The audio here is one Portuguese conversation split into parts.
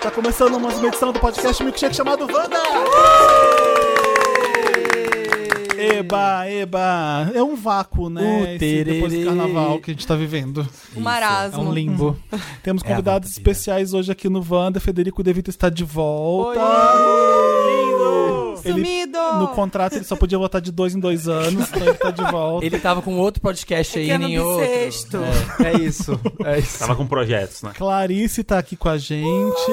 Tá começando mais uma edição do podcast Milkshake chamado Wanda! Eba, eba. É um vácuo, né? Uh, Esse depois do tererê. É um carnaval que a gente tá vivendo. O marasmo. limbo. Temos É a convidados volta, filha. especiais hoje aqui no Wanda. Federico De Vito está de volta. Ele- Sumido! No contrato ele só podia votar de dois em dois anos, então ele tá de volta. Ele tava com outro podcast É aí, Pequeno em outro. bissexto. É, é isso, é isso. Tava com projetos, né? Clarice tá aqui com a gente.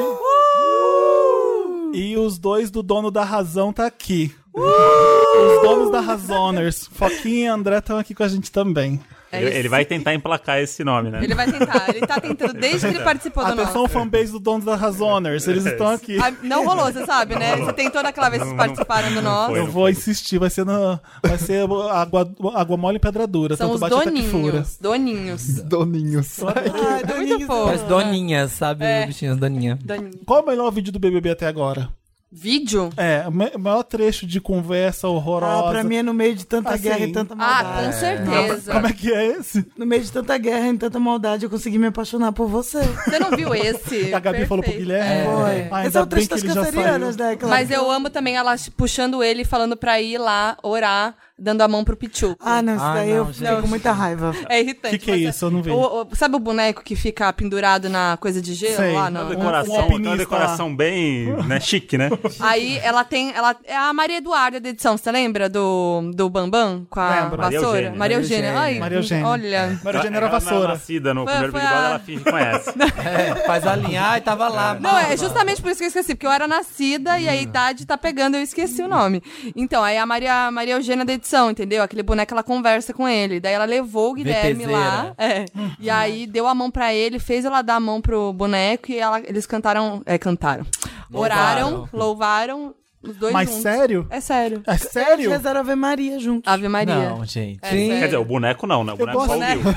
E os dois do dono da razão tá aqui. Os donos da Razoners, Foquinha e André, estão aqui com a gente também. É ele, isso. ele vai tentar emplacar esse nome, né? Ele vai tentar. Ele tá tentando desde que ele participou do Atenção, nosso. fanbase do dono da Razoners, eles estão aqui. Ah, não rolou, você sabe, né? Você tentou naquela vez que vocês participaram do nosso. foi, Eu vou insistir, vai ser, na, vai ser água, água mole e pedra dura, São tanto os bate até que fura. doninhos. Doninhos. Doninhos. Ai, é muito Mas fofo. doninhas, sabe? É. Bichinhas doninha. Doninho. Qual é o melhor vídeo do BBB até agora? Vídeo? É, o me- maior trecho de conversa horrorosa. Ah, pra mim é no meio de tanta Assim. guerra e tanta Ah, maldade. com certeza. Como é que é esse? No meio de tanta guerra e tanta maldade, eu consegui me apaixonar por você. Você não viu esse? A Gabi falou pro Perfeito. Guilherme. Foi. Ah, Esse é ainda o bem trecho que das ele já saiu. cancerianas, né? Claro. Mas eu amo também ela puxando ele, falando pra ir lá orar, dando a mão pro Pichu. Ah, não, isso Ah, daí não, eu gente. fiquei com muita raiva. É irritante. Que que é mas isso? Eu não vi. O- o- sabe o boneco que fica pendurado na coisa de gelo Sei. lá? Uma Não. um decoração, alpinista uma decoração bem né, chique, né? Aí Uhum. ela tem. Ela, é a Maria Eduarda da edição, você lembra? Do, do Bambam com a Lembro. vassoura? Maria Eugênia. Maria Eugênia. Maria Eugênia. Ai, Maria Eugênia. Olha. Maria Eugênia era Ela- Ela vassoura. nascida no Foi- primeiro foi Big Brother, a- ela finge que conhece. É, faz a linha. Ai, tava lá. Não, é justamente por isso que eu esqueci, porque eu era nascida Uhum. e a idade tá pegando, eu esqueci o nome. Então, aí a Maria, Maria Eugênia da edição, entendeu? Aquele boneco ela conversa com ele. Daí ela levou o Guilherme lá. é. e Uhum. aí deu a mão pra ele, fez ela dar a mão pro boneco e ela- eles cantaram. É, cantaram. Oraram, louvaram os dois Mas juntos. sério? É sério. Ah, É sério? Rezaram Ave Maria junto. Ave Maria. Não, gente. É Quer sério. dizer, o boneco não, né? O boneco gosto, só né? ouviu.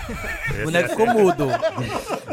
O boneco ficou mudo.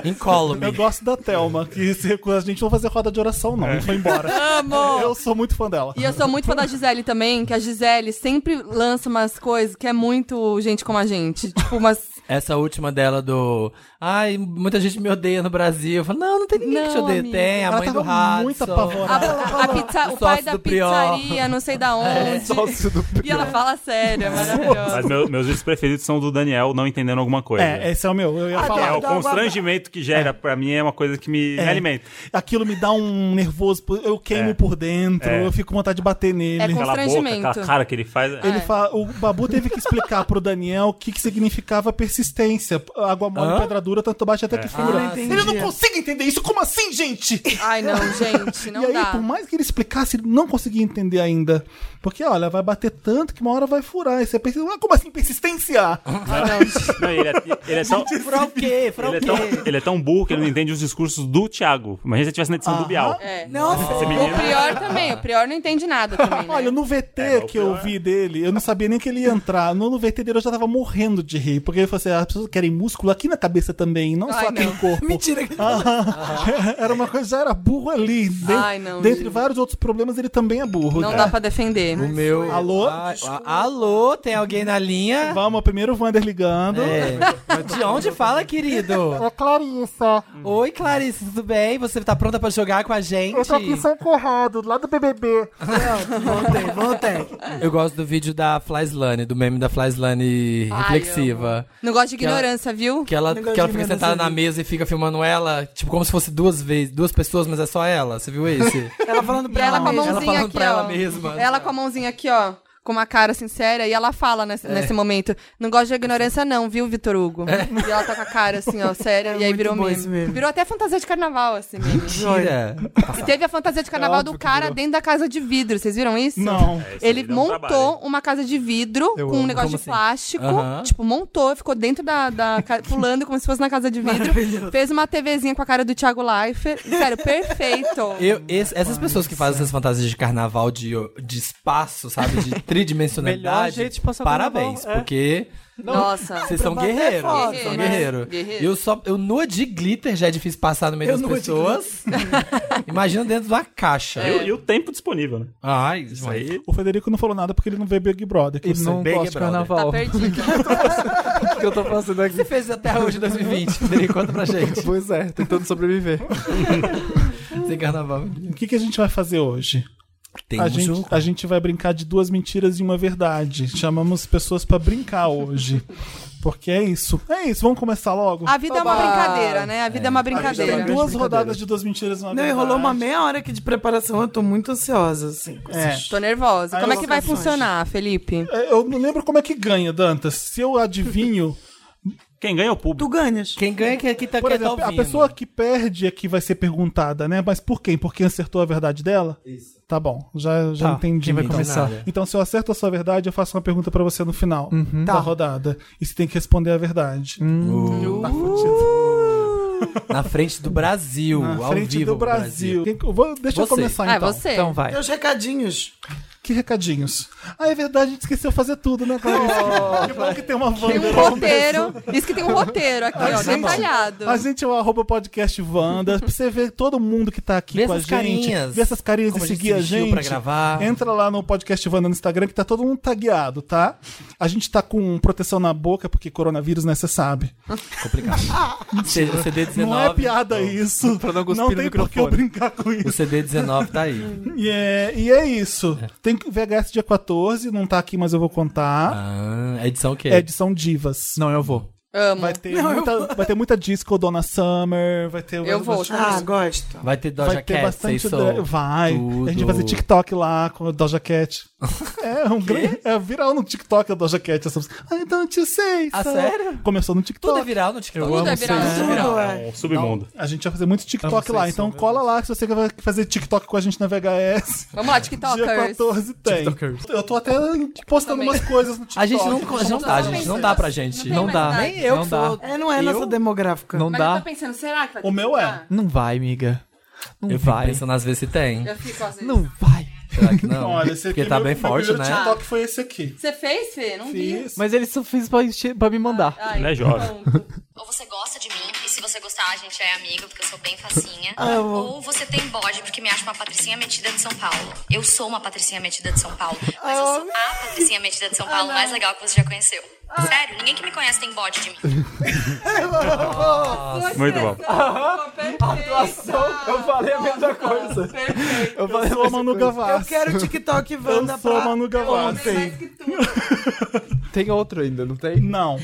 Incólume. Eu gosto da Thelma, É. que se recusa, a gente não vai fazer roda de oração, não. Não foi embora. Amo! Eu sou muito fã dela. E eu sou muito fã da Gisele também, que a Gisele sempre lança umas coisas que é muito gente como a gente. Tipo, umas. Essa última dela do. Ai, muita gente me odeia no Brasil. Eu falo, não, não tem ninguém que te Não, odeia. amiga. Tem, a Ela mãe do tava rato. muito A, apavorada. a- a pizza- O o pai sócio da do Prior. É, pizzaria, não sei da onde. do e ela fala sério, é Mas maravilhosa. meu- meus vídeos preferidos são do Daniel não entendendo alguma coisa. É, esse é o meu. Eu ia Ah, falar. É, o Dá uma- constrangimento que gera, pra mim, é uma coisa que me, me alimenta. Aquilo me dá um nervoso, eu queimo É. por dentro, É. eu fico com vontade de bater nele. É com- Aquela boca, Constrangimento. aquela cara que ele faz. Ele É. fala, o Babu teve que explicar pro Daniel o que, que significava persistência. Água mole, Hã? pedra dura, tanto bate até que fura. Ah, sim. ele não consegue entender isso, como assim, gente? Ai, não, gente, não e aí, dá. por mais que ele explicasse, ele não conseguia entender ainda. Porque, olha, vai bater tanto que uma hora vai furar. E você pensa, ah, como assim, persistência? Não, ele é, ele é tão. Pra o quê? Pra Ele é, o quê? tão, ele é tão burro que ele não entende os discursos do Thiago. Imagina se ele tivesse na edição do Bial. É. Nossa, Esse O menino- Prior também, o Prior não entende nada também. né? Olha, no VT É, o que eu pior. vi dele, eu não sabia nem que ele ia entrar. No, no VT dele eu já tava morrendo de rir. Porque ele falou assim: as pessoas querem músculo aqui na cabeça também, não Ai, só aqui não. no corpo. mentira que era uma coisa, já era burro ali. Den- Ai, não, dentre gente. vários outros problemas, ele também é burro. Não né? dá pra defender. O meu. Alô? Ah. Ai, a- alô, tem alguém na linha? Vamos, primeiro o Wander ligando. É. De onde fala, querido? É Clarissa. Oi, Clarice, tudo bem? Você tá pronta pra jogar com a gente? Eu tô aqui em São Conrado, lá do BBB. Voltei, voltei. Eu gosto do vídeo da Flyslane, do meme da Flyslane Ai, reflexiva. Não gosto de Que ela- ignorância, viu? Que ela, Não gosto que ela de fica meme sentada desse na vídeo. mesa e fica filmando ela, tipo, como se fosse duas vezes, duas pessoas, mas é só ela. Você viu esse? Ela falando E pra ela ela, com a mesma. mão- mãozinha falando É aqui, pra ela ó. mesma. Ela com a mãozinha aqui, ó. Com uma cara sincera, e ela fala nesse, É. nesse momento: Não gosto de ignorância, não, viu, Vitor Hugo? E ela tá com a cara assim, ó, séria, É e aí muito virou bom meme. esse meme. Virou até fantasia de carnaval, assim, meme. Mentira. E teve a fantasia de carnaval do cara dentro da casa de vidro, vocês viram isso? Não. É, isso Ele aí dá um montou trabalho. uma casa de vidro Eu com um amo. negócio de Como assim? plástico. Aham. Tipo, montou, ficou dentro da, da ca- pulando como se fosse na casa de vidro. Fez uma TVzinha com a cara do Thiago Leifert. Sério, perfeito. Eu, esse- essas pessoas que fazem essas fantasias de carnaval de, de espaço, sabe? De tridimensionalidade. Melhor jeito de passar Parabéns, carnaval, é. porque Nossa. vocês são pra bater guerreiros. foto, Vocês são né? guerreiros. Guerreiro. Eu só. Eu nua de glitter já é difícil passar no meio Eu das nua de pessoas. Imagina dentro de uma caixa. E, o- e o tempo disponível, né? Ai, É. isso aí. O Federico não falou nada porque ele não vê Big Brother. que eu E sei. não Big gosto de Brother. Tá carnaval. perdido. O que eu tô fazendo aqui? Você fez até hoje, 2020. Federico, conta pra gente. Pois é, tentando sobreviver. Tem carnaval. O que, que a gente vai fazer hoje? Tem a, um gente, jogo. a gente vai brincar de duas mentiras e uma verdade. Chamamos pessoas pra brincar hoje. Porque é isso. É isso, vamos começar logo? A vida é uma Babá. brincadeira, né? A vida é uma brincadeira. uma grande duas brincadeira. rodadas de duas mentiras e uma Não, verdade. enrolou uma meia hora aqui de preparação, eu tô muito ansiosa, assim. com É. essas- Tô nervosa. Aí Como é eu que vou vai cansar, funcionar, Felipe? É, Eu não lembro como é que ganha, Dantas. Se eu adivinho, Quem ganha é o Tu público. ganhas. Quem ganha é que aqui tá, por que tá exemplo, ouvindo. a pessoa que perde é que vai ser perguntada, né? Mas por quem? Por quem acertou a verdade dela? Isso. Tá bom, já, já Tá, entendi. quem vai então. começar? Então, se eu acerto a sua verdade, eu faço uma pergunta pra você no final da rodada. E você tem que responder a verdade. Uh, Tá fudido. na frente do Brasil, Na ao frente vivo do Brasil. Quem- eu vou- deixa eu Você. começar Ah, é então. você. Então vai. Tem os recadinhos. Que recadinhos. Ah, é verdade, a gente esqueceu fazer tudo, né, Clarice? que bom que tem uma Tem um roteiro. Isso que tem um roteiro aqui, ó, gente- detalhado. A gente é o arroba podcast Wanda. Pra você ver todo mundo que tá aqui Vê com a essas gente. carinhas. Vê essas carinhas Como e a gente seguir a se vestiu gente. É pra gravar. Entra lá no podcast Wanda no Instagram que tá todo mundo tagueado, tá? A gente tá com proteção na boca, porque coronavírus, né? Você sabe. O CD19. não é piada isso. Pra não cuspir não no tem por que eu microfone. brincar com O isso. CD19 tá aí. E é, e é isso. Tem VHS dia 14, não tá aqui, mas eu vou contar. Ah, a edição o quê? É edição Divas. Não, eu vou. Amo. Vai ter, muita, vai ter muita disco, Donna Summer, vai ter... Eu vou. Ah, gosto. Vai ter Doja Vai ter Cat, bastante. Say So, dra- Vai. tudo. A gente vai fazer TikTok lá com o Doja Cat. É, um grande. É viral no TikTok a Doja Cat. Essa música. I don't you say Ah, so. sério? Começou no Tudo é TikTok. viral no TikTok. Tudo Eu amo é viral. isso, Tudo. Tudo é. É o submundo. A gente vai fazer muito TikTok Amo lá. Say So, Então meu cola lá que se você quer fazer TikTok com a gente na VHS. Vamos lá, Dia TikTokers. 14 tem. TikTokers. Eu tô até postando Também. umas coisas no TikTok. A gente não, a gente não dá, gente. Não dá pra gente. é Não, Não tem dá. mais Nem eu Não que dá. sou. É, não é nossa demográfica. Não Mas eu dá. tô pensando, será que vai O ter meu que é. mudar? Não vai, amiga. Não Eu fico vai. pensando às vezes se tem. Eu fico às vezes. Não vai. Será que não? Olha, um esse aqui é Porque tá meu- bem meu forte, primeiro né? TikTok foi esse aqui. Você fez, Fê? Não vi. Fiz. Mas ele só fez pra, enche- pra me mandar. Ai, Ele é jovem. pronto. Ou você gosta de mim, e se você gostar, a gente é amigo, porque eu sou bem facinha. Amo. Ou você tem bode, porque me acha uma patricinha metida de São Paulo. Eu sou uma patricinha metida de São Paulo, mas eu sou a patricinha metida de São Paulo mais legal que você já conheceu. Sério, ninguém que me conhece tem bode de mim. Muito bom. Atuação, eu falei a mesma coisa. Perfeito. Eu, sou a Manu Eu Gavassi. quero o TikTok Eu Wanda sou a pra... Manu Gavassi. Mais que tudo. Tem outro ainda, não tem? Não.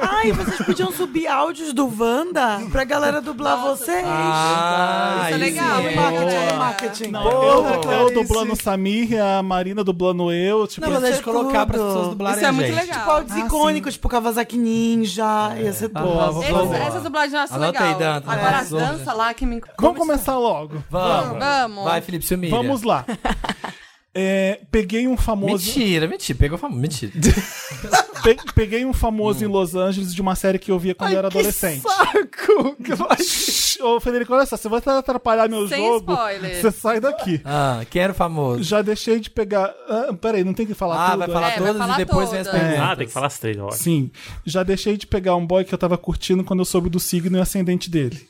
Ai, vocês podiam subir áudios do Wanda pra galera dublar vocês. Ah, Isso é aí sim, legal, hein? hein? marketing, boa. marketing. Não, Boa, eu, eu Clarice. dublando o Samir, e a Marina dublando eu. Tipo, Não, mas a gente é colocar tudo. pras pessoas dublarem Isso é a muito gente. legal. Áudios icônicos, tipo Kawasaki Ninja, ia ser tudo. Boa, É. Ah, vou Essas, fazer. essas dublagens eu acho Anota legal. aí, Danta. Agora as Arrasou. danças lá que me... Vamos começar logo. Vamos. Vamos. Vai, Felipe, se humilha. Vamos lá. É, peguei um famoso. Mentira, mentira. Pegou fama. Mentira. pe- peguei um famoso em Los Angeles de uma série que eu via quando eu era adolescente. Saco! Que vai- Ô, Federico, olha só, você vai atrapalhar meu Sem jogo. spoiler. Você sai daqui. Ah, quem era o famoso? Já deixei de pegar. Ah, peraí, não tem que falar Ah, tudo. vai né? falar É, vai todas falar e depois vem as todas. perguntas. Ah, tem que falar as três, ó. Sim. Já deixei de pegar um boy que eu tava curtindo quando eu soube do signo e ascendente dele.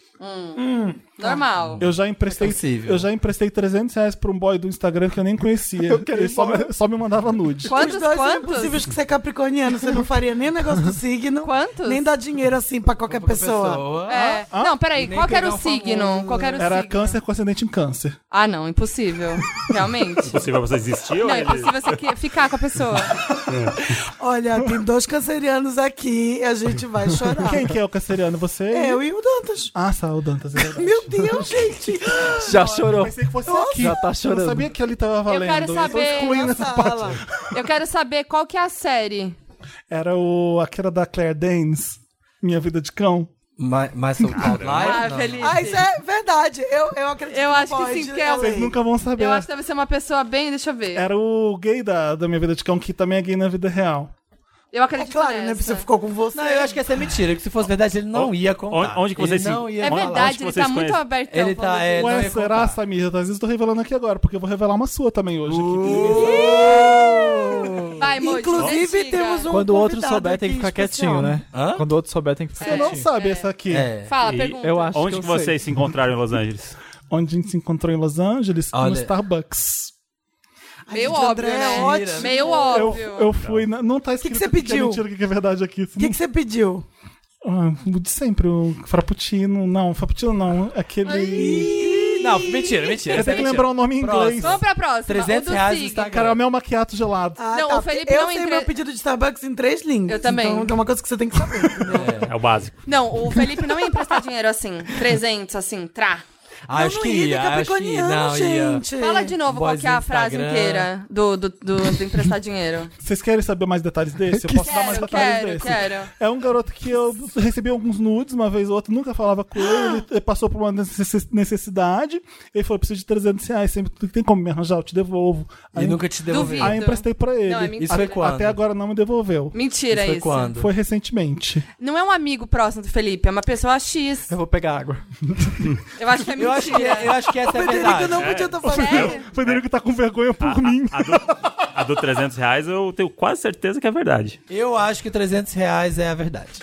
Normal. Eu já emprestei, É possível. eu já emprestei 300 reais pra um boy do Instagram que eu nem conhecia. Ele só me, só me mandava nude. Quantos, Os dois são quantos? impossíveis que você é capricorniano, você não faria nem o negócio do signo, Quantos? nem dar dinheiro assim pra qualquer pessoa. É. Não, peraí, Nem qual que era pegar o um signo? famoso. Qual que era o Era signo? câncer com ascendente em câncer. Ah, não, impossível. Realmente. Possível você desistir ou Não, é ele- impossível você que- ficar com a pessoa. Olha, tem dois cancerianos aqui a gente vai chorar. Quem que é o canceriano? Você? Eu e o Dantas. Ah, saiu o Dantas. é verdade. Meu Deus, gente. Já chorou. Pensei que fosse aqui. já Eu tá não chorando. sabia que ali tava valendo. quero tô saber- excluindo essa parte. Fala. Eu quero saber qual que é a série. Era o, aquela da Claire Danes, Minha Vida de Cão. Ma- Michael Cloud Ah, Live? Felipe. Ah, isso é verdade. Eu, eu acredito Eu acho que pode, sim, porque é o- Vocês nunca vão saber. Eu acho que deve ser uma pessoa bem, deixa eu ver. Era o gay da, da Minha Vida de Cão, que também é gay na vida real. Eu É acredito claro, né? nessa. Porque você ficou com você. Não, eu acho que essa é mentira, porque se fosse verdade ele não ia contar. Onde- onde que vocês ele não se- ia É Onde- falar. onde verdade, que ele vocês tá muito conhecem? aberto. Ele tá, é, não Ué, ia será, contar. Samir? Às vezes eu tô revelando aqui agora, porque eu vou revelar uma sua também hoje. aqui. Vai, Moji, Inclusive, investiga. temos um Quando o outro convidado souber, tem que aqui ficar especial. quietinho, né? Hã? Quando o outro souber, tem que ficar Você não quietinho. sabe essa aqui. É. Fala, E- pergunta. Eu acho Onde que, que eu vocês sei. se encontraram em Los Angeles? Onde a gente se encontrou em Los Angeles, Olha. no Starbucks. Ai, Meio gente, o André óbvio, é né? ótimo. Meio Eu, óbvio. eu fui. na- não tá que escrito você é pediu? mentira, o que que é verdade aqui. O que, que você pediu? Ah, o de sempre, o Frappuccino. Não, Frappuccino não. Aquele. Não, mentira, mentira. Eu tenho que mentira. lembrar um o nome em inglês. Vamos pra próxima. 300 o do reais no Sig. Instagram. Caramel maquiato gelado. Ah, Não, tá, o Felipe eu não sei entre- meu pedido de Starbucks em três links. Eu também. Então é uma coisa que você tem que saber. entendeu? É o básico. Não, o Felipe não ia emprestar dinheiro assim. 300, assim, trá. Ah, acho não que ia, ia, que acho que ia. é capricorniano, Não, ia. gente. Fala de novo qual Voz que é a do frase Instagram. inteira do, do, do, do emprestar dinheiro. Vocês querem saber mais detalhes desse? Eu posso dar mais um Quero, detalhes quero, desse. quero. É um garoto que eu recebi alguns nudes uma vez ou outra, nunca falava com ele, ele passou por uma necess- necessidade. Ele falou: preciso de 300 reais, sempre tu tem como me arranjar, eu te devolvo. Aí, E nunca te devolvi. Duvido. aí eu emprestei pra ele. Não, é mentira. Isso foi quando? Até agora não me devolveu. Mentira Isso é isso. foi quando? Foi recentemente. Não é um amigo próximo do Felipe, é uma pessoa X. Eu vou pegar água. Eu acho que é Eu mentira. acho, que, eu acho é. que essa é a Federico verdade. não podia estar falando. Sério? O Federico tá com vergonha por Ah, mim. A do, a do 300 reais eu tenho quase certeza que é verdade. Eu acho que 300 reais é a verdade.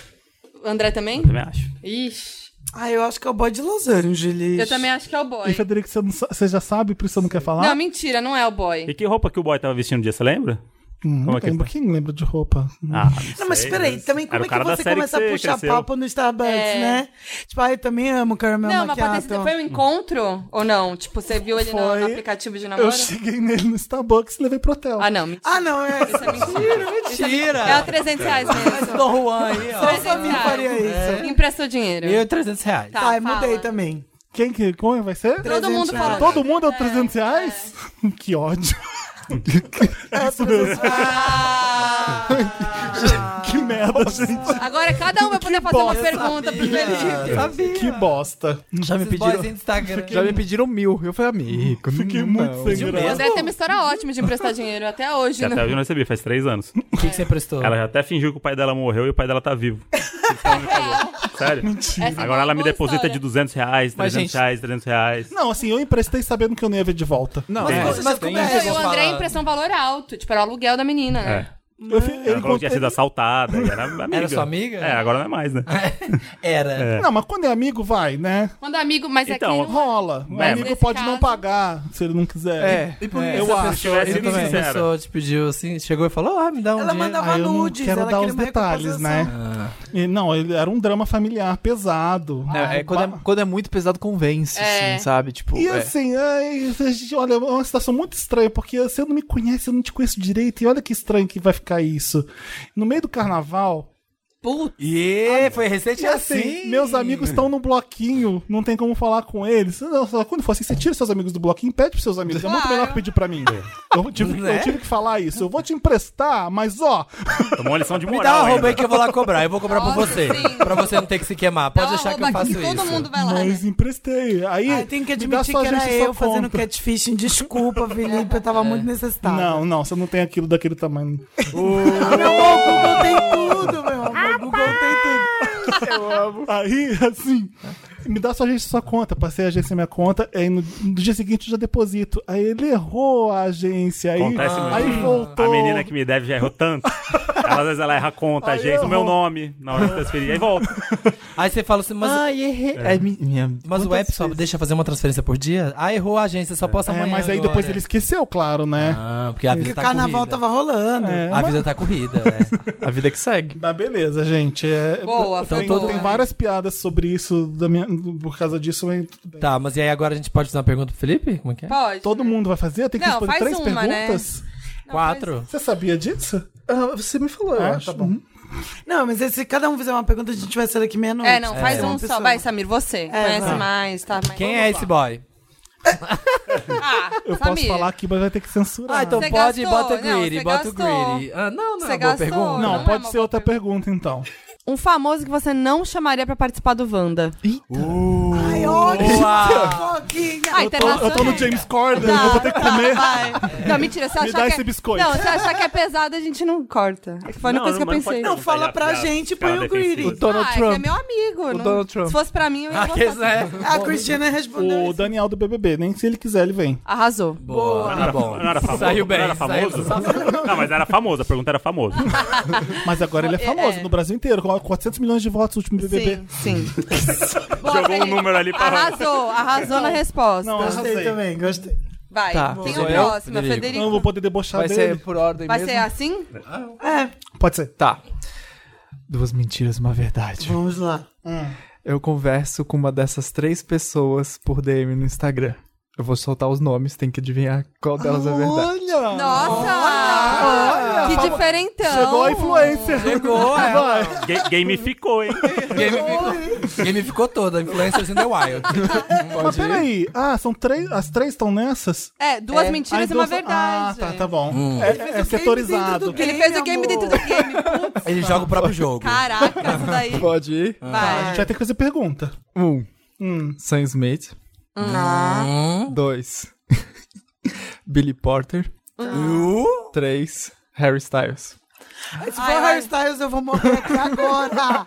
O É. André também? Eu também acho. Ixi. Ah, eu acho que é o boy de Los Angeles. Eu também acho que é o boy. E Federico, você, não sa- você já sabe, por isso você não quer falar? Não, mentira, não é o boy. E que roupa que o boy tava vestindo um dia, você lembra? Hum, Como não é que lembro. foi? Quem lembra de roupa? Ah, Não, mas sei, peraí, mas também como era é o que cara da você série começa que a você puxar cresceu. papo no Starbucks, É. né? Tipo, ai, também amo caramel Não, mas pode macchiato. ter sido- foi um encontro ou não? Tipo, você viu ele no, no Foi. aplicativo de namoro? Eu cheguei nele no Starbucks e levei pro hotel. Ah, não, mentira. Ah, não, é. Isso é mentira. Mentira! É o 300 reais mesmo. Dom Juan aí, ó. 300 família reais. faria isso. É. Emprestou dinheiro. Eu e 300 reais. Tá. Ai, fala. mudei também. Quem que como vai ser? Todo mundo 300 fala. Todo mundo é o 300 reais? que ódio. Isso mesmo. que merda, gente. Ah, Agora cada um vai poder fazer uma pergunta pro Felipe. É. Sabia. Que bosta. Já me Esses boys pediram. do Instagram. Já me pediram mil. Eu falei, amigo. Fiquei não. muito sem Gil O graça. André tem uma história ótima de emprestar dinheiro até Que hoje, até um né? hoje eu não recebi, faz três anos. O que, que você prestou? Ela já até fingiu que o pai dela morreu e o pai dela tá vivo. Sério? Essa é Agora uma ela me boa deposita história. de 200 reais, 300 Mas, gente- reais, 300 reais. Não, assim, eu emprestei sabendo que eu não ia ver de volta. Não, Mas é. como- mas como tem é que isso. E o vou André falar. emprestou um valor alto, tipo, era o aluguel da menina, né? É. Eu, fi- eu Ela falou que tinha sido encontrei... assaltada, e era amiga. Era sua amiga? É, agora não é mais, né? Era. Não, mas quando é amigo, vai, né? Quando amigo, mas Então, é que não- Rola. O É, amigo mas- pode não Nesse caso- pagar se ele não quiser. É, E por é. eu acho. tivesse eu sido também. sincero. A pessoa te pediu assim, chegou e falou, ah, me dá um Ela dinheiro. mandava Ah, eu não nudes. quero ela dar queria os uma detalhes, né? recompensação. E, não, ele era um drama familiar pesado. Ah, É, é quando, é, quando é muito pesado, convence, É. assim, sabe? Tipo, E é. assim, ai, a gente- olha, é uma situação muito estranha, porque você não me conhece, eu não te conheço direito, e olha que estranho que vai ficar isso. No meio do carnaval, Puta, E foi recente e assim, meus amigos estão no bloquinho, não tem como falar com eles. Não, só Quando for assim, você tira seus amigos do bloquinho, pede pros seus amigos. É muito Claro. melhor que pedir pra mim. Eu tive, que- Né? eu tive que falar isso. Eu vou te emprestar, mas ó, Tomou uma lição de Me dá moral uma roupa aí ainda. que eu vou lá cobrar. Eu vou cobrar por Nossa, você. sim. Pra você não ter que se queimar. dá Pode uma deixar que eu rouba faço aqui, isso. Todo mundo vai lá. né? mas emprestei. Aí, Ai, tenho Ah, que me dá admitir sua que era agência e sua eu fazendo conta. catfishing. Desculpa, Felipe, eu É. tava muito necessitada. Não, não, você não tem aquilo daquele tamanho. Ah, meu amor, o Google tem tudo, meu amor. O Google tem tudo. Aí, assim, me dá sua agência sua conta. Passei a agência minha conta, aí no, no dia seguinte eu já deposito. Aí ele errou a agência. Aí, Acontece muito. aí voltou. A menina que me deve já errou tanto. Ela, às vezes ela erra a conta, Aí gente, o meu errou. nome, na hora de transferir. Aí volta. Aí você fala assim, mas, Ai, errei. É. mi- minha... mas o quantas app só vezes? deixa fazer uma transferência por dia? Ah, errou a agência, só posso É, amanhã mas aí agora. depois ele esqueceu, claro, né? Ah, porque a vida Porque o tá carnaval corrida. tava rolando. A vida tá corrida, né? É. A vida é que segue. Mas beleza, gente. É, Boa, foi tem, boa. tem várias piadas sobre isso da minha- por causa disso, mas tudo bem. tá, mas e aí agora a gente pode fazer uma pergunta pro Felipe? Como é que é? Pode. Todo mundo vai fazer? Eu tenho que Não, responder faz três uma, né? perguntas? Quatro? Você sabia disso? Ah, você me falou, eu Ah, acho. tá bom. Uhum. Não, mas se cada um fizer uma pergunta, a gente vai ser daqui meia-noite. É, não, faz Uma um só. pessoa. Vai, Samir, você. Conhece vai. mais, tá? mais- Quem é esse boy? Ah, Eu Samir. posso falar aqui, mas vai ter que censurar. Ah, então Você pode, gastou? bota o Não, greedy, você bota o gastou. greedy. Ah, não, não, é Você uma boa gastou. pergunta. não, não é pode uma ser boa outra pergunta, então. Um famoso que você não chamaria pra participar do Wanda. Ai, ótimo, Boa. foquinha. Ah, Eu tô, eu tô no internacional. James Corden, Tá, eu vou ter que tá, comer. vai. Não, mentira, se Me achar dá que esse é... biscoito. Não, se achar que é pesado, a gente não corta. Foi a única Não, coisa que eu mas pensei. pode Não, fala pegar pra piada, gente, piada põe o greedy. defensiva. Donald ah, Trump. é que é meu amigo. não- Donald Trump. Se fosse pra mim, eu ia Ah, que gostar. né? A Cristina respondeu. O Daniel do BBB, nem se ele quiser ele vem. Arrasou. Boa, tá bom. Não era famoso? Saiu bem. não era saiu- famoso? Não, mas era famoso, a pergunta era famosa. Mas agora ele é É, famoso é. no Brasil inteiro, com 400 milhões de votos no último BBB. Sim, sim. Boa, Jogou um Felipe. número ali pra... Arrasou, arrasou na resposta. Não, arrasou. Gostei também, gostei. Vai, Tá. tem Sou a eu, próxima, Federico? Federico. Eu não vou poder debochar Vai dele. ser por ordem Vai mesmo? ser assim? É, Pode ser. Tá. Duas mentiras, uma verdade. vamos lá. eu converso com uma dessas três pessoas por DM no Instagram. Eu vou soltar os nomes, tem que adivinhar qual delas é verdade. Olha! Nossa! que diferentão! Chegou a influencer. Chegou, é. Vai. Ga- Gamificou, hein? Gamificou, gamificou toda, influencers in the wild. Não Mas pode ir. peraí. Ah, são três. As três estão nessas? É, duas Ah, mentiras e então uma são- verdade. Ah, tá, tá bom. Hum. É, é setorizado. Ele fez o game Game, dentro do game. Putz, Ele joga o próprio jogo. Caraca, isso daí. Pode ir? A gente Vai. vai ter que fazer pergunta. Um, Hum. Sam Smith. Ah. Hum. Dois, Billy Porter. Ah. Uh, Três, Harry Styles. Se for Ai, ai. Harry Styles, eu vou morrer aqui agora.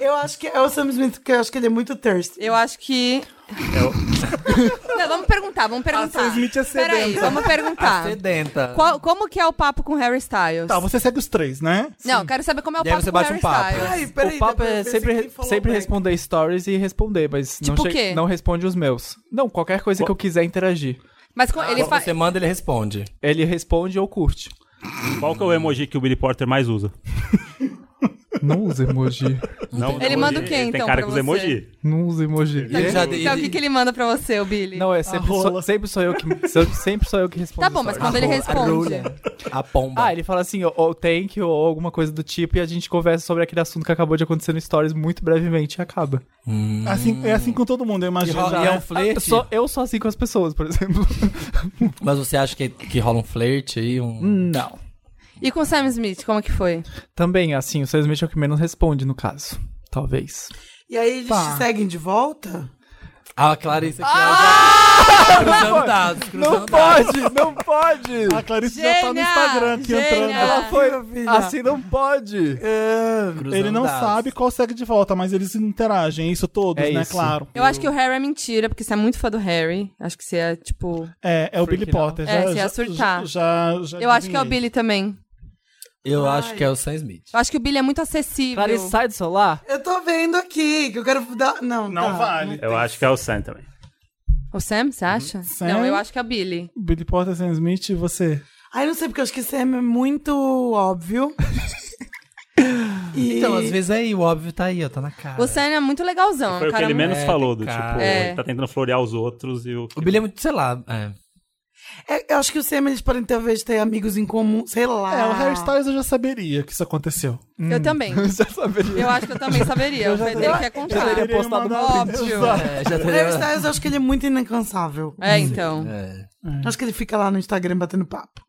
Eu acho que é o Sam Smith, porque eu acho que ele é muito thirsty. Eu acho que. Não, vamos perguntar, vamos perguntar. Smith é sedenta. É Peraí, vamos perguntar. sedenta. Qual- como que é o papo com Harry Styles? Tá, você segue os três, né? Não, quero saber como é o E aí papo você com bate Harry um papo. Styles. Ai, peraí, o papo depois é esse sempre, aqui falou sempre back. responder stories e responder, mas não, Tipo o che- quê? não responde os meus. Não, qualquer coisa que eu quiser interagir. Mas Ah, com- ele Quando é faz. Você manda, ele responde. Ele responde ou curte. Qual que é o emoji que o Billy Porter mais usa? Não usa emoji. Não, Ele emoji. manda o quê, Ele então, Tem pra cara com os você? emoji. Não usa emoji. Tá Ele já- Então, o que, que ele manda pra você, o Billy? Não, é sempre, sou, rola. sempre sou eu que sou- sempre sou eu que respondo. Tá bom, mas stories. quando ele ro- responde. rolha. A pomba. Ah, ele fala assim, ou- ou thank you, ou alguma coisa do tipo, e a gente conversa sobre aquele assunto que acabou de acontecer no Stories muito brevemente e acaba. Assim, é assim com todo mundo, eu Hum. E imagino. rola- e é um Eu flerte. sou, eu sou assim com as pessoas, por exemplo. Mas você acha que, que rola um flerte aí? Um... Hum. Não. E com o Sam Smith, como que foi? Também, assim, o Sam Smith é o que menos responde, no caso. Talvez. E aí eles te seguem de volta? Ah, Clarice aqui. Ah! Cruzando dados, cruzando dados. pode, não pode! A Clarice já tá no Gênia! Instagram aqui Gênia! entrando. Ela foi filha. assim, não pode! É, cruzando Ele não dados. sabe qual segue de volta, mas eles interagem, isso todos, É né? isso. Claro. Eu acho que o Harry é mentira, porque você é muito fã do Harry. Acho que você é, tipo. É, é o Freak Billy Potter. É, já- você ia já- surtar. Já, já, Eu acho que é o adivinhei. Billy também. Eu acho que é o Sam Smith. Eu acho que o Billy é muito acessível. Clarice, sai do celular. Eu tô vendo aqui, que eu quero dar. Não, Não tá. vale. Eu acho que é o Sam também. O Sam, você acha? Sam? Não, eu acho que é o Billy. Billy Potter, Sam Smith e você. Ai, não sei, porque eu acho que Sam é muito óbvio. E- Então, às vezes é aí, o óbvio tá aí, ó, tá na cara. O Sam é muito legalzão. é um Foi o que cara ele muito- menos É, falou, do cara. tipo, É. ele tá tentando florear os outros e o... O Billy é muito, sei lá. É. É, eu acho que o Sam, eles podem talvez ter amigos em comum, sei Ah. lá. É, o Harry Styles eu já saberia que isso aconteceu. Eu também. Já saberia. Eu acho que eu também saberia. o Fê dele quer contar. Hum. teria Ele postado mandou- Óbvio. É, já O Harry teria... Styles, eu acho que ele é muito inalcançável. É, então. É. Acho que ele fica lá no Instagram batendo papo.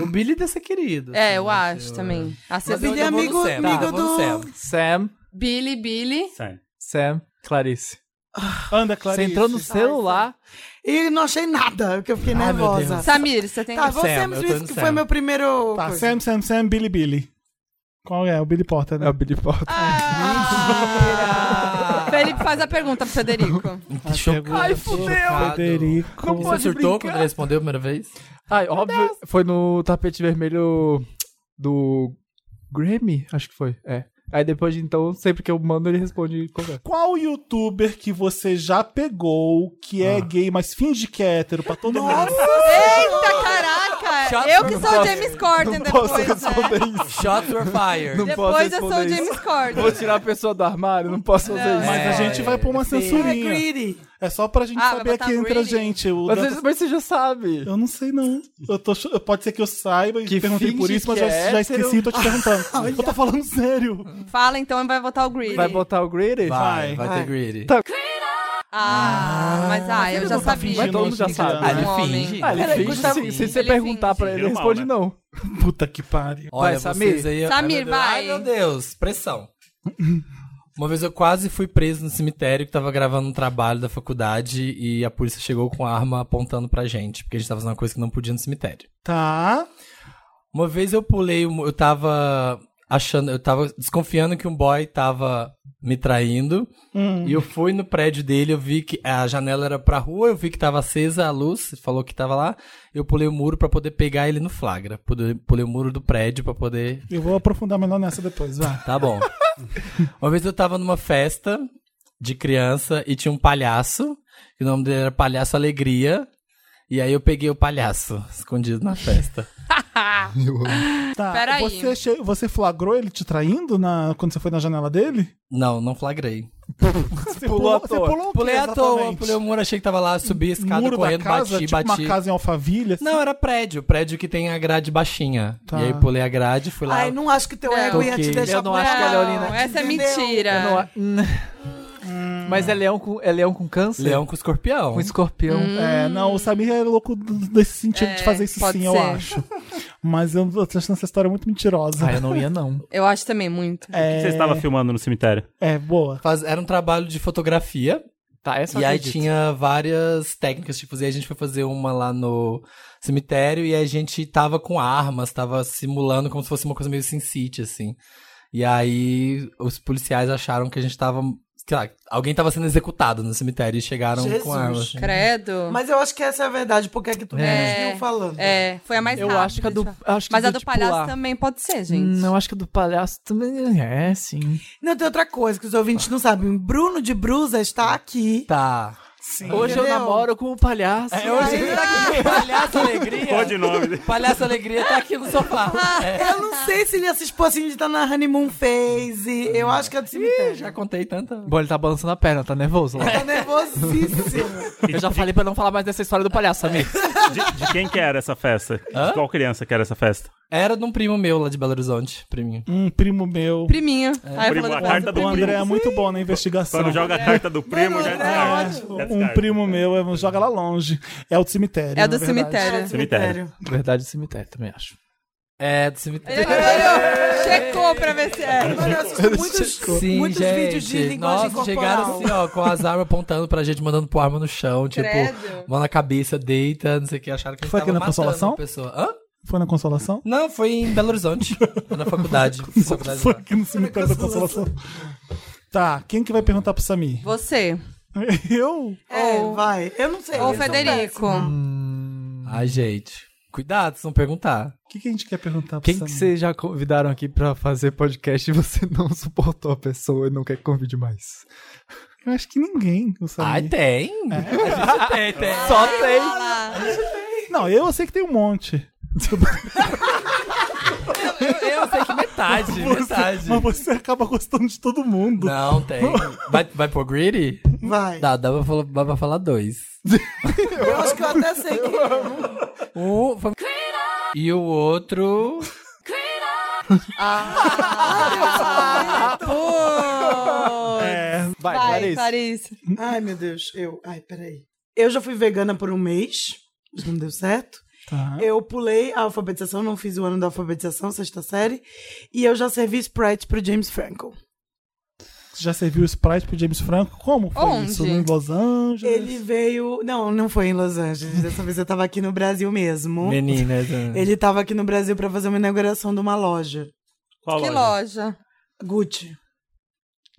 O Billy deve ser querido. É, eu acho também. Mas Acessível. ele é eu vou no amigo, Sam, amigo tá, eu vou no do. Sam. Sam, Billy, Billy. Sam. Sam, Clarice. Anda, Você Clarice. entrou no celular. E não achei nada, porque eu fiquei Ai, meu nervosa. Deus. Samir, você tem. Tá, vou Sam, Sam eu tô Smith, no que Sam. foi meu primeiro. Tá, coisa. Sam, Sam, Sam, Billy, Billy. Qual é? O Billy Potter, né? É o Billy Potter. Ah! Felipe, faz a pergunta pro Federico. Que tá chocado. Ai, fudeu. Federico. Não Você pode surtou brincar. quando ele respondeu a primeira vez? Ai, óbvio, foi no tapete vermelho do Grammy, acho que foi. É. Aí depois de então, sempre que eu mando, ele responde qualquer. Qual youtuber que você já pegou que é gay, mas finge que é hétero pra todo mundo? Eita, caraca! Chato, eu que não sou o posso- James Corden depois, né? Shots were fired. Não posso Depois eu sou o responder isso. James Corden. Vou tirar a pessoa do armário, não posso fazer Não. isso. Mas a É, gente vai pôr uma É censurinha. greedy. É só pra gente Ah, vai saber botar aqui entre a Greedy? gente. O Mas, Dantas- você- mas você já sabe. Eu não sei, não. Eu tô, ch- pode ser que eu saiba e Que perguntei por finge isso, mas que já, é já esqueci hétero. e tô te perguntando. eu tô falando sério. Fala então e vai votar o Greedy. Vai botar o Greedy? Vai, Vai. vai, ter greedy. Tá. Ah, mas ah, eu já não tá sabia. fingindo, Mas todo mundo já não, sabe. não. Ah, ele Um homem. finge. Ah, ele Peraí, finge, Gustavo, se, se finge. você Ele perguntar finge. pra ele, ele Deu mal, responde né? não. Puta que pariu. Olha, Vai, vocês Samir. aí... ai, meu Samir, Deus. vai. Ai, meu Deus, pressão. Uma vez eu quase fui preso no cemitério que tava gravando um trabalho da faculdade e a polícia chegou com a arma apontando pra gente, porque a gente tava fazendo uma coisa que não podia no cemitério. Tá. Uma vez eu pulei, um- eu tava achando, eu tava desconfiando que um boy tava me traindo. Hum. E eu fui no prédio dele, eu vi que a janela era pra rua, eu vi que tava acesa a luz, falou que tava lá. Eu pulei o muro pra poder pegar ele no flagra. Pulei, pulei o muro do prédio pra poder. Eu vou aprofundar melhor nessa depois, vai. Tá bom. Uma vez eu tava numa festa de criança e tinha um palhaço, que o nome dele era Palhaço Alegria. E aí eu peguei o palhaço escondido na festa. Eu amo. Tá, Peraí. Você, che- você flagrou ele te traindo na... quando você foi na janela dele? Não, não flagrei. Você Pulou à você toa. pulou o quê, Pulei à toa, exatamente? Um pulei o muro, achei que tava lá, subi a escada Muro correndo, da casa, bati, tipo bati. uma casa em Alphaville. assim? Não, era prédio, prédio que tem a grade baixinha. Tá. E aí pulei a grade, fui lá. Ai, não acho que teu Não. ego ia te Ok. deixar Eu não acho que a brava, Leonina- essa é entendeu? mentira. Eu não a- Mas é leão com, é leão com câncer? Leão com escorpião. Com escorpião. É, não, o Samir é louco d- desse sentido de fazer isso É, pode sim, eu ser. acho. Mas eu tô achando essa história muito mentirosa. Ah, eu não ia, não. Eu acho também muito. O que é, você estava filmando no cemitério? é, boa. Faz- era um trabalho de fotografia. Tá, essa e eu aí acredito. tinha várias técnicas, tipo, e a gente foi fazer uma lá no cemitério e a gente tava com armas, tava simulando como se fosse uma coisa meio Sin City, assim. E aí os policiais acharam que a gente tava. Sei lá, alguém tava sendo executado no cemitério e chegaram com Jesus. armas. Credo. Mas eu acho que essa é a verdade, porque é que tu É. conseguiu falando. É, foi a mais Eu rápida, acho que a do. tipo deixa eu- Acho que Mas a de do palhaço pular. também pode ser, gente. Hum, eu acho que a do palhaço também é, sim. Não, tem outra coisa que os ouvintes não sabem. Bruno de Brusa está aqui. Tá. Hoje eu Entendeu? namoro com o palhaço. É, hoje ele tá aqui. Palhaço Pô, de Alegria. nome. Palhaço Alegria tá aqui no sofá. Ah. É, Eu não sei se ele assiste pocinho de tá na honeymoon phase. Eu acho que é do cemitério. já contei tanta. Bom, ele tá balançando a perna, tá nervoso lá. Tá nervosíssimo. Eu já falei pra não falar mais dessa história do palhaço, amigo. De, de quem que era essa festa? Hã? De qual criança que era essa festa? Era de um primo meu lá de Belo Horizonte, priminho. Um primo meu. Priminho. Aí Primo, falando a com carta essa O do prima. primo. André é muito bom na investigação. Quando joga a carta do primo, já descarta. Já Um descarta. primo meu é- joga lá longe. É o do cemitério. É na do verdade. cemitério. Cemitério. É Verdade, cemitério também acho. É, do Ele cemitério. olhou, checou pra ver se é. Olha, eu assisto muitos, Sim, muitos gente. vídeos de linguagem Nossa, corporal. chegaram assim, ó, com as armas apontando pra gente, mandando pro arma no chão, tipo, Credo. mão na cabeça, deita, não sei o que, acharam que a gente Foi tava aqui na matando Consolação? uma pessoa. Hã? Foi na Consolação? Não, foi em Belo Horizonte, na faculdade. faculdade Foi lá. aqui no cemitério da Consolação. Tá, quem que vai perguntar pro Samir? Você. Eu? É, Ou- vai. Eu não sei. Ou eles são Federico. Ai, gente, cuidado, se não perguntar. O que, que a gente quer perguntar pro Quem que Samir? vocês já convidaram aqui pra fazer podcast e você não suportou a pessoa e não quer que convide mais? Eu acho que ninguém, o Samir. Ai, tem. É. A gente tem, tem. Ah, Só tem! Olha lá. Não, eu sei que tem um monte. Eu, eu sei que metade, metade. Mas você acaba gostando de todo mundo. Não, tem. Vai, vai pôr greedy? péssimos. Vai. Dá, dá pra, falar, dá pra falar dois. Eu acho que eu até sei que Um foi... E o outro... Vai, Vai, Clarice. Clarice. Ai, meu Deus, eu. Ai, peraí. Eu já fui vegana por um mês, mas não deu certo. Tá. Eu pulei a alfabetização, não fiz o ano da alfabetização, sexta série. E eu já servi Sprite pro James Franco. Você já serviu Sprite pro James Franco? Como foi Onde? isso? Em Los Angeles? Ele veio. Não, não foi em Los Angeles. Dessa vez eu tava aqui no Brasil mesmo. Meninas. Ele tava aqui no Brasil pra fazer uma inauguração de uma loja. Qual Que loja? loja. Gucci.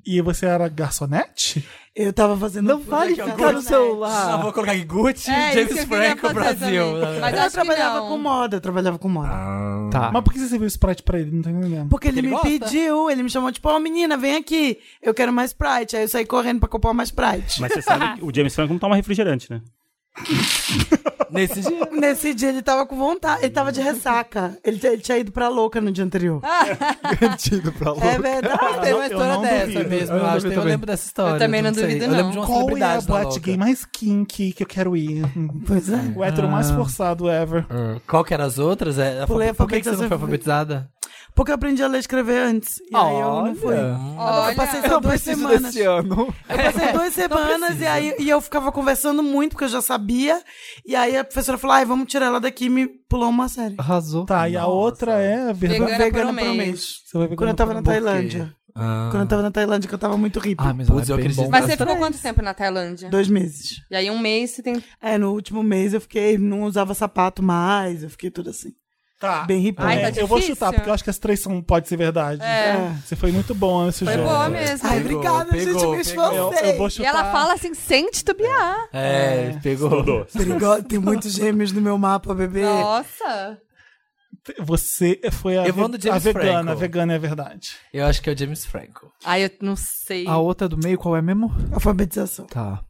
E você era garçonete? Eu tava fazendo. Não vale ficar no Ah, celular. vou colocar aqui Gucci, É, isso que James eu queria Franco, fazer Brasil. também. Mas Eu acho que trabalhava não. com moda, eu trabalhava com moda. Tá. Mas por que você serviu Sprite pra ele? Não tô entendendo. Porque ele, Ele me gosta? pediu, ele me chamou, tipo, ó, menina, vem aqui, eu quero mais Sprite. Aí eu saí correndo pra comprar mais Sprite. Mas você sabe que o James Franco não toma refrigerante, né? Nesse dia. Nesse dia ele tava com vontade, ele tava de ressaca. Ele, t- ele tinha ido pra louca no dia anterior. Garantido pra lá. É verdade. Tem uma eu história não dessa duvido. mesmo, Eu eu, não acho. duvido Eu, também. lembro dessa história. Eu também não sei. duvido, Eu lembro não. de uma Qual é a celebridade na boate louca. gay mais kinky que eu quero ir? Pois é. O hétero mais forçado ever. Hum. Qual que eram as outras? É, Pulei alfa- Por que, que você não foi alfabetização. alfabetizada? Porque eu aprendi a ler e escrever antes. E aí eu não fui. Eu passei Olha, só Eu duas preciso semanas. desse ano. Eu passei duas semanas e aí e eu ficava conversando muito, porque eu já sabia. E aí a professora falou: ai, vamos tirar ela daqui e me pulou uma série. Arrasou. Tá, e a outra é a verdade. Vegana Vegana por um por um mês. mês. Você vai ver Quando eu tava na Tailândia. Ah. Quando eu tava na Tailândia, que eu tava muito hippie. Ah, mas Putz, ela eu é bem acredito. bom. Mas Mas você ficou quanto tempo na Tailândia? Dois meses. E aí um mês você tem... É, no último mês eu fiquei, não usava sapato mais, eu fiquei tudo assim. Tá. Bem hippie. Ai, É, tá eu vou difícil. chutar, porque eu acho que as três são, pode ser verdade. É. Você foi muito bom nesse Foi jogo. boa mesmo. É. Ai, Pegou, obrigada, gente, pegou, me pegou. Eu, esforcei. eu vou E chutar. ela fala assim, sem titubear. É, pegou. Rodou. Perigosa, tem muitos gêmeos no meu mapa, bebê. Nossa. Você foi a, Eu vou no ve- a James vegana, Franco. a vegana é verdade. Eu acho que é o James Franco. Ai, eu não sei. A outra do meio, qual é mesmo? Alfabetização. Tá.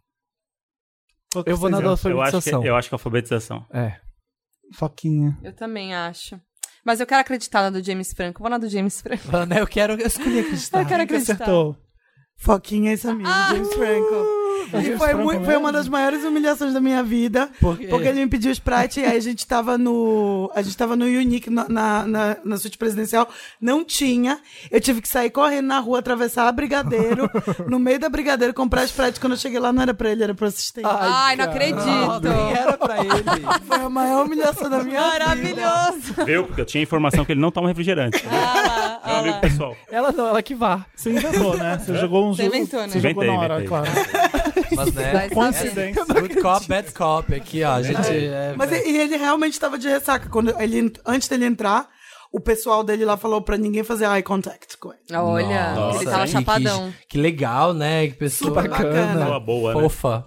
Qual que Eu vou vocês na da acham? Eu acho, que, é alfabetização. eu acho que alfabetização. É. Foquinha. Eu também acho. Mas eu quero acreditar na do James Franco. Vou na do James Franco. Falando, eu quero. Eu escolhi acreditar. Eu quero Quem que acreditar. acertou? Foquinha e Samir, James É Franco. E James foi, Franco mui- foi mesmo? uma das maiores humilhações da minha vida. Por quê? Porque ele me pediu Sprite e aí a gente tava no. A gente tava no Unique na, na, na, na suíte presidencial. Não tinha. Eu tive que sair correndo na rua, atravessar a brigadeiro, no meio da brigadeiro, comprar Sprite. Quando eu cheguei lá, não era pra ele, era pro assistente. Ai, não acredito. Era pra ele. Foi a maior humilhação da minha vida. Maravilhoso. Viu? Porque eu tinha informação que ele não toma refrigerante. Meu amigo pessoal. Ela não, ela que vá. Você inventou, né? Você jogou um Você jogo. inventou, né? Você jogou na Inventei, hora, inventei. claro. Mas né? Coincidência. Good cop, bad cop aqui, ó. A gente. é- Mas e- e ele realmente tava de ressaca. Quando ele, antes dele entrar, o pessoal dele lá falou pra ninguém fazer eye contact com ele. Olha, ele tava hein? chapadão. Que, que legal, né? Que pessoa Super bacana. Boa, boa, né? Fofa.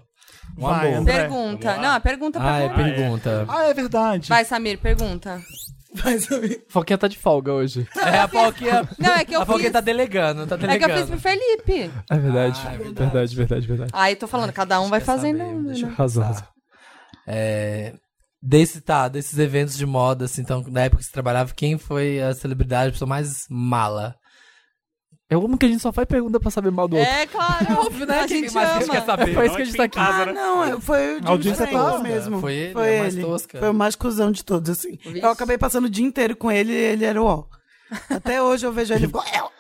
Uma Vai, boa. André. Pergunta. Vamos lá. Não, pergunta pra Ah, é caralho. pergunta. Ah, é verdade. Vai, Samir, pergunta. Vai, Samir. Foquinha tá de folga hoje. É, a Pauquinha. Não, é que eu a Pauquinha fiz- tá delegando, tá É que delegando. eu fiz pro Felipe. É verdade. verdade, verdade, verdade. Aí tô falando, cada um vai Quer saber? fazendo. um, Deixa eu né? Razão, pensar. razão. É, desse, tá, desses eventos de moda, assim, então, na época que você trabalhava, quem foi a celebridade, a pessoa mais mala? Eu amo que a gente só faz pergunta pra saber mal do outro. É, claro. óbvio, né? A gente mais ama. gente quer É saber? pra Não, isso que a gente tá aqui. casa, Ah, né? não, é- foi o A audiência James tá Franco tosca. mesmo. Foi ele, foi a mais tosca. Foi o mais cuzão de todos, assim. Vixe. Eu acabei passando o dia inteiro com ele e ele era o ó. Até hoje eu vejo ele e fico, "Eu".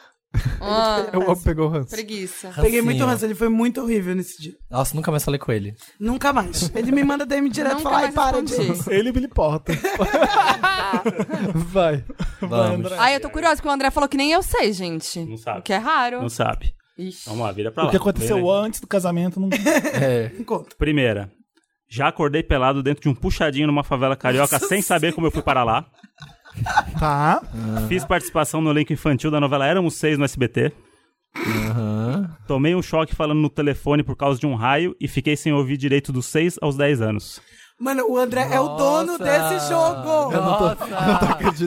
Ah, Eu amo pegou o Hans. preguiça. Peguei Rancinho. muito ranço, ele foi muito horrível nesse dia. Nossa, nunca mais falei com ele. Nunca mais. Ele me manda DM direto e Nunca fala, ai, mais para de... respondi. Ele e Billy Porter. Vai. Vamos. Ai, eu tô curiosa, porque o André falou que nem eu sei, gente. Não sabe. O que é raro. Não sabe. Ixi. Vamos lá, vira pra lá. O que aconteceu Primeira- antes do casamento não É. Primeira. Já acordei pelado dentro de um puxadinho numa favela carioca sem saber como eu fui para lá. tá. Fiz participação no elenco infantil da novela Éramos Seis no SBT. Tomei um choque falando no telefone por causa de um raio e fiquei sem ouvir direito dos 6 aos 10 anos. Mano, o André é o dono Nossa. desse jogo. Nossa!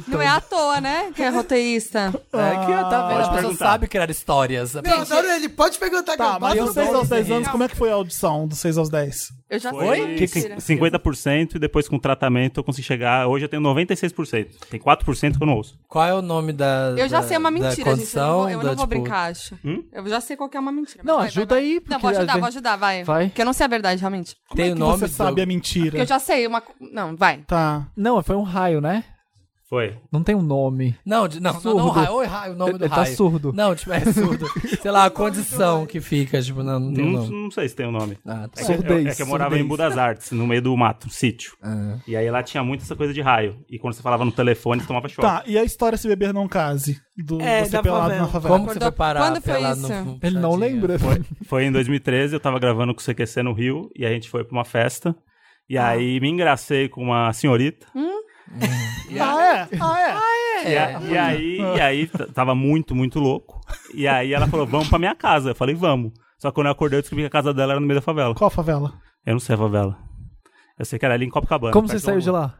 Não é à toa, né? Que é roteirista. É que tá Ah, vendo, Pode a pessoa perguntar. sabe criar histórias. Meu, eu adoro ele. Pode perguntar que Tá, eu mas boto dos no 6 aos bolso. 10 anos, como é que foi a audição dos 6 aos 10? Eu já Foi sei. que- mentira. 50% e depois com o tratamento eu consegui chegar. Hoje eu tenho 96%. Tem 4% que eu não ouço. Qual é o nome da. Eu já da- sei uma da mentira, gente. Eu não condição, vou, eu não da, vou tipo, brincar, acho. Eu já sei qual que é uma mentira. mas Não, vai, vai, ajuda vai. aí. Não, vou porque ajudar, às vou vezes- ajudar, vai. Vai. Porque eu não sei a verdade, realmente. Tem Como é o que nome você do... sabe a Porque mentira. eu já sei uma... co- Não, vai. Tá. Não, foi um raio, né? Foi. Não tem um nome. Não, de- não, não, não, Surdo. raio. Oi, raio, o nome Ele- do ele tá raio. surdo. Não, tipo, é surdo. sei lá, a condição que fica, tipo, não, não tem um Não, nome. não sei se tem o nome. Ah, tá. É que, eu- Surdez, é que eu morava em surdez. Budas Artes, no meio do mato, sítio. Ah. E aí lá tinha muito essa coisa de raio. E quando você falava no telefone, você tomava choque. Tá, e a história Se Beber Não Case? Do É, você da pelado favela. na favela. Como que você Quando- foi parar quando foi pelado isso? no- Ele não Tadinho. lembra. Foi em 2013, eu tava gravando com o CQC no Rio, e a gente foi pra uma festa. E aí me engracei com uma senhorita. Hum? Hum. Ah, é? Ah, é? E, a- e aí, e aí t- tava muito, muito louco. E aí ela falou, vamos pra minha casa. Eu falei, vamos. Só que quando eu acordei, eu descobri que a casa dela era no meio da favela. Qual favela? Eu não sei a favela. Eu sei que era ali em Copacabana. Como você perto saiu do- de lá?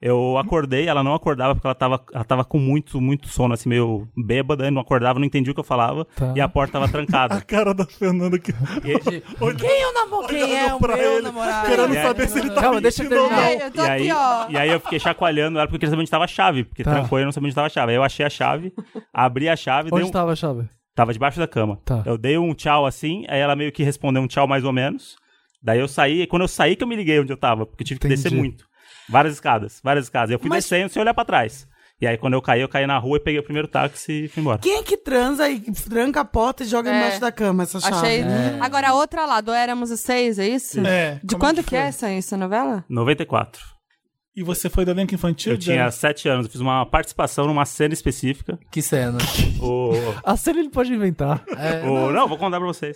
Eu acordei, ela não acordava porque ela tava, ela tava com muito, muito sono, assim, meio bêbada, e não acordava, não entendia o que eu falava, Tá. e a porta tava trancada. Cara da Fernanda que. E- Quem eu namoro? Quem é o pra meu ele, namorado? Querendo é. saber se ele tá Calma, deixa eu mentindo ou terminar. não. É, eu tô e, aí, aqui, ó. e aí eu fiquei chacoalhando ela porque eu queria saber onde tava a chave, porque Tá. trancou e eu não sabia onde tava a chave. Aí eu achei a chave, abri a chave, dei Onde um... tá? tava a chave? tava debaixo da cama. Tá. Eu dei um tchau assim, aí ela meio que respondeu um tchau mais ou menos. Daí eu saí, e quando eu saí que eu me liguei onde eu tava, porque eu tive que Entendi. descer muito. Várias escadas, várias escadas. Eu fui Mas- descendo sem olhar pra trás. E aí quando eu caí, eu caí na rua e peguei o primeiro táxi e fui embora. Quem é que transa e tranca a porta e joga É. embaixo da cama essa chave? Achei. É. Agora, a outra lá, do Éramos os Seis, é isso? É, De como quando que que é essa, essa novela? 94. E você foi do elenco infantil? Eu tinha Jana? sete anos, eu fiz uma participação numa cena específica. Que cena. O, A cena ele pode inventar. o- não, vou contar pra vocês.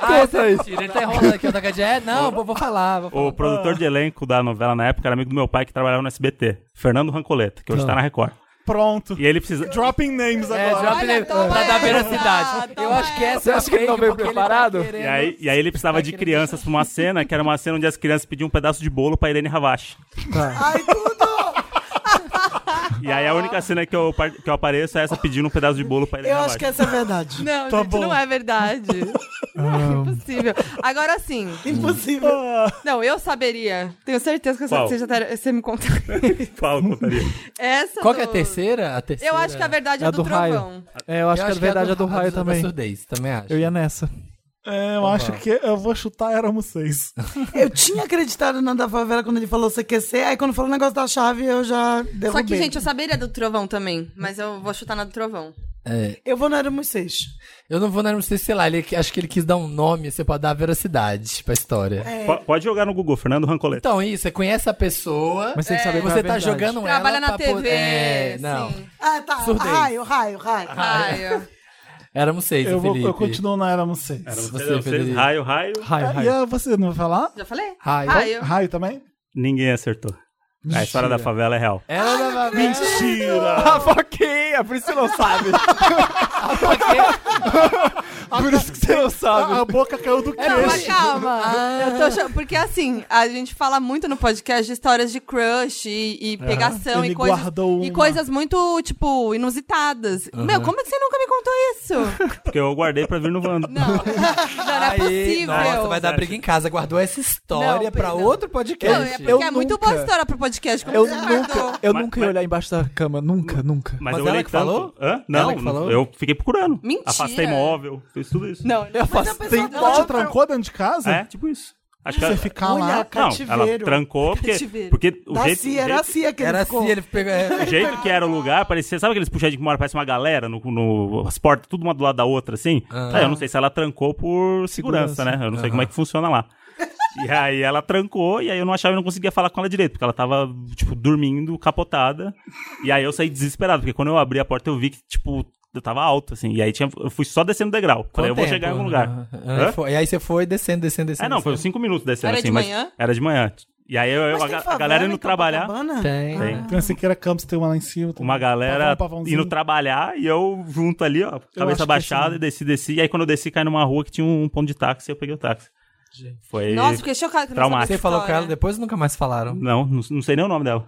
Ah, essa é mentira. Ele tá enrolando aqui, eu tô com a de- É, não, vou, vou falar. Vou falar. O, o produtor de elenco da novela na época era amigo do meu pai que trabalhava no SBT, Fernando Rancoleta, que hoje tá na Record. Pronto. E ele precisa. Dropping names É, agora. drop Olha, name toma pra dar essa, veracidade. Eu toma acho que essa Você é a acha que ele não fake, veio porque preparado? Ele tá E querendo- aí, e aí ele precisava de crianças pra uma cena, que era uma cena onde as crianças pediam um pedaço de bolo pra Irene Havashi. Ai, tudo! E aí a única cena que eu, par- que eu apareço é essa pedindo um pedaço de bolo pra ele Eu na acho que barba. essa é a verdade. Não, Tá gente, bom. não é verdade. Não, é impossível. Agora sim. Impossível. Ah, Não, eu saberia. Tenho certeza que eu Qual? você, já tá- você me conta. Qual, contaria? Essa Qual que é a do- terceira? A terceira? Eu acho que a verdade é, É do, do raio. trovão. É, eu acho que a verdade é do da raio também. surdez, também acho. Eu ia nessa. É, eu acho que eu vou chutar éramos seis. Eu tinha acreditado na da favela quando ele falou CQC, aí quando falou o negócio da chave, eu já derrubei. Só que, gente, eu saberia do trovão também, mas eu vou chutar na do trovão. É. Eu vou no Éramos Seis. Eu não vou na sei, sei lá, ele, acho que ele quis dar um nome, você pode dar veracidade pra história. É. Po- Pode jogar no Google, Fernando Rancoleta. Então, isso, você conhece a pessoa. Mas tem que saber qual é a Você tá verdade. jogando ela Trabalha na pra TV. poder- É, não. Sim. Ah, tá. Surdez. Raio, raio, raio. Raio. Éramos seis, Eu, vou, Felipe. eu continuo na éramos seis. você, Entendeu? Vocês- Felipe. raio, raio. Raio, Ah, raio. E você não vai falar? Já falei? Raio. Raio. Raio também? Ninguém acertou. A história da favela é real. Ela não vai Mentira! Ah, foquinha, por isso você não sabe. por isso que você não sabe. Ah, A, a boca caiu do Não, mas queixo. calma. Eu tô achando- porque assim, a gente fala muito no podcast de histórias de crush e, e pegação Ele e coisas. guardou E uma. coisas muito, tipo, inusitadas. Meu, como é que você nunca me contou isso? Porque eu guardei pra vir no Wanda. Não, não, não é Aí, possível. nossa, vai dar briga em casa. Guardou essa história Não, pra não. outro Não, é podcast. porque Eu é muito nunca- boa história pro podcast, como Eu você nunca, guardou. eu Mas- nunca ia mas- olhar embaixo da cama, nunca, nunca. Mas, Mas eu ela olhei que tanto- falou? Hã? Ela Não, que falou? eu fiquei procurando. Mentira. Afastei móvel, fiz tudo isso. Não, Eu faço. Tem, ela te trancou dentro de casa? É, tipo isso. Acho que Você ela- ficar Olha, lá. Não, cativeiro. ela trancou porque, Cativeiro. porque o Da jeito, Cia, era o a jeito- Cia que ele Era ficou. assim, ele pegou. o jeito que era o lugar, parecia, sabe aqueles puxadinhos que mora, parece uma galera no, no- as portas, tudo uma do lado da outra, assim? Aí eu não sei se ela trancou por segurança, Segurança. né? Eu não sei como é que funciona lá. E aí ela trancou, e aí eu não achava, eu não conseguia falar com ela direito, porque ela tava, tipo, dormindo, capotada. E aí eu saí desesperado, porque quando eu abri a porta eu vi que, tipo, eu tava alto, assim. E aí tinha, eu fui só descendo o degrau. Falei, eu vou chegar em algum lugar. Hã? E aí você foi descendo, descendo, descendo. É, não, foi uns descendo. 5 minutos descendo, Era assim. de mas manhã? Era de manhã. E aí eu, eu- Mas a, tem ga- a favela galera em indo trabalhar. Copacabana? Tem. Tem. ah, Tem a Siqueira Campos, tem uma lá em cima. tem Uma um galera pavão, pavãozinho. indo trabalhar e eu junto ali, ó, acho que cabeça é baixada, assim. e desci, desci. E aí quando eu desci, caí numa rua que tinha um ponto de táxi e eu peguei o táxi. Foi. Nossa, fiquei chocada que eu não sabia Traumático. Você dessa falou com história. ela, depois nunca mais falaram. Não, não, não sei nem o nome dela.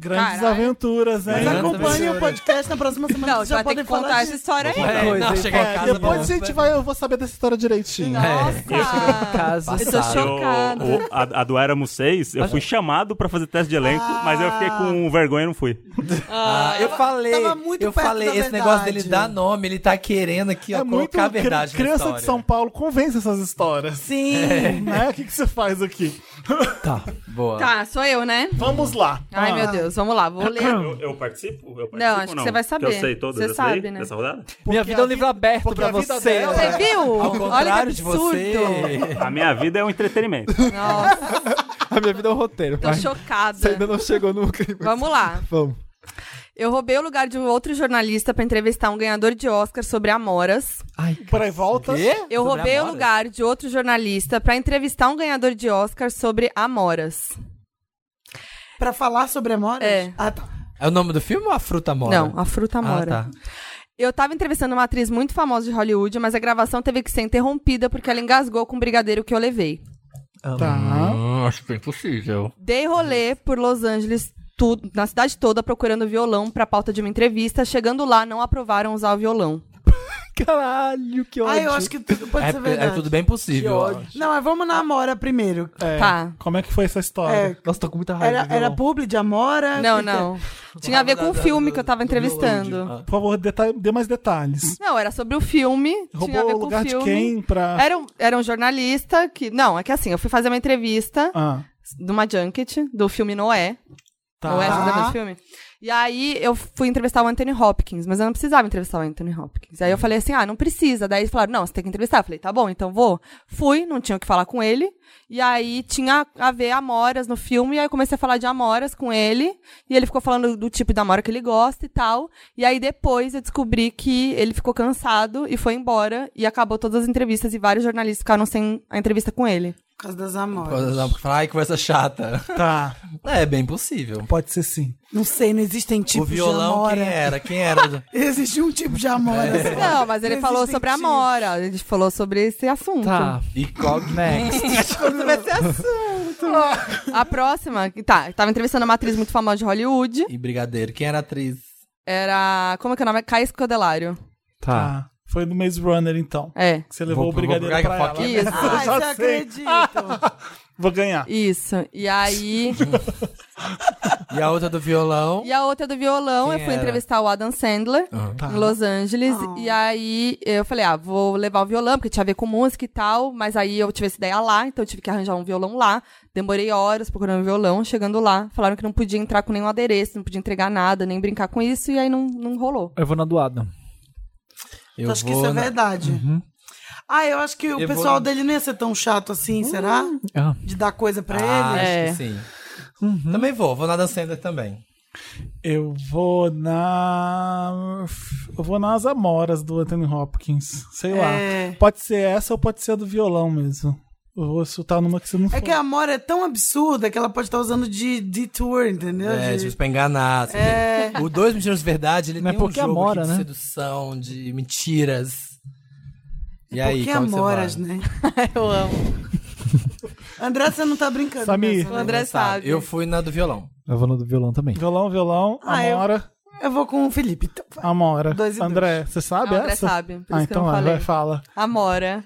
Grandes Caralho. aventuras, né? Mas Mas acompanhe antes- o podcast na próxima semana. Não, vocês você vai já ter que podem falar contar essa disso. história aí. É, coisa, não, hein? chegar em casa. É, Depois não. a gente vai, eu vou saber dessa história direitinho. Nossa! Casa. Eu tô chocada. Eu- o- a, a do Éramos 6, eu fui chamado pra fazer teste de elenco, mas eu fiquei com vergonha e não fui. Ah, eu falei, tava muito eu perto falei, da esse negócio verdade. dele dar nome, ele tá querendo aqui, ó, É muito colocar a cri- verdade na criança história. de São Paulo convence essas histórias. Sim. Né? O que, que você faz aqui? Boa. Tá, sou eu, né? Vamos lá. Ai, Ah, meu Deus, vamos lá, vou ler. Eu, participo? Eu participo? Não, acho que você vai saber. eu sei todas Você essas sabe, daí, né? dessa rodada? Minha porque vida é um a livro aberto porque pra a vida você. dela- é Você viu? Ao Olha que contrário de absurdo. você. A minha vida é um entretenimento. Nossa, A minha vida é um roteiro. tô mas Você chocada. ainda não chegou no clima. Vamos lá. Vamos. Eu roubei o lugar de um outro jornalista pra entrevistar um ganhador de Oscar sobre amoras. Ai, Peraí, volta. Quê? Eu Sobre roubei o amoras? lugar de outro jornalista pra entrevistar um ganhador de Oscar sobre amoras. Pra falar sobre Amores? É. Ah, tá. É o nome do filme ou a fruta mora? Não, a fruta amora. Ah, tá. Eu tava entrevistando uma atriz muito famosa de Hollywood, mas a gravação teve que ser interrompida porque ela engasgou com o brigadeiro que eu levei. Tá. acho que é impossível. Dei rolê por Los Angeles, tu- na cidade toda, procurando violão pra pauta de uma entrevista. Chegando lá, não aprovaram usar o violão. caralho, que ódio. Ah, eu acho que tudo pode É, ser é verdade. tudo bem possível. Que ó. ódio. Não, mas vamos na Amora primeiro. É, Tá. Como é que foi essa É, história? Nossa, tô com muita raiva. era, viu? era publi de Ah, Amora? Não, Que que não. Tinha a ver com o filme que eu tava entrevistando. Ah. Por favor, deta- dê mais detalhes. Não, era sobre o filme. tinha a Roubou ver o com lugar o de filme. quem pra. Era um, era um jornalista que. Não, é que assim, eu fui fazer uma entrevista Ah, de uma junket do filme Noé. tá. Noé, é você lembra do filme? E aí eu fui entrevistar o Anthony Hopkins, mas eu não precisava entrevistar o Anthony Hopkins. Aí eu falei assim: ah, não precisa. Daí eles falaram: não, você tem que entrevistar. Eu falei: tá bom, então vou. Fui, não tinha o que falar com ele. E aí tinha a ver Amoras no filme, e aí eu comecei a falar de Amoras com ele. E ele ficou falando do tipo da Amora que ele gosta e tal. E aí depois eu descobri que ele ficou cansado e foi embora. E acabou todas as entrevistas e vários jornalistas ficaram sem a entrevista com ele. Por causa das Pode Amoras. usar, porque fala, Ai, que conversa chata. Tá. É, bem possível. Pode ser sim. Não sei, não existem O tipos de violão, Amora. quem era? Quem era? Existe um tipo de Amora. só. Não, mas ele Não falou existem sobre a tipos. Amora. Ele falou sobre esse assunto. Tá. E qual... Next. Sobre esse assunto. A próxima, tá, tava entrevistando uma atriz muito famosa de Hollywood. E Brigadeiro. Quem era a atriz? Era. Como é que é o nome? Caís Candelário. Tá. Ah, foi no Maze Runner, então. É. Que você levou Vou- o brigadeiro vou- vou- pra ela. foquinha. Isso. Ai, já você sei. Ah, acredito. Vou ganhar. Isso. E aí. E a outra do violão? E a outra do violão, Quem eu fui era? entrevistar o Adam Sandler Aham. Tá. em Los Angeles. Ah. E aí eu falei, ah, vou levar o violão, porque tinha a ver com música e tal. Mas aí eu tive essa ideia lá, então eu tive que arranjar um violão lá. Demorei horas procurando violão, chegando lá. Falaram que não podia entrar com nenhum adereço, não podia entregar nada, nem brincar com isso, e aí não, não rolou. Eu vou na do Adam. Eu acho que vou isso é na- Uhum. verdade. Ah, eu acho que o Eu vou- Hum. pessoal dele não ia ser tão chato assim, será? Ah. De dar coisa pra Ah, ele? acho É. que sim. Também vou, vou na Dan Sandler também. Eu vou na. Eu vou nas Amoras do Anthony Hopkins. Sei É. lá. Pode ser essa ou pode ser a do violão mesmo. Eu vou soltar numa que você não É foi. que a Amora é tão absurda que ela pode estar usando de detour, entendeu? É, De- tipo, pra enganar. assim. O Dois Mentiras de Verdade, ele Mas tem um porque jogo Amora, aqui de né? sedução, de mentiras. E aí, Porque qual que Amoras, você vai? né? Eu amo. André, você não tá brincando. Samir. né? O André sabe. Eu fui na do violão. Eu vou na do violão também. Violão, violão, Ah, eu- Amora, Eu vou com o Felipe. então. Amora. Dois e dois. André, você sabe Ah, o André essa? sabe, por ah, isso que eu então não vai, falei. vai, fala. Amora.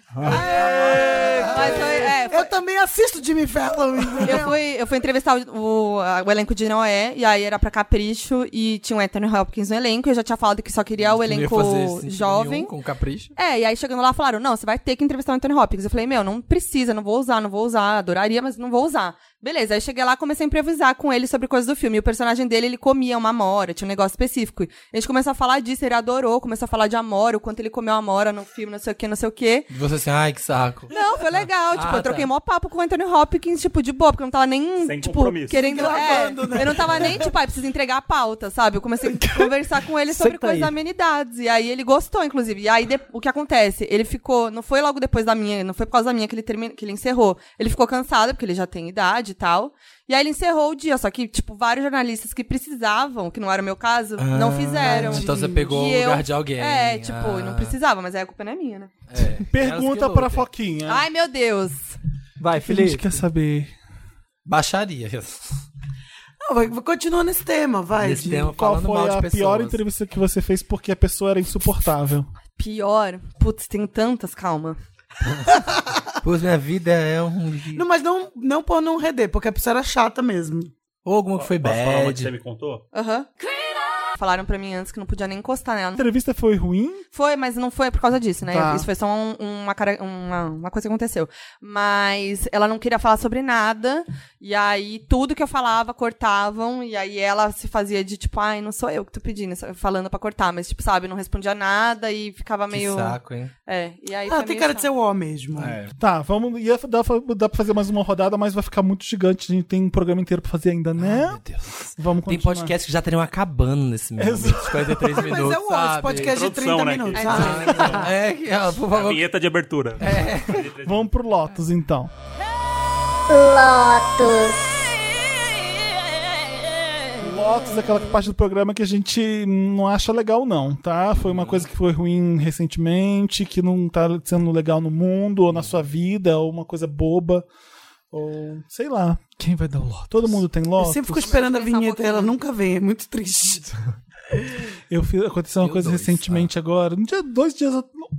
Mas foi, é, Eu também assisto Jimmy Fallon. Eu fui, eu fui entrevistar o, o- a- o elenco de Noé, e aí era pra Capricho, e tinha o Anthony Hopkins no elenco, eu já tinha falado que só queria o Eu não ia Tipo, elenco fazer sentido jovem. nenhum Com capricho. É, e aí chegando lá falaram, não, você vai ter que entrevistar o Anthony Hopkins. Eu falei, meu, não precisa, não vou usar, não vou usar, adoraria, mas não vou usar. Beleza, aí cheguei lá, comecei a improvisar com ele sobre coisas do filme. E o personagem dele, ele comia uma amora, tinha um negócio específico. A gente começou a falar disso, ele adorou, começou a falar de amora, o quanto ele comeu amora no filme, não sei o que, não sei o que. E você assim, ai, que saco. Não, foi legal. Tipo, Ah, eu troquei tá. mó papo com o Anthony Hopkins, tipo, de boa, porque eu não tava nem, Sem tipo, compromisso. querendo... Gravando, é, né? Eu não tava nem, tipo, ai, preciso entregar a pauta, sabe? Eu comecei Então, a conversar com ele sobre Senta coisas aí. amenidades. E aí ele gostou, inclusive. E aí, de- o que acontece? Ele ficou... Não foi logo depois da minha, não foi por causa da minha que ele, termina, que ele encerrou. Ele ficou cansado, porque ele já tem idade e tal. E aí ele encerrou o dia, só que, tipo, vários jornalistas que precisavam, que não era o meu caso, não fizeram. Então você pegou E o eu- lugar de alguém. É, tipo, e não Ah, precisava, mas aí a culpa não é minha, né? é. Elas que Pergunta lutem. pra Foquinha. Ah. Ai, meu Deus! Vai, o que a gente Felipe. quer saber? Baixaria. Não, vai- continua nesse tema, vai. Esse de- tema Qual falando foi mal a de pessoas. pior entrevista que você fez porque a pessoa era insuportável? Pior? Putz, tem tantas, calma. Pois minha vida é um... Não, mas não, não pôr num redê, porque a pessoa era chata mesmo. Ou alguma que foi Posso falar uma que bad. você me contou? Aham. Falaram pra mim antes que não podia nem encostar A nela. entrevista foi ruim? Foi, mas não foi por causa disso, né? Tá. Isso foi só um- uma, cara- uma, uma coisa que aconteceu. Mas ela não queria falar sobre nada. E aí, tudo que eu falava, cortavam. E aí, ela se fazia de tipo, ai, não sou eu que tô pedindo, só- falando pra cortar. Mas, tipo, sabe, não respondia nada e ficava meio. Que saco, hein? É, e aí. Ah, foi tem meio cara de ser chato. o ó mesmo. É. Tá, vamos. Ia dar, dá pra fazer mais uma rodada, mas vai ficar muito gigante. A gente tem um programa inteiro pra fazer ainda, né? Meu Deus. Vamos Tem continuar. podcasts que já estariam acabando nesse mês. Exato. 43 Mas é minutos, o ó, sabe? esse podcast de Introdução, 30 né, minutos. que- sabe? É, que, ó, por A favor. vinheta de abertura. Vamos pro Lotus, então. Lotus é aquela parte do programa que a gente não acha legal, não, tá? Foi uma coisa que foi ruim recentemente, que não tá sendo legal no mundo, ou na sua vida, ou uma coisa boba, ou sei lá. Quem vai dar o Lotus? Todo mundo tem Eu Lotus. sempre fico esperando a Pensar um vinheta e ela nunca vem, é muito triste. Eu fiz, aconteceu uma Eu coisa dois, recentemente agora, no dia, dois dias.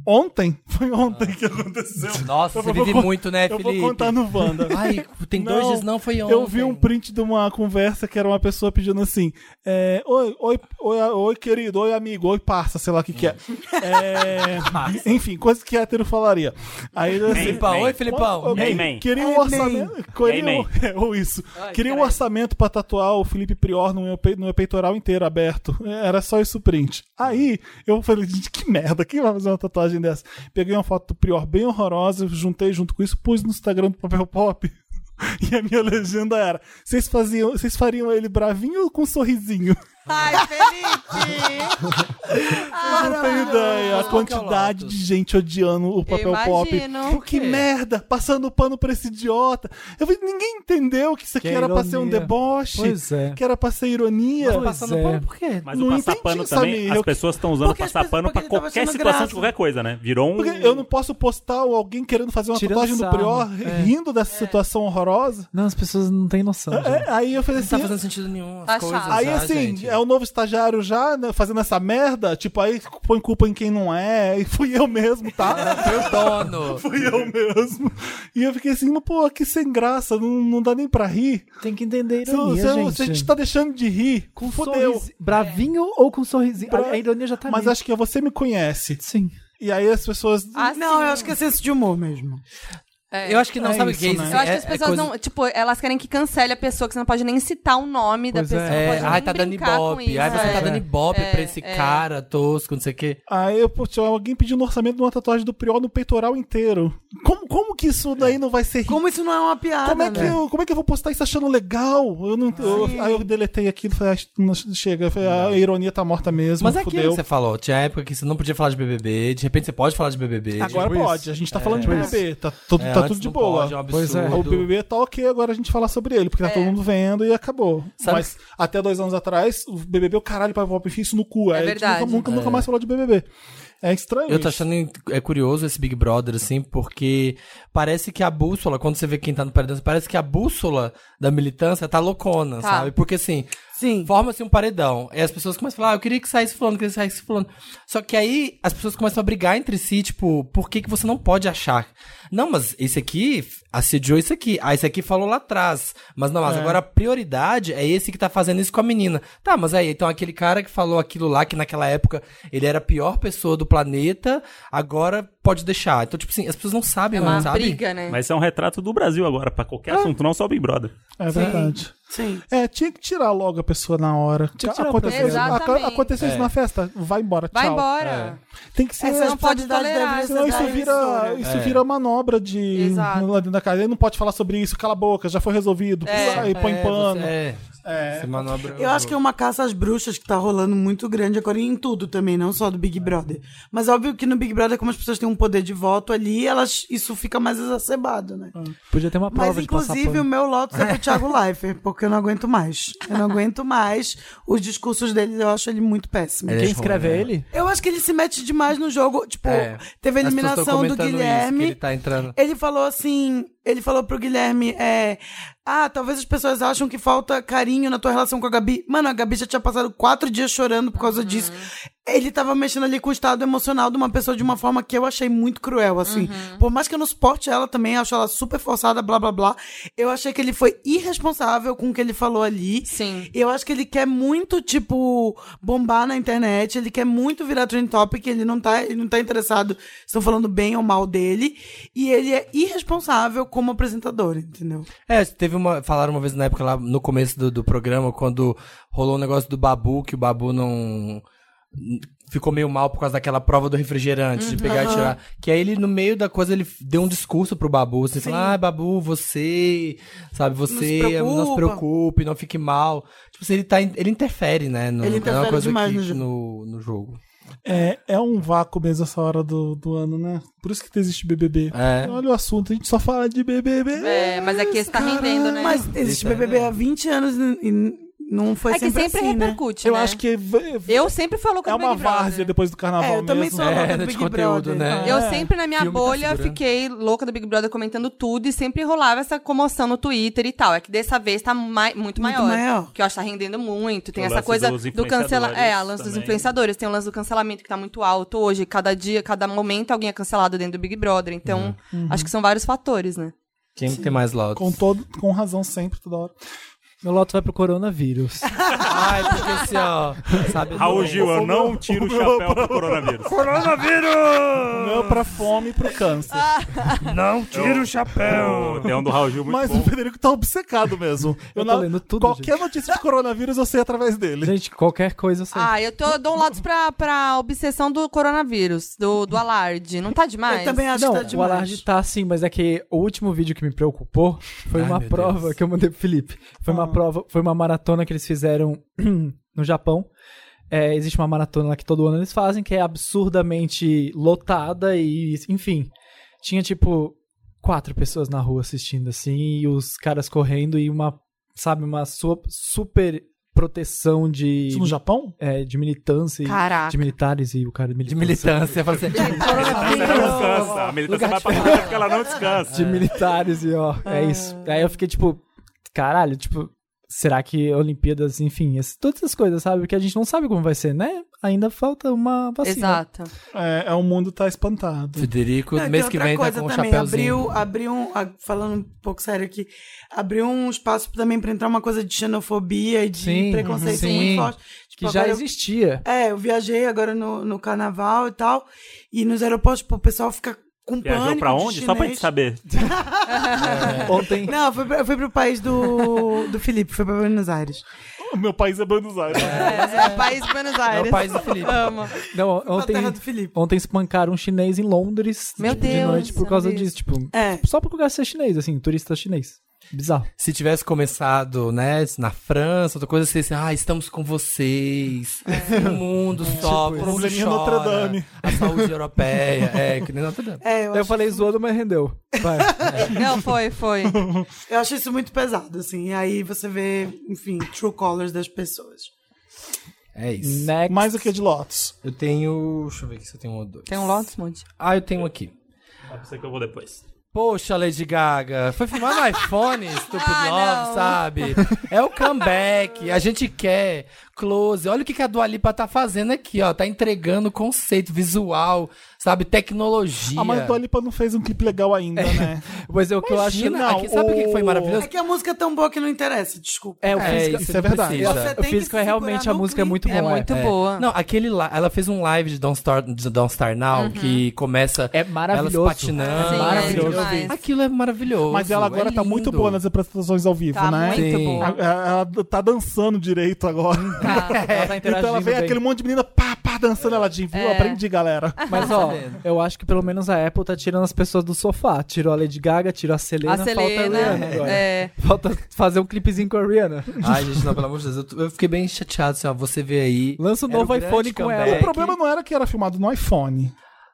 Ontem? Foi ontem que aconteceu. Nossa, Eu você vou vive con- muito, né, Eu Felipe? vou contar no Wanda. Ai, tem dois dias, não foi ontem. Eu vi um print de uma conversa que era uma pessoa pedindo assim: é, oi, oi, oi, oi, querido, oi, amigo, oi, parça, sei lá o que, que é. é enfim, coisas que hétero falaria. Aí ele assim. Filipão, Amém. oi, Filipão. Amém. "Ei, Queria um orçamento. Queria Amém. um- é, ou isso. queria um orçamento pra tatuar o Felipe Prior no meu, pe- no meu peitoral inteiro aberto. É, Era só isso o print. Aí eu falei, gente, que merda, quem vai fazer uma tatuagem dessa? Peguei uma foto do Prior bem horrorosa, juntei junto com isso, pus no Instagram do Papel Pop. E a minha legenda era: vocês faziam, vocês fariam ele bravinho ou com um sorrisinho? Ai, Felipe! Vocês não têm ideia a Mas qual que é o quantidade Lotus? de gente odiando o papel imagino. pop. Pô, que Por quê? merda, passando pano pra esse idiota. Eu falei, ninguém entendeu que isso aqui Que é era pra ser um ironia. deboche, Pois é. que era pra ser ironia. Pois Tá Passando é. pano por quê? Mas Não o passar entendi, pano também, Samir. as Eu- pessoas estão usando Porque as passar pessoas- pano pra porque ele tava qualquer achando situação graça. de qualquer coisa, né? Virou um. Porque eu não posso postar alguém querendo fazer uma Tirando tatuagem do sarro, Prior é. rindo dessa situação horrorosa. Não, as pessoas não têm noção. gente. É, aí eu falei Não tá assim. fazendo sentido nenhum. as Tá coisas, chato. Aí ah, assim, gente. é o novo estagiário já, né, fazendo essa merda, tipo, aí põe culpa em quem não é, e fui eu mesmo, tá? Foi o dono. fui eu mesmo. E eu fiquei assim, mas, pô, que sem graça, não, não dá nem pra rir. Tem que entender a Se, eu- ironia, se eu- gente. se a gente tá deixando de rir, Com fodeu. sorrisi- Bravinho ou com um sorrisinho? Bra- A- A ironia já tá Mas ali. acho que é você me conhece. Sim. E aí as pessoas. Assim, Não, eu acho que é senso de humor mesmo. é. Eu acho que não, É sabe o isso, que é isso? né? Eu acho É- que as é pessoas coisa- não. Tipo, elas querem que cancele a pessoa, que você não pode nem citar o nome Pois da é. pessoa. não É, pode ai, nem tá dando brincar com ibope. isso, Ai, você é. tá dando ibope pra É, esse é. cara tosco, não sei o quê. Aí eu, pô, tinha alguém pedindo orçamento de uma tatuagem do Prior no peitoral inteiro. Como, como que isso daí não vai ser ri- Como isso não é uma piada, Como é, que né? eu, como é que eu vou postar isso achando legal? Eu não, eu- aí eu deletei aquilo, falei, ah, não, chega, falei, ah, a ironia tá morta mesmo. Mas é aquilo fudeu. que você falou. Tinha época que você não podia falar de BBB. De repente você pode falar de BBB. Agora Tipo pode, isso. a gente tá falando de É. BBB, tá tudo, É, tá antes tudo de não boa. pode, é um Pois é. absurdo. O BBB tá ok, agora a gente falar sobre ele, porque É. tá todo mundo vendo e acabou. Sabe- Mas até dois anos atrás, o BBB, o caralho, pra pop isso no cu. É aí a gente verdade. Nunca, nunca, nunca mais falou de BBB. É estranho. Eu isso. tô achando in- é curioso esse Big Brother, assim, porque parece que a bússola, quando você vê quem tá no paredão, parece que a bússola da militância tá loucona, Tá. sabe? Porque assim, Sim. forma-se um paredão. E as pessoas começam a falar, ah, eu queria que saísse fulano, eu queria que saísse fulano. Só que aí as pessoas começam a brigar entre si, tipo, por que, que você não pode achar? Não, mas esse aqui f- assediou isso aqui. Ah, esse aqui falou lá atrás. Mas não, mas agora a prioridade é esse que tá fazendo isso com a menina. Tá, mas aí, então aquele cara que falou aquilo lá, que naquela época ele era a pior pessoa do planeta, agora pode deixar. Então, tipo assim, as pessoas não sabem, É mano, uma sabe? briga, né? Mas isso é um retrato do Brasil agora, pra qualquer assunto, não só o Big Brother. É verdade. Sim. É, tinha que tirar logo a pessoa na hora. Tinha tirar a aconteceu isso, pessoa. Exatamente. aca- aconteceu É. isso na festa? Vai embora, Vai tchau. embora. Tem que ser. Essa não pode responsabilidade tolerar, deve ser Senão da isso vira, É. emissora. isso vira manobra de Exato. lá dentro da casa. Ele não pode falar sobre isso, cala a boca, já foi resolvido. Pula e põe é, pano. Você, é. Você manobra. Eu acho que é uma caça às bruxas que tá rolando muito grande agora em tudo também, não só do Big Brother. Mas óbvio que no Big Brother, como as pessoas têm um poder de voto ali, elas isso fica mais exacerbado, né? Podia ter uma prova Mas, de passar inclusive, o pano. meu Lotus é pro Thiago Leifert, porque eu não aguento mais. Eu não aguento mais. Os discursos dele, eu acho ele muito péssimo. É. Quem escreve é ele? Eu acho que ele se mete demais no jogo. Tipo, É. teve a As pessoas tão eliminação do comentando isso, Guilherme. que ele tá entrando. Ele falou assim, ele falou pro Guilherme, é, ah, talvez as pessoas acham que falta carinho na tua relação com a Gabi. Mano, a Gabi já tinha passado quatro dias chorando por causa disso. Ele tava mexendo ali com o estado emocional de uma pessoa de uma forma que eu achei muito cruel, assim. Por mais que eu não suporte ela também, acho ela super forçada, blá, blá, blá. Eu achei que ele foi irresponsável com o que ele falou ali. Sim. Eu acho que ele quer muito, tipo, bombar na internet, ele quer muito virar trend topic, ele não tá, ele não tá interessado se estão falando bem ou mal dele, e ele é irresponsável como apresentador, entendeu? É, teve uma. Falaram uma vez na época lá no começo do, do programa, quando rolou um negócio do Babu, que o Babu não. Ficou meio mal por causa daquela prova do refrigerante, de pegar e Uhum. tirar. Que aí ele, no meio da coisa, ele deu um discurso pro Babu, assim, falando, ah, Babu, você, sabe, você Não se não se, preocupa." preocupe, não fique mal. Tipo, assim, ele, tá, ele interfere, né? No, Ele é uma interfere coisa demais que- no jogo. no, no jogo. É, é um vácuo mesmo essa hora do, do ano, né? Por isso que existe BBB. É. Olha o assunto, a gente só fala de BBB. É, mas aqui esse tá rendendo, né? Mas existe BBB há 20 anos e, e não foi é que sempre, sempre assim, né? repercute, Eu né? acho que v- v- Eu sempre falo com é o uma Big Brother. várzea depois do carnaval É, eu também Tá mesmo. sou louca É, do de Big conteúdo, Brother. né? É. Eu sempre na minha Filme tá bolha segurando. fiquei louca do Big Brother comentando tudo e sempre rolava essa comoção no Twitter e tal. É que dessa vez tá mai- muito, maior. maior. Que eu acho que tá rendendo muito. Tem O essa lance coisa dos do cancelamento. influenciadores É, a lance dos também. influenciadores. Tem o lance do cancelamento que tá muito alto hoje. Cada dia, cada momento alguém é cancelado dentro do Big Brother. Então, acho que são vários fatores, né? Quem tem mais loud? Com, todo, com razão sempre, toda hora. Meu loto vai pro coronavírus. Ai, porque assim, ó. Sabe, Raul não- Gil, eu não tiro o chapéu pro coronavírus. O meu é pra fome e pro câncer. Ah, Não tiro o chapéu. Tem um do Raul Gil muito Mas bom. o Federico tá obcecado mesmo. Eu tô lendo tudo, Qualquer notícia de coronavírus eu sei através dele. Gente, qualquer coisa eu sei. Ah, eu tô, dou um lotes pra, pra obsessão do coronavírus, do, do alarde. Não tá demais? Eu também acho não, que tá o demais. alarde tá assim, mas é que o último vídeo que me preocupou foi Ai, uma meu prova Deus. Ah. que eu mandei pro Felipe. Foi uma prova, foi uma maratona que eles fizeram no Japão. É, existe uma maratona lá que todo ano eles fazem, que é absurdamente lotada e, enfim, tinha tipo quatro pessoas na rua assistindo assim, e os caras correndo e uma, sabe, uma su- super proteção de Isso no Japão? é, de militância e- Caraca. de militares e o cara De militância. militância, fala assim. Ela não descansa. A militância vai pra praia porque ela não descansa. É. de militares e ó, Ah. é isso. Aí eu fiquei tipo, caralho, tipo, será que Olimpíadas, enfim, esse- todas essas coisas, sabe? Porque a gente não sabe como vai ser, né? Ainda falta uma vacina. Exato. É, é, o mundo tá espantado. Federico, Não, e mês tem que outra vem tá coisa com um também, chapéuzinho. Abriu, abriu um, a- falando um pouco sério aqui, abriu um espaço também pra entrar uma coisa de xenofobia e de Sim, preconceito uhum, sim. muito forte. Que Tipo, já agora eu- existia. É, eu viajei agora no, no carnaval e tal, e nos aeroportos, tipo, o pessoal fica com Viajou pânico pra de onde? Só pra gente chinês. saber. É. Ontem, Não, eu fui, pra- eu fui pro país do, do Felipe, foi pra Buenos Aires. O meu país é Buenos Aires. É, país Buenos Aires. É o país do Felipe. Amo. não, Pra ontem, terra do Felipe. ontem espancaram um chinês em Londres, Meu tipo, de Deus, noite por sabe causa isso. disso, tipo, É. só porque o cara ser chinês, assim, turista chinês. Bizarro. Se tivesse começado, né, na França, outra coisa, você assim, ah, estamos com vocês. É. O mundo sofre, Tipo, o mundo Probleminha chora. Notre Dame. A saúde europeia, é, que nem Notre Dame. É, eu, Eu acho, É falei zoando, mas rendeu. Vai. Não, foi, foi. eu acho isso muito pesado, assim. E aí você vê, enfim, true colors das pessoas. É isso. Né. Next. Mais o que de Lotus. Eu tenho, deixa eu ver aqui se eu tenho um ou dois. Tem um Lotus Monte. Ah, eu tenho aqui. Eu sei que eu vou depois. Poxa, Lady Gaga, foi filmar no iPhone, Stupid Ah, Love, não. sabe? É o comeback, a gente quer close. Olha o que que a Dua Lipa tá fazendo aqui, ó. Tá entregando conceito visual, sabe? Tecnologia. A Maria Lipa não fez um clipe legal ainda, né? Ah, Mas é o que eu acho. Imagina, não, aqui, sabe o que que foi o- maravilhoso? É que a música é tão boa que não interessa, desculpa. É, o físico, isso é não verdade. precisa. Você tem o que físico é segurar realmente a no música é clipe. muito É boa. muito boa. Não, aquele lá, ela fez um live de Don't Start, de Don't Start Now, que começa É elas maravilhoso. patinando. Uhum. Sim, é maravilhoso. demais. Aquilo é maravilhoso. Mas ela agora é tá muito lindo. boa nas apresentações ao vivo, Tá né? muito Sim. A- boa. Hum, a- Ela tá dançando direito agora. Ela tá Então ela interagindo vem bem. aquele monte de menina pá, pá, dançando. Ela de viu, É. aprendi, galera. Mas Tá ó, eu acho que pelo menos a Apple tá tirando as pessoas do sofá. Tirou a Lady Gaga, tirou a Selena, A falta a Rihanna Selena. agora. É. Falta fazer um clipezinho com a Rihanna. Ai, gente, não, pelo amor de Deus. Eu, tô- eu fiquei bem chateado, assim, ó. Você vê aí. Lança um Era o novo grande iPhone com comeback. ela. O problema não era que era filmado no iPhone.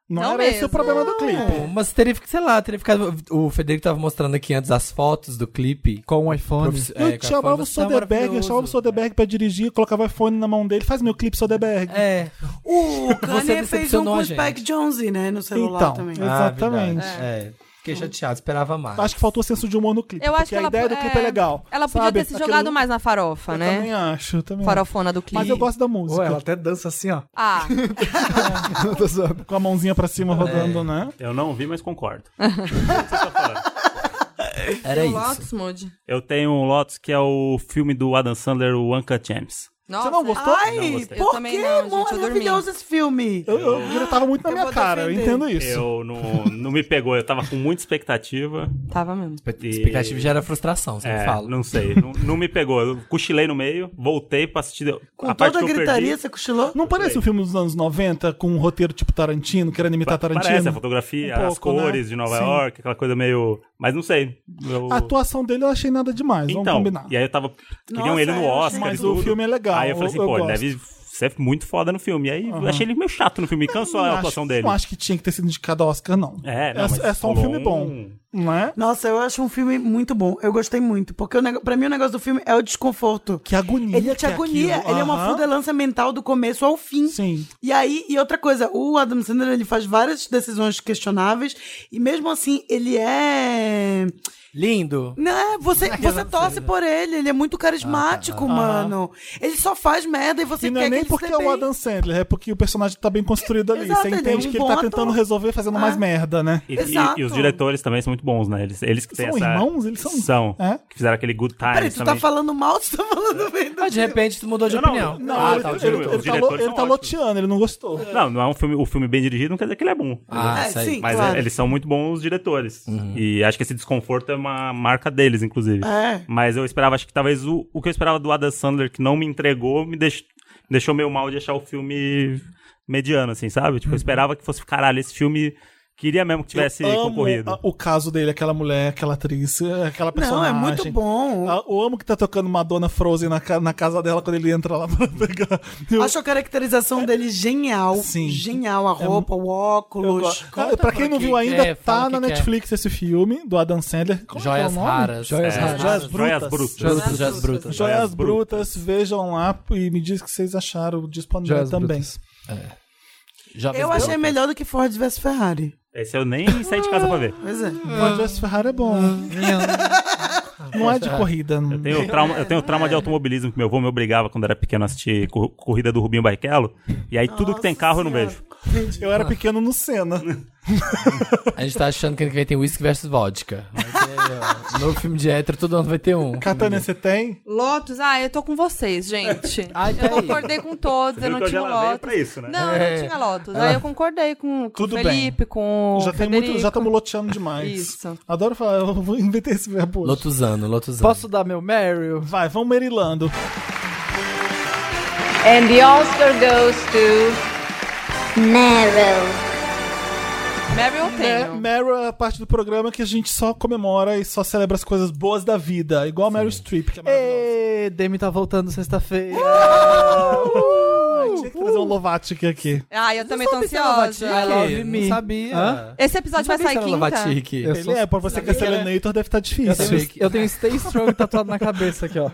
Não, É Não era esse mesmo. É. o problema do Pô, clipe. Mas teria, fi- sei lá, teria ficado. O Federico tava mostrando aqui antes as fotos do clipe. Com o iPhone. Profiss- é, Eu com a chamava foto, o tá Soderbergh, eu maravilhoso. chamava o Soderbergh pra dirigir, colocava o iPhone na mão dele, faz meu clipe, Soderbergh. É, O Kanye fez um decepcionou com a o gente. Spike Jonze, né? No celular Então, também. é- Exatamente. É. Ah, verdade. é. Fiquei chateado, esperava mais. Acho que faltou senso de humor no clipe. Eu acho porque que a ela, ideia do clipe é, legal. Ela podia sabe? ter se Aquilo- jogado mais na farofa, Eu né? Também acho, eu também. acho. Farofona do clipe. Mas eu gosto da música. Ué, ela até dança assim, ó. Ah, Eu tô zoando. Com a mãozinha pra cima É. rodando, né? Eu não vi, mas concordo. O que você tá falando? Era isso. Lotus Mood. Eu tenho um Lotus que é o filme do Adam Sandler, o Uncut James. Nossa, não gostou? Não Ai, gostei. Eu por também que? não, gente, eu dormi. Maravilhoso esse filme. Eu, eu, Ah, ele tava muito na Eu minha vou cara, eu defender. entendo isso. Eu não, não me pegou, eu tava com muita expectativa. ah, Tava mesmo. Expect- E- Expectativa gera frustração, você É, me fala. não sei, não, não me pegou. Eu cochilei no meio, voltei pra assistir Com a parte toda que a eu gritaria, perdi. você cochilou? Não parece um filme dos anos 90 com um roteiro tipo Tarantino, querendo imitar Parece a Tarantino? fotografia, Um as pouco, né? cores de Nova Sim. York, aquela coisa meio... Mas não sei. eu- A atuação dele eu achei nada demais, vamos Então, combinar. e aí eu tava... Queriam Nossa, ele no eu achei- Oscar Mas e tudo. o filme é legal, Aí eu falei assim, eu- eu pô, gosto. deve ser muito foda no filme. E aí eu achei ele meio chato no filme, cansou Não é a acho- atuação dele. Não acho que tinha que ter sido indicado ao Oscar, não. É, não, é, mas é só um rolou filme bom, um- não é? Nossa, eu acho um filme muito bom. Eu gostei muito. Porque o nego- pra mim o negócio do filme é o desconforto. Que agonia. Ele que te agonia. aquilo. Ele é uma Aham. fudelança mental do começo ao fim. Sim. E aí, e outra coisa, o Adam Sandler, ele faz várias decisões questionáveis. E mesmo assim, ele é... Lindo. Não, Né? é você, você torce por ele. Ele é muito carismático, mano. Ele só faz merda e você Ah, tá. E não quer é nem que ele porque se é dê bem. o Adam Sandler, é porque o personagem tá bem construído ali. Exato, Ah. Você ele é entende um que ele bom tá ator. tentando resolver fazendo mais merda, né? E, Exato. e- e os diretores também são muito bons, né? Eles, eles que têm São essa- irmãos? Eles são- São. É? Que fizeram aquele Good Times Peraí, tu tá também. falando mal ou tu tá falando bem do Mas Ah, de repente tu mudou de Não, não, opinião. não, ah, ele, tá, o ele- diretor. ele Os tá, lo- ele diretores são tá ótimos. loteando, ele não gostou. Não, não é um filme, o filme bem dirigido, não quer dizer que ele é bom. Ah, É, sei. sim. Mas claro. Uhum. é- eles são muito bons diretores. E acho que esse desconforto é uma marca deles, inclusive. É. Mas eu esperava, acho que talvez o, o que eu esperava do Adam Sandler, que não me entregou, me deix- deixou meio mal de achar o filme mediano, assim, sabe? Tipo, eu esperava que fosse, caralho, esse filme Queria mesmo que tivesse Eu amo concorrido. a- o caso dele, aquela mulher, aquela atriz, eh, aquela Não, é personagem. muito bom. Ah, Eu amo que tá tocando Madonna Frozen na, ca- na casa dela quando ele entra lá pra pegar. Eu- Acho a caracterização dele genial. Sim. É Genial. A roupa, o eu óculos. gosto. Ah, pra quem não viu ainda, é, fala tá na o que que é. Netflix esse filme do Adam Sandler. Como é que é o Joias nome? raras. Joias é. Joias raras. Joias brutas. brutas. Joias brutas, joias brutas. Joias Joias Brutas, vejam lá e me diz o que vocês acharam de Spandau Joias também. Brutas. Jovens Eu achei Brutas. melhor do que Ford vs Ferrari. Esse eu nem saí de casa pra ver. Pois é. Pode ver se Ferrari é bom. Não é de corrida. não. Eu tenho trauma, eu tenho trauma de automobilismo, que meu avô me obrigava quando era pequeno a assistir cor- corrida do Rubinho Barrichello. E aí tudo que tem carro eu não vejo. Eu era pequeno no Senna. A gente tá achando que ano que vem tem whisky versus vodka. Vai ter, ó, novo filme de hétero, todo ano vai ter um. Catania, você tem? Lotus, ah, eu tô com vocês, gente. Ai, eu peraí. concordei com todos, eu não tinha Lotus. isso, né? Não, eu É. não tinha Lotus. Aí eu concordei com, com o Ah. Tudo bem. Felipe, com o já tem Federico. muito, já estamos loteando demais. Isso. Adoro falar, eu vou inventar esse verbo. hoje. Lotuzano, Lotuzano. Posso dar meu Meryl? Vai, vamos merilando. And the Oscar goes to. Meryl. Meryl eu É, tenho. Meryl é a parte do programa que a gente só comemora e só celebra as coisas boas da vida, igual a Meryl Streep, que é maravilhosa. Ê, Demi tá voltando sexta-feira. Ai, tinha que trazer um Lovatic aqui. Ah, eu também tô Sabe se ela vai te- ansiosa. I love Não me. sabia. Hã? Esse episódio vai sair Ela quinta? Lavatique. Eu Ele sou- é, pra você que é Selenator deve estar Eu difícil. tenho, eu tenho Stay Strong tatuado na cabeça aqui, ó.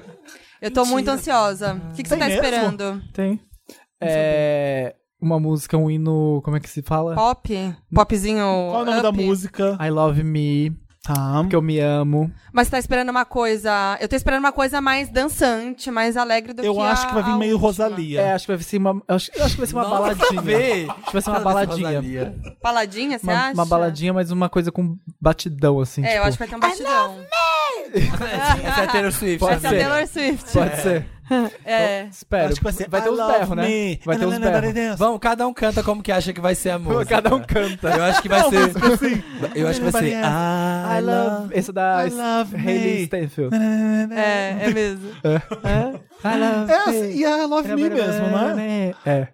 Eu tô muito ansiosa. O que, que você Tem tá mesmo? esperando? Tem. É, uma música, um hino, como é que se fala? Pop? Popzinho Qual é o nome up? da música? I Love Me, Tá. que eu me amo. Mas você tá esperando uma coisa... Eu tô esperando uma coisa mais dançante, mais alegre do que Eu a- acho que vai vir a meio última. Rosalia. É, acho que vai ser uma, eu acho, eu acho que vai ser uma Nossa, baladinha. vê. Acho que vai ser uma baladinha. Baladinha, você Uma, acha? uma baladinha, mas uma coisa com batidão, assim. É, eu tipo, acho que vai ter um batidão. Essa é a Taylor Swift. Pode né? Essa é a ser. Taylor Swift. Pode ser. É. Espero. Acho que vai ser ter I uns love berros, né? me. Vai ter uns berros. Vamos, cada um canta como que acha que vai ser a música. Cada um canta. Eu acho que vai ser. Eu acho que vai ser. "Ah", I love. Esse é da I love me. Hayley Stenfield. É, é mesmo. I love. É, assim, e é I Love Me mesmo, né? né? É.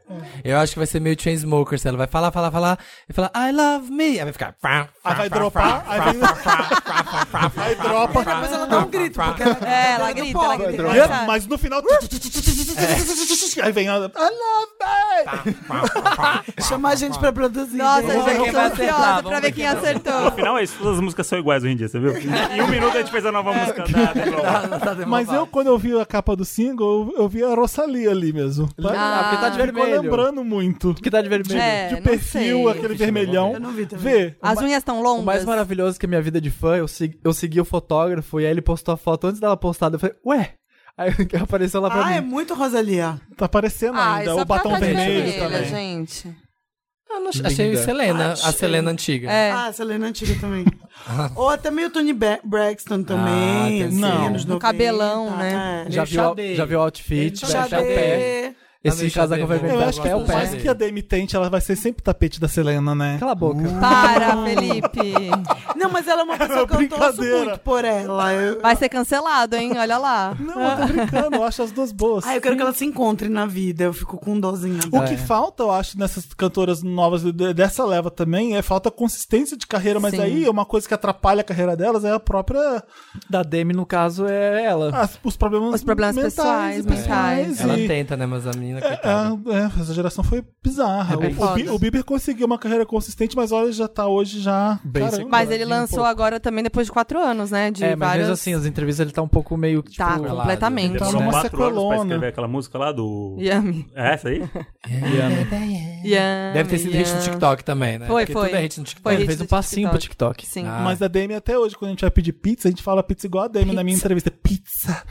Eu acho que vai ser meio Chainsmokers. Ela vai falar, falar, falar. E falar, I love me. Aí vai ficar. Aí vai dropar, aí vem... Aí dropa. Mas ela dá um grito, porque ela É, ela grita, ela grita. Mas- sabe? Mas no final... Aí vem a... I love me! chama a gente pra produzir. Nossa, gente. gente, eu quem tô vai acertar, ansiosa pra vamos ver ver quem quem No acertou. final é isso, todas as músicas são iguais hoje em dia, você viu? Em um minuto a gente fez a nova música da da Globo. Mas eu, quando eu vi a capa do single, eu eu vi a Rosalia ali mesmo. Ah, porque tá de Ficou vermelho. lembrando muito. Que tá de vermelho. É, De não perfil, sei. aquele vermelhão. Eu não vi Então, também. Vê. As unhas estão longas. O mais maravilhoso que a minha vida de fã, eu, segui, eu segui o fotógrafo e aí ele postou a foto antes dela postar. Eu falei, ué? Aí apareceu lá pra Ah, mim. é muito Rosalia. Tá aparecendo Ah, ainda. isso é O batom pra tá de vermelho vermelha, também. gente. Eu não- achei Linda. Selena, a Selena antiga. É. Ah, Selena Antiga também. Ou até meio Tony Be- Braxton também. Ah, assim, não. anos Um 90, cabelão, né? é. Já Ele viu, xadê. já viu o outfit, Ele xadê. né? Chapé. Esse Ele casaco xadê, vermelho Eu bom. da acho que Pé, o por gosto mais pé. dele. que a Demi tente, ela vai ser sempre tapete da Selena, né? Cala a boca. Para, Felipe. Não, mas ela é uma pessoa que eu torço Brincadeira. muito por ela. Eu... Vai ser cancelado, hein? Olha lá. Não, eu tô tá brincando, eu acho as duas boas. Ah, eu quero que ela se encontre na vida. Eu fico com dozinha. O dela. que falta, eu acho, nessas cantoras novas de- dessa leva também, é falta consistência de carreira, mas Sim. aí uma coisa que atrapalha a carreira delas é a própria. Da Demi, no caso, é ela. as- Ah, os problemas. Os problemas mentais, pessoais, né? e pessoais. mentais. Ela e- tenta, né, mas a menina, coitada. É, é, essa geração foi bizarra. bem o, o, foda. Bi- o Bieber conseguiu uma carreira consistente, mas olha, já tá hoje já. Bem Caramba, sequelado. Mas ele lançou agora também depois de quatro anos, né? De é, mas várias... mesmo assim, as entrevistas ele tá um pouco meio, tipo... Tá, tipo, completamente. Tá Demorou numa quatro anos pra sequelona. escrever aquela música lá do... Yami. É essa aí? Yami. Deve ter sido hit no yami. TikTok também, né? Foi, Porque foi. tudo é hit no TikTok. Foi Ele hit fez do um passinho pro TikTok. Sim. Ah. Mas a Demi até hoje, quando a gente vai pedir pizza, a gente fala pizza igual a Demi na minha entrevista. Pizza.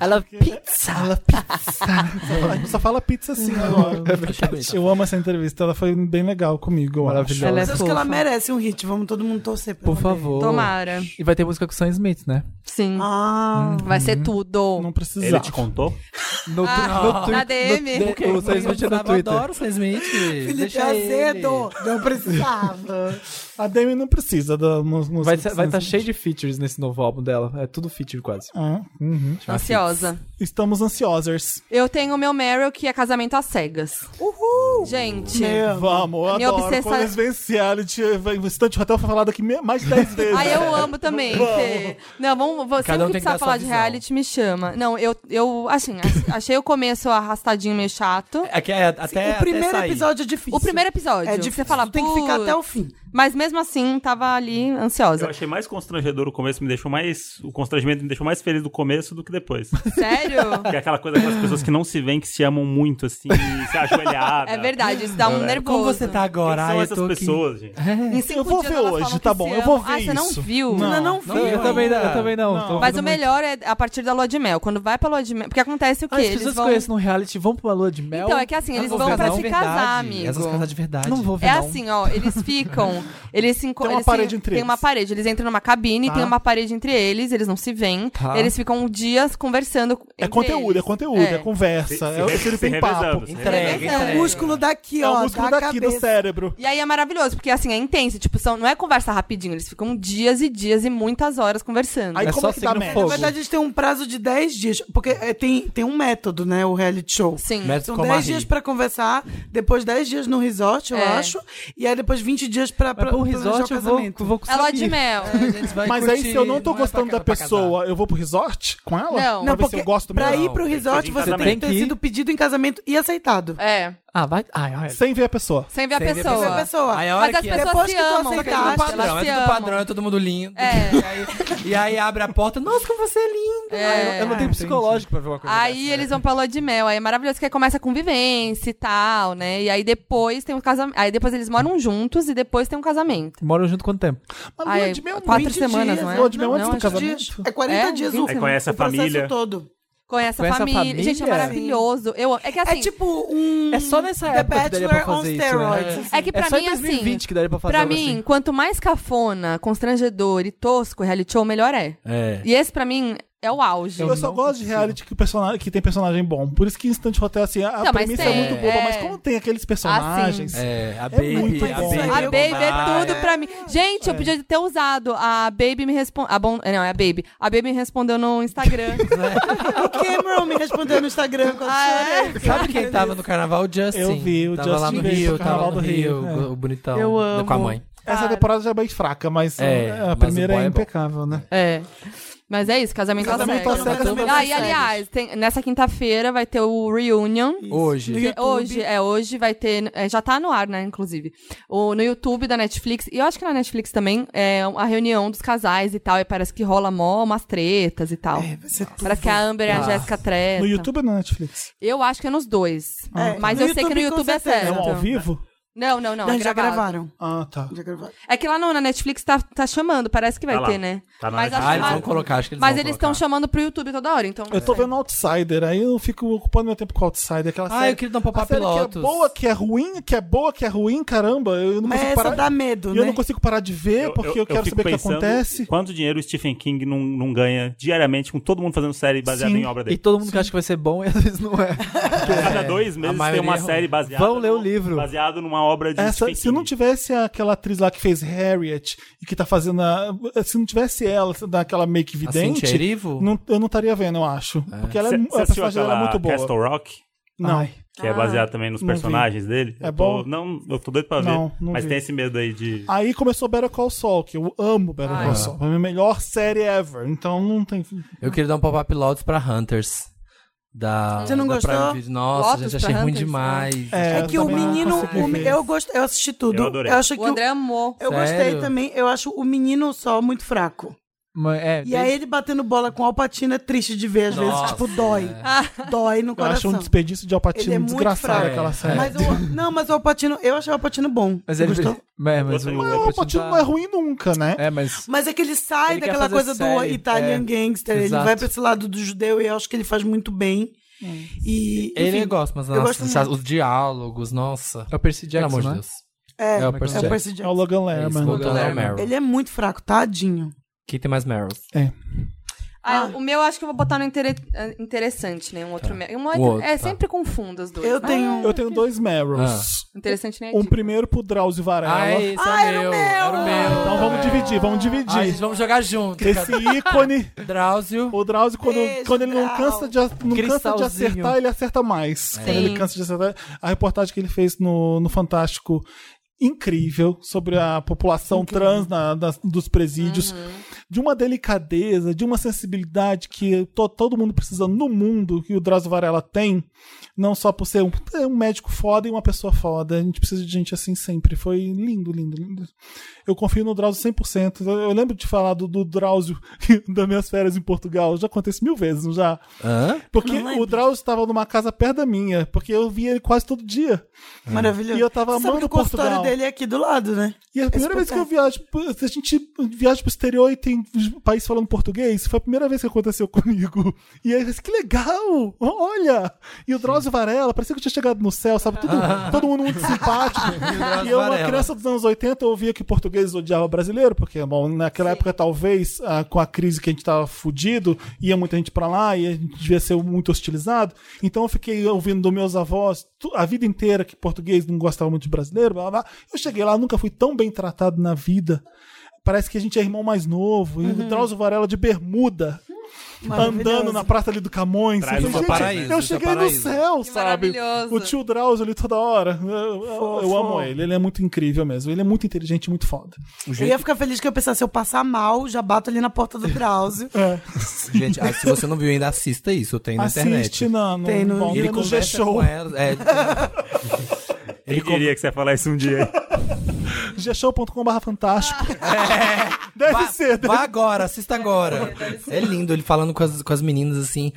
Ela... Pizza. Ela pizza. a gente só fala pizza assim Uhum. agora. É Achei bonito. Eu amo essa entrevista, ela foi bem legal comigo. eu acho. Maravilhosa. Ela é Mas acho que ela fofa. merece um hit. Vamos todo mundo torcer pra Por ela. favor. Tomara. E vai ter música com o Sam Smith, né? Sim. Ah, Uhum. Vai ser tudo. Não Ele precisava. te contou? No, tu- Ah, no tu- na no- DM. no- Ok, o Sam Smith é no Eu Twitter. adoro o Sam Smith. Felipe Deixa Azedo, ele. não precisava. A Demi não precisa da música. Vai tá estar cheio de features nesse novo álbum dela. É tudo feature quase. Ah, uhum. Assim, Ansiosa. Estamos ansiosas. Eu tenho o meu Meryl, que é casamento às cegas. Uhul! Gente. Vamos, eu Minha adoro. obsessão- Quando eles vencem reality, o Instante Hotel foi falado aqui me- mais de 10 vezes. Ai, eu amo também. Fê. Não, vamos. Você Cada um que tem que precisar dar sua falar de visão. reality, me chama. Não, eu, eu assim, a- achei o começo arrastadinho meio chato. É que é até, o primeiro até sair. episódio é difícil. O primeiro episódio. é de difícil. Você fala, tu tem que ficar até o "Putz", fim. Mas mesmo assim, tava ali Eu ansiosa. achei mais constrangedor o começo, me deixou mais. O constrangimento me deixou mais feliz do começo do que depois. Sério? Que é aquela coisa das pessoas que não se veem, que se amam muito, assim, e se ajoelhadas. É verdade, isso dá um nervoso. Como você tá Quem agora? são Ah, eu essas tô aqui. pessoas, gente? Em cinco Eu vou dias ver elas hoje, falam tá que bom, se eu vou amam. ver Ah, você não isso. viu? Não. Ainda não Não, vi. Eu também não. Eu também não. Não. Tô Mas o ouvindo melhor é a partir da lua de mel, quando vai pra lua de mel. Porque acontece o quê? muito. Ah, as eles pessoas vão. conhecem no reality vão pra uma lua de mel. Então, é que assim, Eu eles vou vão ver, pra não. se Verdade. Elas casar, vão se amigo. casar de verdade. Não vou ver, É não. assim, ó, eles ficam. Eles se enco- Tem uma eles parede se- entre Tem eles. uma parede. Eles entram numa cabine, Tá. tem uma parede entre eles, eles não se veem. Tá. Eles ficam dias conversando. É entre conteúdo, é eles. conteúdo, é, É. conversa. Se- se é o re- que ele se tem papo. revezando, se Entrega, É o entrega. músculo daqui, É ó. o músculo da daqui do cabeça. cérebro. E aí é maravilhoso, porque assim, é intenso. Tipo, são, não é conversa rapidinho, eles ficam dias e dias e muitas horas conversando. Aí É como só é que dá signo merda? Na fogo. verdade, a gente tem um prazo de 10 dias, porque é, tem, tem um método, né? O reality show. Sim. Método São Comarri. 10 dias pra conversar, depois 10 dias no resort, eu É. acho, e aí depois 20 dias pra, Mas pra pro planejar um resort o eu vou, casamento. vou com É lua de Samir. mel. Mas aí, se eu não tô gostando da pessoa, eu vou pro resort com ela? Não. pra Não, ver se porque eu gosto pra mesmo. ir pro resort, em você tem que casamento. ter Tem que ir. sido pedido em casamento e aceitado. É, Ah, vai. Ai, ai. Sem ver a pessoa. sem ver a Sem ver a pessoa. Essa é pessoa. Aí a hora Mas as que pessoas Depois se que tu amam, Só que é aceitar, tudo elas padrão, se é tudo amam. padrão, é todo mundo lindo. É. E, aí, e aí abre a porta, nossa, como você é lindo. É. Eu não tenho psicológico pra ver uma coisa Aí eles vão pra lua de mel, aí é maravilhoso que aí começa a convivência e tal, né? E aí depois tem um casamento. Aí depois eles moram juntos e depois tem um casamento. dessa. Moram junto quanto tempo? Mas Ai, lua de mel quatro 20 semanas, dias, não é? Lua de mel Não, antes do acho que- casamento. É 40 É, dias vinte o, Aí conhece a o processo família. todo. Conhece a Conhece a família. família? Gente, é Sim. maravilhoso. Eu, é que assim. é tipo um. É só nessa The época que daria pra Bachelor on fazer isso, né? steroids. assim. É que pra é só mim, em 2020 assim. que daria pra fazer Pra algo mim, assim. quanto mais cafona, constrangedor e tosco o reality show, melhor é. É. E esse, pra mim, é o auge. Eu Eu, só não gosto de consigo. reality que, o personagem, que tem personagem bom. Por isso que Instant Hotel, assim, a, a Não, mas premissa tem, é muito boa, é. mas como tem aqueles personagens. É, a muito Baby, a bom. Baby. A Eu- Baby é né? vai. tudo pra mim. Gente, eu podia ter usado. A Baby me respondeu. A bon... Não, é a Baby. A Baby me respondeu no Instagram. O Cameron me respondeu no Instagram quando Ah, é? chorei. Sabe quem tava no carnaval? O Justin. Eu vi, o tava lá Justin no veio pro Rio, Carnaval tava no do Rio, Rio, é. o bonitão. Eu Com a amo. mãe. Essa temporada já é bem fraca, mas É, uh, a mas o primeira boy é é bom. impecável, né? é. Mas é isso, casamento às Casamento tá às cegas. cegas também Ah, e consegue. aliás, tem- nessa quinta-feira vai ter o Reunion. Hoje. YouTube. Hoje, é, hoje vai ter. é, já tá no ar, né, inclusive. O, no YouTube da Netflix. E eu acho que na Netflix também é a reunião dos casais e tal. E parece que rola mó umas tretas e tal. É, vai ser tudo. parece que a Amber e a Ah. Jéssica treta. No YouTube ou na Netflix? Eu acho que é nos dois. É, Mas no eu sei que no YouTube, com YouTube é certeza. É um ao certo. vivo? Não, não, não. Não, é já gravado. gravaram. Ah, tá. Já gravaram. É que lá no, na Netflix tá, tá chamando, parece que vai Tá lá. ter, né? Tá na mas Netflix. Ah, eles acho- vão colocar, acho que eles Mas vão eles estão colocar. chamando pro YouTube toda hora, então. Eu tô vendo Outsider, aí eu fico ocupando meu tempo com Outsider, aquela Ah, série. eu queria dar um a pop-up série que é Lotus. boa, que é ruim, que é boa, que é ruim, caramba, eu não Mas consigo essa parar. dá medo, e né? eu não consigo parar de ver, porque eu, quero fico saber o que pensando acontece. Quanto dinheiro o Stephen King não, não ganha diariamente com todo mundo fazendo série baseada Sim, em obra E dele? todo mundo que acha que vai ser bom e às vezes não é. Cada dois a meses tem maioria uma é ruim. série baseada. Vão ler o no- livro. Baseado numa obra de Essa, Stephen se não King. tivesse aquela atriz lá que fez Harriet e que tá fazendo a, se não tivesse ela daquela make A Cintia vidente, Erivo? não- eu não estaria vendo, eu acho, porque ela é, Cê- mu- cê a assistiu personagem dela é aquela muito boa. Castle Rock? Não, Ai. Que é baseado também nos não vi. personagens dele. É Eu tô- bom? Não, eu tô doido pra ver. Não, não mas vi. Ah, tem esse medo aí de. Aí começou Better Call Saul, que eu amo Better Call Saul. É a minha melhor série ever. Então não tem. Eu queria dar um pop-up Lotus pra Hunters. Da, Você não da gostou? Prime Video. Nossa, Lotus gente, pra achei ruim Hunters? demais. É, É que o também não menino. consegui o me- ver. eu, gost... eu assisti tudo. Eu adorei. acho que O o- André amou. Eu Sério? gostei também. Eu acho o menino só muito fraco. Mas, é, E aí ele batendo bola com Alpatina é triste de ver, às vezes, Nossa, tipo, dói. Dói no Eu acho coração. um desperdício de Ele Alpatino é muito desgraçado fraco. aquela série. Tipo, Mas o- não, mas o Alpatino, eu achei o Alpatino bom. mas ele. Gostou? É, mas o. tá Gostei. Mas o Alpatino não é ruim nunca, né? É, mas. Mas é que ele sai Ele quer daquela fazer coisa do série, Italian é. Gangster, ele Exato. vai pra esse lado do judeu e eu acho que ele faz muito bem. É. E, Ele é enfim, eu gosto, mas eu nossa, gosto os- muito. os diálogos, nossa. É o Percy Pelo Jackson, amor de né? Deus. é, É o é Percy o Percy É o Jackson. Logan É isso, Lerman. Logan né? Lerman. Ele é muito fraco, tadinho. Quem tem mais Meryl? É. Ah, O meu acho que eu vou botar no intere- ah, interessante, né? Um outro. me- um outro- outro, é, tá. sempre confundo os dois. Eu mas- tenho- Eu É. tenho dois Meryls. Interessante, né? Um primeiro pro Drauzio Varela. Ah, esse é o meu. Era o meu. Então vamos dividir, vamos dividir. Ai, gente, vamos jogar junto. Esse ícone. Drauzio. O Drauzio, quando, quando ele não cansa de, a- não cansa de Cristalzinho. É. acertar, ele acerta mais. Quando ele cansa de acertar. A reportagem que ele fez no, no Fantástico, incrível, sobre a população trans na- das- dos presídios. De uma delicadeza, de uma sensibilidade que to- todo mundo precisa no mundo, que o Drauzio Varela tem. Não só por ser um, é um médico foda e uma pessoa foda. A gente precisa de gente assim sempre. Foi lindo, lindo, lindo. Eu confio no Drauzio 100%. Eu, eu lembro de falar do, do Drauzio das minhas férias em Portugal. Já aconteceu mil vezes, não já? Hã? Porque o Drauzio estava numa casa perto da minha, porque eu via ele quase todo dia. Ah. um Maravilhoso. E eu tava Você sabe amando que o consultório Portugal. dele é aqui do lado, né? E é a primeira vez que eu viajo, pro- se a gente viaja pro exterior e tem país falando português, foi a primeira vez que aconteceu comigo. E aí eu disse, que legal! Olha! E o Drauzio Varela, parecia que eu tinha chegado no céu, sabe? Todo, todo mundo muito simpático. e Drauzio eu, uma Varela. criança dos anos 80, eu ouvia que português odiava brasileiro, porque, bom, naquela época, talvez, ah, com a crise que a gente tava fudido, ia muita gente pra lá e a gente devia ser muito hostilizado. Então eu fiquei ouvindo dos meus avós tu- a vida inteira que português não gostava muito de brasileiro, blá, blá, blá. Eu cheguei lá, nunca fui tão bem tratado na vida. Parece que a gente é irmão mais novo. E o Drauzio Varela de bermuda. Uhum. Maravilhoso. Andando na praça ali do Camões. Traz Eu um falei, "Gente, paraíso, eu isso é cheguei no paraíso." céu, Que sabe? maravilhoso. O tio Drauzio ali toda hora. Eu, eu- eu amo ele, ele é muito incrível mesmo. Ele é muito inteligente, muito foda. Eu ia ficar feliz que eu pensasse, se eu passar mal, já bato ali na porta do Drauzio. É. Gente, ah, se você não viu ainda, assista isso. Tem na internet. Assiste na, no, Tem no- bom, Ele no conversa G-Show. com ela, é. Ele queria que você ia falar isso um dia. Gshow.com.br fantástico. É. Deve vá, ser. né? Deve... Vá agora, assista agora. É lindo ele falando com as, com as meninas assim.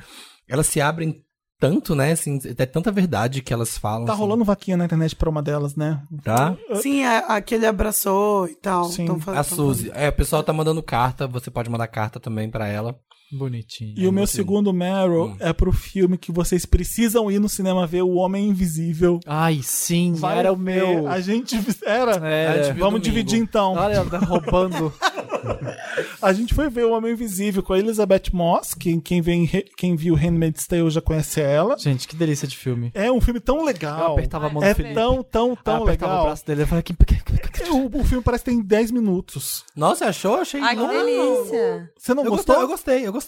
Elas se abrem tanto, né? Assim, é tanta verdade que elas falam. Tá assim. rolando vaquinha na internet pra uma delas, né? Tá? Sim, a- aquele abraçou e tal. Então Sim. A Suzy. É, o pessoal tá mandando carta. Você pode mandar carta também pra ela. Bonitinho. E o meu segundo Meryl Hum. é pro filme que vocês precisam ir no cinema ver O Homem Invisível. Ai, sim, Vai era o ver. meu. É. A gente era. Era. A gente viu Vamos domingo. dividir então. Olha, tá roubando. a gente foi ver O Homem Invisível com a Elizabeth Moss, que quem, vem, quem viu Handmaid's Tale já conhece ela. Gente, que delícia de filme. É um filme tão legal. Eu apertava a mão do É Felipe. tão, tão, tão eu apertava legal. o braço dele e falei que assim. O, o filme parece que tem 10 minutos. Nossa, achou? Achei. Ai, que longo. delícia. Você não eu gostou? Gostei, eu gostei, eu gostei.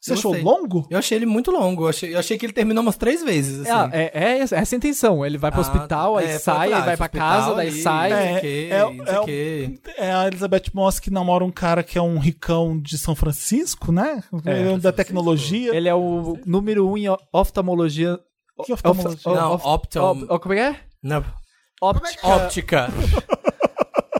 Você Eu achou gostei. longo? Eu achei ele muito longo. Eu achei, eu achei que ele terminou umas três vezes. Assim. É, é, é essa- essa a intenção. Ele vai pro Ah, hospital, aí é, foi sai, pra- aí vai pra hospital casa, daí ali, sai. não sei É, o quê, é o- não sei é o o- quê. É a Elizabeth Moss que namora um cara que é um ricão de São Francisco, né? É, Ele é um da tecnologia. Ele é o número um em o- oftalmologia. Que oftalmologia? Não, optom- op- como é que é? Não. Óptica. Óptica.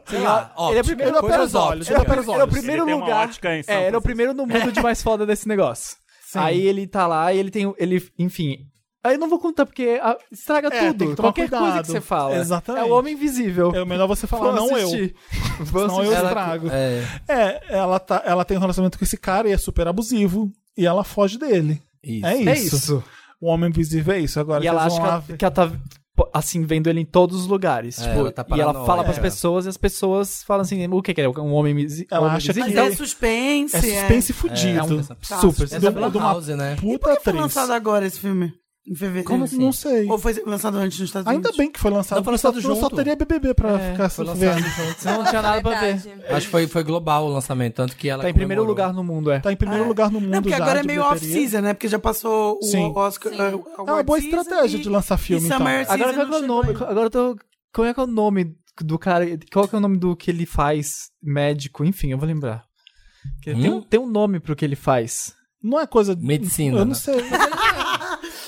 Sei lá, óptica. é? Ele é o primeiro- Coisas ele opera os olhos, ópticas. ele opera os olhos. Era o primeiro Ele tem uma lugar. ótica em São É, era o Francisco. primeiro no mundo de mais foda desse negócio. Sim. Aí ele tá lá e ele tem. Ele, enfim. Aí eu não vou contar porque ah, estraga É, tem tudo. que tomar Qualquer cuidado. coisa que você fala. Exatamente. É o homem invisível. É melhor você falar, Vou não assistir. eu. Vou Senão eu assistir. estrago. É. É, ela, tá, ela tem um relacionamento com esse cara e é super abusivo. E ela foge dele. Isso. É isso. É isso. O homem invisível é isso. Agora e ela vocês acha vão que lá ela, ver. que ela tá, pô, assim, vendo ele em todos os lugares. É, tipo, ela tá e ela paranoica. fala pras É. pessoas e as pessoas falam assim: o que, que é? Um homem invisível? Ela acha que Mas Então- é suspense. É suspense É, é fudido. um- super. É de da uma- de uma Blumhouse, né? puta Foi atriz. lançado agora esse filme? Em fevereiro. Como assim? Não sei. Ou foi lançado antes nos Estados Ainda Unidos? bem que foi lançado. Não, foi lançado porque só- junto. Só teria BBB pra É, ficar Foi lançado vendo. junto. Não tinha nada pra ver. É Verdade. Acho que foi, foi global o lançamento, tanto que ela Tá em primeiro comemorou. lugar no mundo, é. Tá em primeiro lugar no mundo Não, porque já, agora é de meio bilheteria. off-season, né? Porque já passou o Sim. Oscar. Sim. uh, É award uma boa season estratégia e- de lançar filme, e então. Summer Season Agora qual que é não o nome? chegou ainda. Agora eu tô. Qual é que é o nome do cara? Qual que é o nome do que ele faz? Médico, enfim, eu vou lembrar. Que Tem, Hum? um, tem um nome pro que ele faz. Não é coisa... Medicina, Eu não né? sei.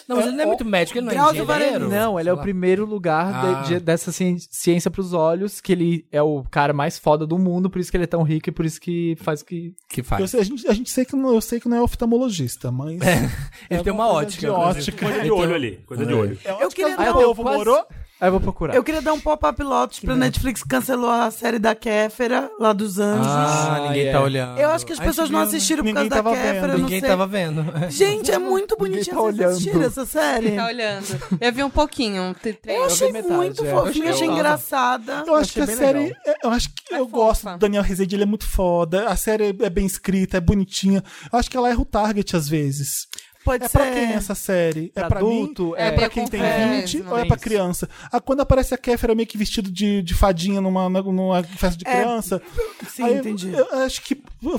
Não, mas ele não é muito médico, ele não é Drauzio engenheiro. Não, ele é o Sei lá. primeiro lugar Ah. de- de- dessa cien- ciência pros olhos, que ele é o cara mais foda do mundo, por isso que ele é tão rico e por isso que faz o que. que Eu faz. sei- a, gente, a gente sei que não, eu sei que não é oftalmologista, mas... É, Ele tem uma alguma é coisa ótica. de inclusive. ótica. Coisa de Então- olho ali. Coisa de olho. Eu queria Ah, dar o uma- povo quase- morou? Aí eu vou procurar. Eu queria dar um pop-up Lotus pra Netflix cancelou a série da Kéfera, lá dos Anjos. Ah, ninguém tá olhando. Eu acho que as Ai, pessoas que não lindo. assistiram por Ninguém causa da tava Kéfera, vendo. não Ninguém sei. tava vendo. Gente, é muito bonitinho. tá Vocês assistiram olhando. essa série? Tá olhando. Eu vi um pouquinho. tre- tre- Eu achei muito é. fofinha, Eu achei achei engraçada. Eu acho que achei a bem série. legal. é- Eu acho Tá que eu gosto do Daniel Rezende, ele é muito foda. A série é bem escrita, é bonitinha. Eu acho que ela erra o target às vezes. Pode É ser. pra quem essa série? É Pra pra adulto? adulto? É, É, pra quem tem é 20 mesmo. ou é É pra isso. criança? Ah, quando aparece a Kéfera meio que vestido de, de fadinha numa, numa festa de É, criança. Sim, aí eu- entendi. Eu, acho que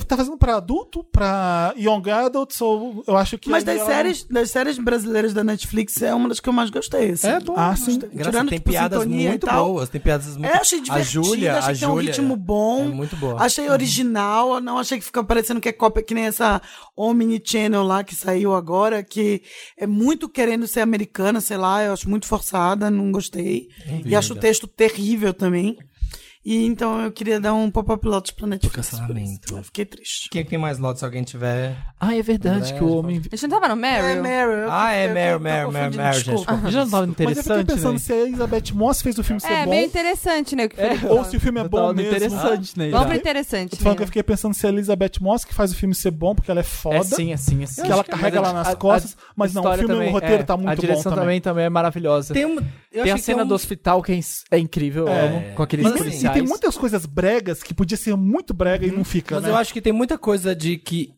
tá fazendo pra adulto, pra young adults, ou eu acho que. Mas aí ela- das séries, das séries brasileiras da Netflix é uma das que eu mais gostei. assim. É bom. Ah, sim. Graças Tirando, tem tipo, piadas sintonia e muito tal. boas, tem piadas muito É, achei A divertido, Júlia, achei a que tem um Júlia ritmo bom. É muito boa. Achei original, não achei que fica parecendo que é cópia, que nem essa Omni Channel lá que saiu agora, que é muito querendo ser americana, sei lá, eu acho muito forçada, não gostei. E Entendi. acho o texto terrível também. E então eu queria dar um pop-up lotus pra Netflix. por isso. cancelamento. Eu Fiquei triste. Quem é tem mais lotes se alguém tiver? Ah, é verdade que o homem. A gente não É, tava no Meryl? Meryl. Ah, é eu- Meryl, eu Meryl, tô Meryl, confundindo, Meryl, desculpa. gente. Já não Mas tava eu interessante. fiquei pensando né? se a Elizabeth Moss fez o filme ser É, bom. meio interessante, né? o que o Felipe falou. Ou se o filme é Eu bom tava no mesmo. Ah. interessante, Vamos né? pro já. Eu interessante. tô falando que né? eu fiquei pensando se é a Elizabeth Moss que faz o filme ser bom, porque ela é foda. É sim, é sim, é sim. que ela carrega lá nas costas, mas não, o história é, filme, o roteiro tá muito A bom direção também. também, também é maravilhosa. Tem, Tem, uma, eu a achei que cena um- do hospital que é, ins- é incrível, eu É. amo, com aqueles E, tem- e policiais. tem muitas coisas bregas que podia ser muito brega e não fica, assim, Mas né? eu acho que tem muita coisa de que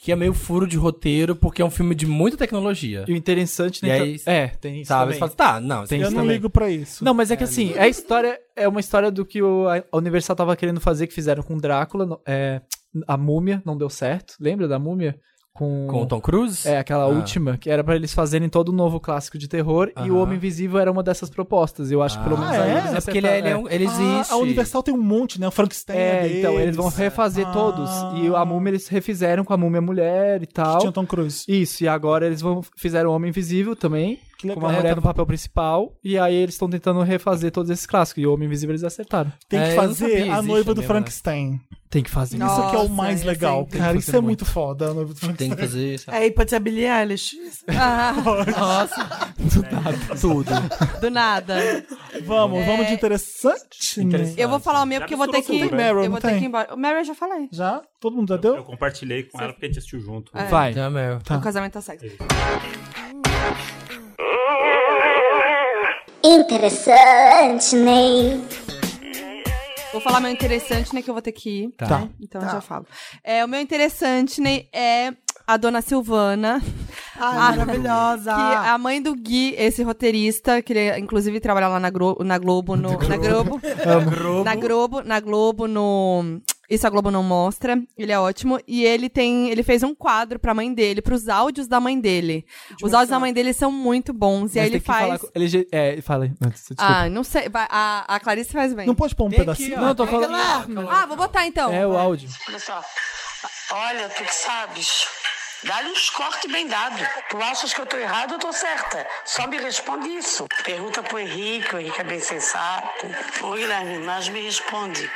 que é meio furo de roteiro, porque é um filme de muita tecnologia. E o interessante, E né? aí- então- é, tem isso Sabe? Você também. assim, fala, tá, não, Tem eu isso não também. ligo pra isso. Não, mas é que assim, é a história é uma história do que o, a Universal tava querendo fazer, que fizeram com Drácula, no- é, a múmia não deu certo. Lembra da múmia? Com, com o Tom Cruise? É, aquela Ah. última, que era pra eles fazerem todo um novo clássico de terror, e o Aham. Homem Invisível era uma dessas propostas. Eu acho que pelo Ah, menos é? aí eles É porque ele, acertaram, ele, é um- ele existe. Ah, a Universal tem um monte, né? O Frankenstein É, deles, então, eles vão refazer Ah. todos. E o- a múmia eles refizeram com a múmia mulher e tal. um Tinha o Tom Cruise. Isso, e agora eles vão fizeram o Homem Invisível também, Que com legal. uma É, mulher tá- no papel principal, e aí eles estão tentando refazer todos esses clássicos, e o Homem Invisível eles acertaram. Tem que É, eu não fazer sabia, a existe noiva do mesmo, né? Frankenstein. Tem que fazer isso. isso que é o Nossa, mais eu legal, sei, tem cara. que Isso fazer é muito foda, a noiva do Tem que Frankenstein. fazer isso. Aí É, pode ser a Billie Eilish. Ah, Nossa. tudo. do nada. Vamos, vamos de É. interessante. né? Eu vou falar o meu Já porque eu vou ter que. misturou tudo, né? Meryl, eu não vou ter tem? que ir embora. O Meryl eu já falei. Já? Todo mundo já Eu, eu deu? compartilhei com ela porque a gente assistiu junto. É. Vai. Já, meu. O casamento tá sexo. Interessante, Ney. Vou falar meu interessante, né? Que eu vou ter que ir. Tá. né? Então eu já falo. É, o meu interessante, né? É a dona Silvana. Ai, Ah, maravilhosa. Que a mãe do Gui, esse roteirista, que ele inclusive trabalha lá na, Gro na Globo, no, na Globo. Na Globo, na Globo, no. Isso a Globo não mostra. Ele é ótimo. E ele tem. Ele fez um quadro pra mãe dele, pros áudios da mãe dele. Os áudios da mãe dele são muito bons. e aí ele faz. Ele, ge- é, fala aí. Antes, desculpa. Ah, não sei. vai- A, a Clarice faz bem. Não pode pôr um Tem pedacinho? aqui, ó. não, eu tô falando. Ah, vou botar então. É o áudio. Olha só. Olha, tu que sabes. Dá-lhe uns cortes bem dados. Tu achas que eu tô errada ou tô certa? Só me responde isso. Pergunta pro Henrique, o Henrique é bem sensato. Ô, Guilherme, mas me responde.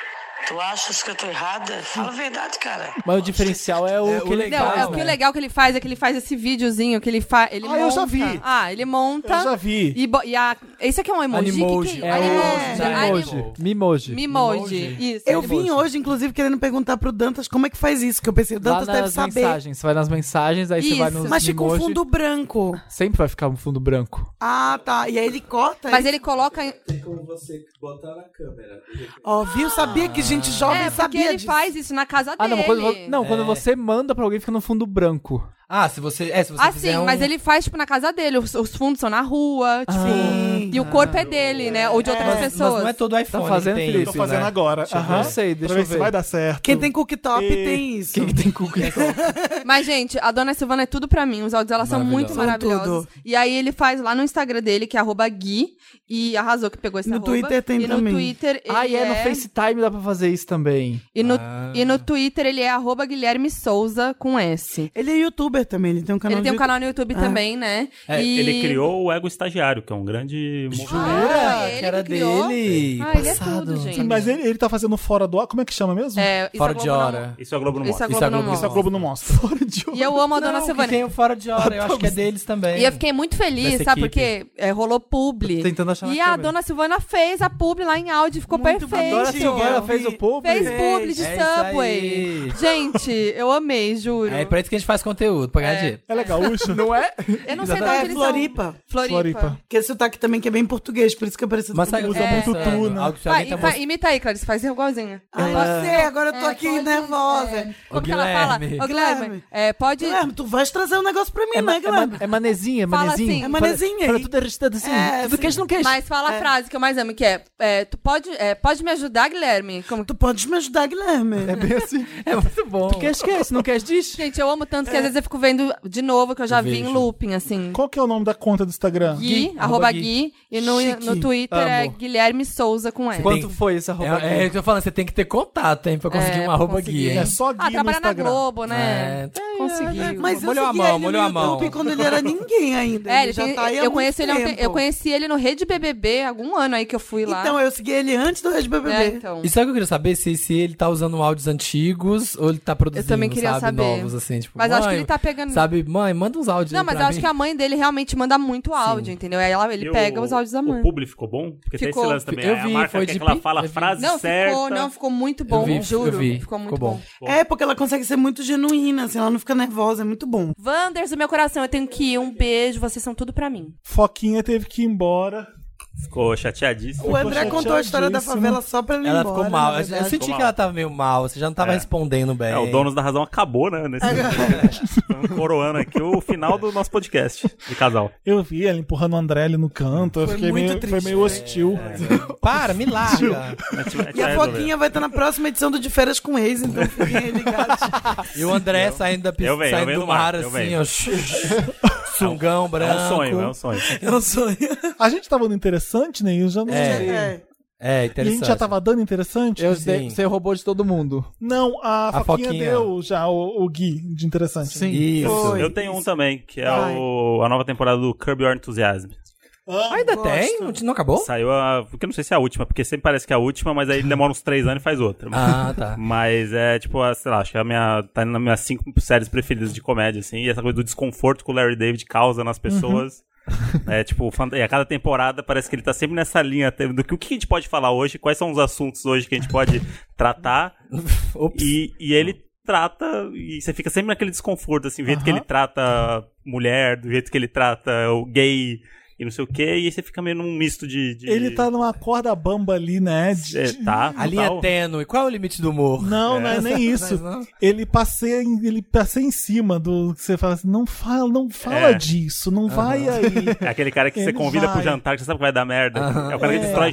Tu achas que eu tô errada? Fala a verdade, cara. Mas o diferencial é o É, que o ele legal Não, faz, é o que né? o legal que ele faz é que ele faz esse videozinho que ele faz. Ele Ah, monta. eu já vi. Ah, ele monta. Eu já vi. E, bo- e a. Esse aqui é um emoji? Animoji. Que que... É Animoji. o Mimoji. Animo- Mimoji. Mimoji. Isso. Eu animoji. vim hoje, inclusive, querendo perguntar pro Dantas como é que faz isso, que eu pensei, o Lá Dantas deve nas saber. mensagens. Você vai nas mensagens, aí Isso. você vai nos Mas fica um Mimoji. fundo branco. Sempre vai ficar um fundo branco. Ah, tá. E aí ele corta. Mas ele... ele coloca. em- Ó, viu? Sabia que gente jovem É, porque sabia ele disso. faz isso na casa Ah, dele. não, mas quando, vo- não, É. quando você manda pra alguém, fica no fundo branco. Ah, se você. É, se você Ah, fizer sim, um- mas ele faz, tipo, na casa dele. Os, os fundos são na rua, tipo. Sim. E o corpo é dele, né? Ou de outras Mas, mas pessoas. não é todo iPhone fazendo, que tem Felipe? isso, Tô fazendo né? agora. Aham. Não sei, Pra deixa ver eu se ver. vai dar certo. Quem tem cooktop E- tem isso. Quem que é? tem cookie? Mas, gente, a dona Silvana é tudo pra mim. Os áudios dela são muito Maravilhosa. maravilhosos. E aí ele faz lá no Instagram dele, que é arroba Gui. E arrasou que pegou esse No arroba. Twitter tem e no também. Twitter ele Ah, e é, é... no FaceTime dá pra fazer isso também. E no, Ah. e no Twitter ele é arroba Guilherme Souza com S. Ele é youtuber, youtuber também, ele tem um canal Ele tem um de- canal no YouTube Ah. também, né? É, E- Ele criou o Ego Estagiário, que é um grande movimento. Ah, que ele era criou? dele. Ah, ele é tudo, gente. Mas ele, ele tá fazendo fora do ar. Como é que chama mesmo? É, isso Fora a Globo de não- hora. Isso é a Globo não Isso a Globo mostra. não Isso a mostra. Globo não mostra. Fora de E eu amo a Dona Não, que Silvana. tem o Fora de Hora, eu acho que é deles também. E eu fiquei muito feliz, Dessa sabe por equipe. quê? É, rolou publi. Tô tentando achar na e a câmera. dona Silvana fez a publi lá em áudio, ficou perfeito. Dona Silvana fez o publi? Fez publi Fez. de É isso Subway. aí. Gente, eu amei, juro. É pra isso que a gente faz conteúdo, pra ganhar dinheiro. Ela é gaúcha? Não é? Eu não sei de onde É eles Floripa. Floripa. Floripa. Que esse sotaque também que é bem português, por isso que é parecido Mas com sabe o que português. eu tô pensando? né? Algo que Vai, alguém tá e- mostrando. vai, imita aí, Clarice, faz igualzinho. Ai, Ela- você, agora Ah, eu tô aqui nervosa. é. Como que ela fala? Ô, Guilherme, é, pode... Guilherme, tu vais trazer um negócio pra mim, É ma- né, é Guilherme? É manezinha, é Fala manezinha. assim. Fala- É manezinha Fala aí. tudo arrastado assim. É, tudo assim. queijo não queijo. Mas fala a frase que eu mais amo, que é, é, tu pode, é, pode me ajudar, Guilherme? Como... Tu podes me ajudar, Guilherme? É bem assim. É muito bom. Tu queres, queres. Não queres, diz. Gente, eu amo tanto que É. às vezes eu fico vendo de novo, que eu já Eu vi em vejo. looping, assim. Qual que é o nome da conta do Instagram? Gui, arroba Gui. E no, Chique. no Twitter é Amo. Guilherme Souza com S. Quanto foi esse arroba É, é, eu tô falando, você tem que ter contato, hein, pra conseguir É, um pra arroba conseguir. guia, hein? É só Gui Ah, no trabalhar na Instagram. Globo, né? É, Conseguiu. Mas eu Molhou a segui mão, ele molhou no a mão. YouTube quando ele era ninguém ainda. É, ele ele já tem- tá aí há eu, muito conheço ele há um tempo. te- eu conheci ele no Rede BBB há algum ano aí que eu fui lá. Então, eu segui ele antes do Rede BBB. É, então. E sabe o que eu queria saber? Se, se ele tá usando áudios antigos ou ele tá produzindo, também queria sabe, saber. novos, assim, tipo, Mas mãe, acho que ele tá pegando- Sabe, mãe, manda uns áudios Não, aí mas pra eu acho mim. que a mãe dele realmente manda muito áudio, entendeu? Aí ela- ele E pega o- os áudios da mãe. O público ficou bom? Porque tem Ficou. esse lance também. Eu a vi, marca foi quer de que ela pi- fala eu a vi. fraude Não, certa. ficou, não, ficou muito bom, vi, eu juro. vi. Ficou muito Ficou bom. bom. É, porque ela consegue ser muito genuína, assim, ela não fica nervosa, é muito bom. Wanders, do meu coração, eu tenho que ir. Um beijo, vocês são tudo pra mim. Foquinha teve que ir embora. Ficou chateadíssimo. O André contou a história da chateadíssimo. favela só pra ele ir Ela embora. né, ficou mal. na Eu- Eu verdade. senti que ela tava meio mal, você já não tava É. respondendo bem. É, o Donos da Razão acabou, né? Nesse... Coroando aqui o final do nosso podcast de casal. Eu vi ela empurrando o André ali no canto. Eu Foi fiquei muito meio, triste. foi meio hostil. Para, me larga. E É, a Foquinha vai estar na próxima edição do De Férias com Ex, então fiquem aí ligados. e o André saindo da piscina, Eu venho, eu saindo venho do do mar, mar, eu assim, venho. ó. Sungão É branco. um sonho, é um sonho. É um sonho. A gente tava dando interessante, né? Eu já não É. sei. É. É, E a interessante. gente já tava dando interessante? Eu Sim. dei- você roubou de todo mundo. Não, a, A Foquinha, Foquinha. deu já o, o Gui de interessante. Sim. Isso. Foi. Eu tenho um também, que é Vai. o- a nova temporada do Curb Your Enthusiasm. Ainda tem? Não, não acabou? Saiu a. Porque eu não sei se é a última, porque sempre parece que é a última, mas aí demora uns três anos e faz outra. Ah, tá. Mas é tipo, a, sei lá, acho que é a minha. Tá nas minhas cinco séries preferidas de comédia, assim. E essa coisa do desconforto que o Larry David causa nas Uhum. pessoas. É tipo, fant- e a cada temporada parece que ele tá sempre nessa linha até do que o que a gente pode falar hoje, quais são os assuntos hoje que a gente pode tratar. Ops. E, e ele trata, e você fica sempre naquele desconforto, assim, do jeito que ele trata mulher, do jeito que ele trata o gay e não sei o quê, e aí você fica meio num misto de. de- Ele tá numa corda bamba ali, né? De- É, tá, A linha total. tênue. Qual é o limite do humor? Não, não é nem isso. Mas não. Ele passeia, em- ele passeia em cima do que você fala assim, não fala, não fala É. disso, não vai aí. É aquele cara que você Ele convida vai. pro jantar, que você sabe que vai dar merda. Aham. É o cara que É. destrói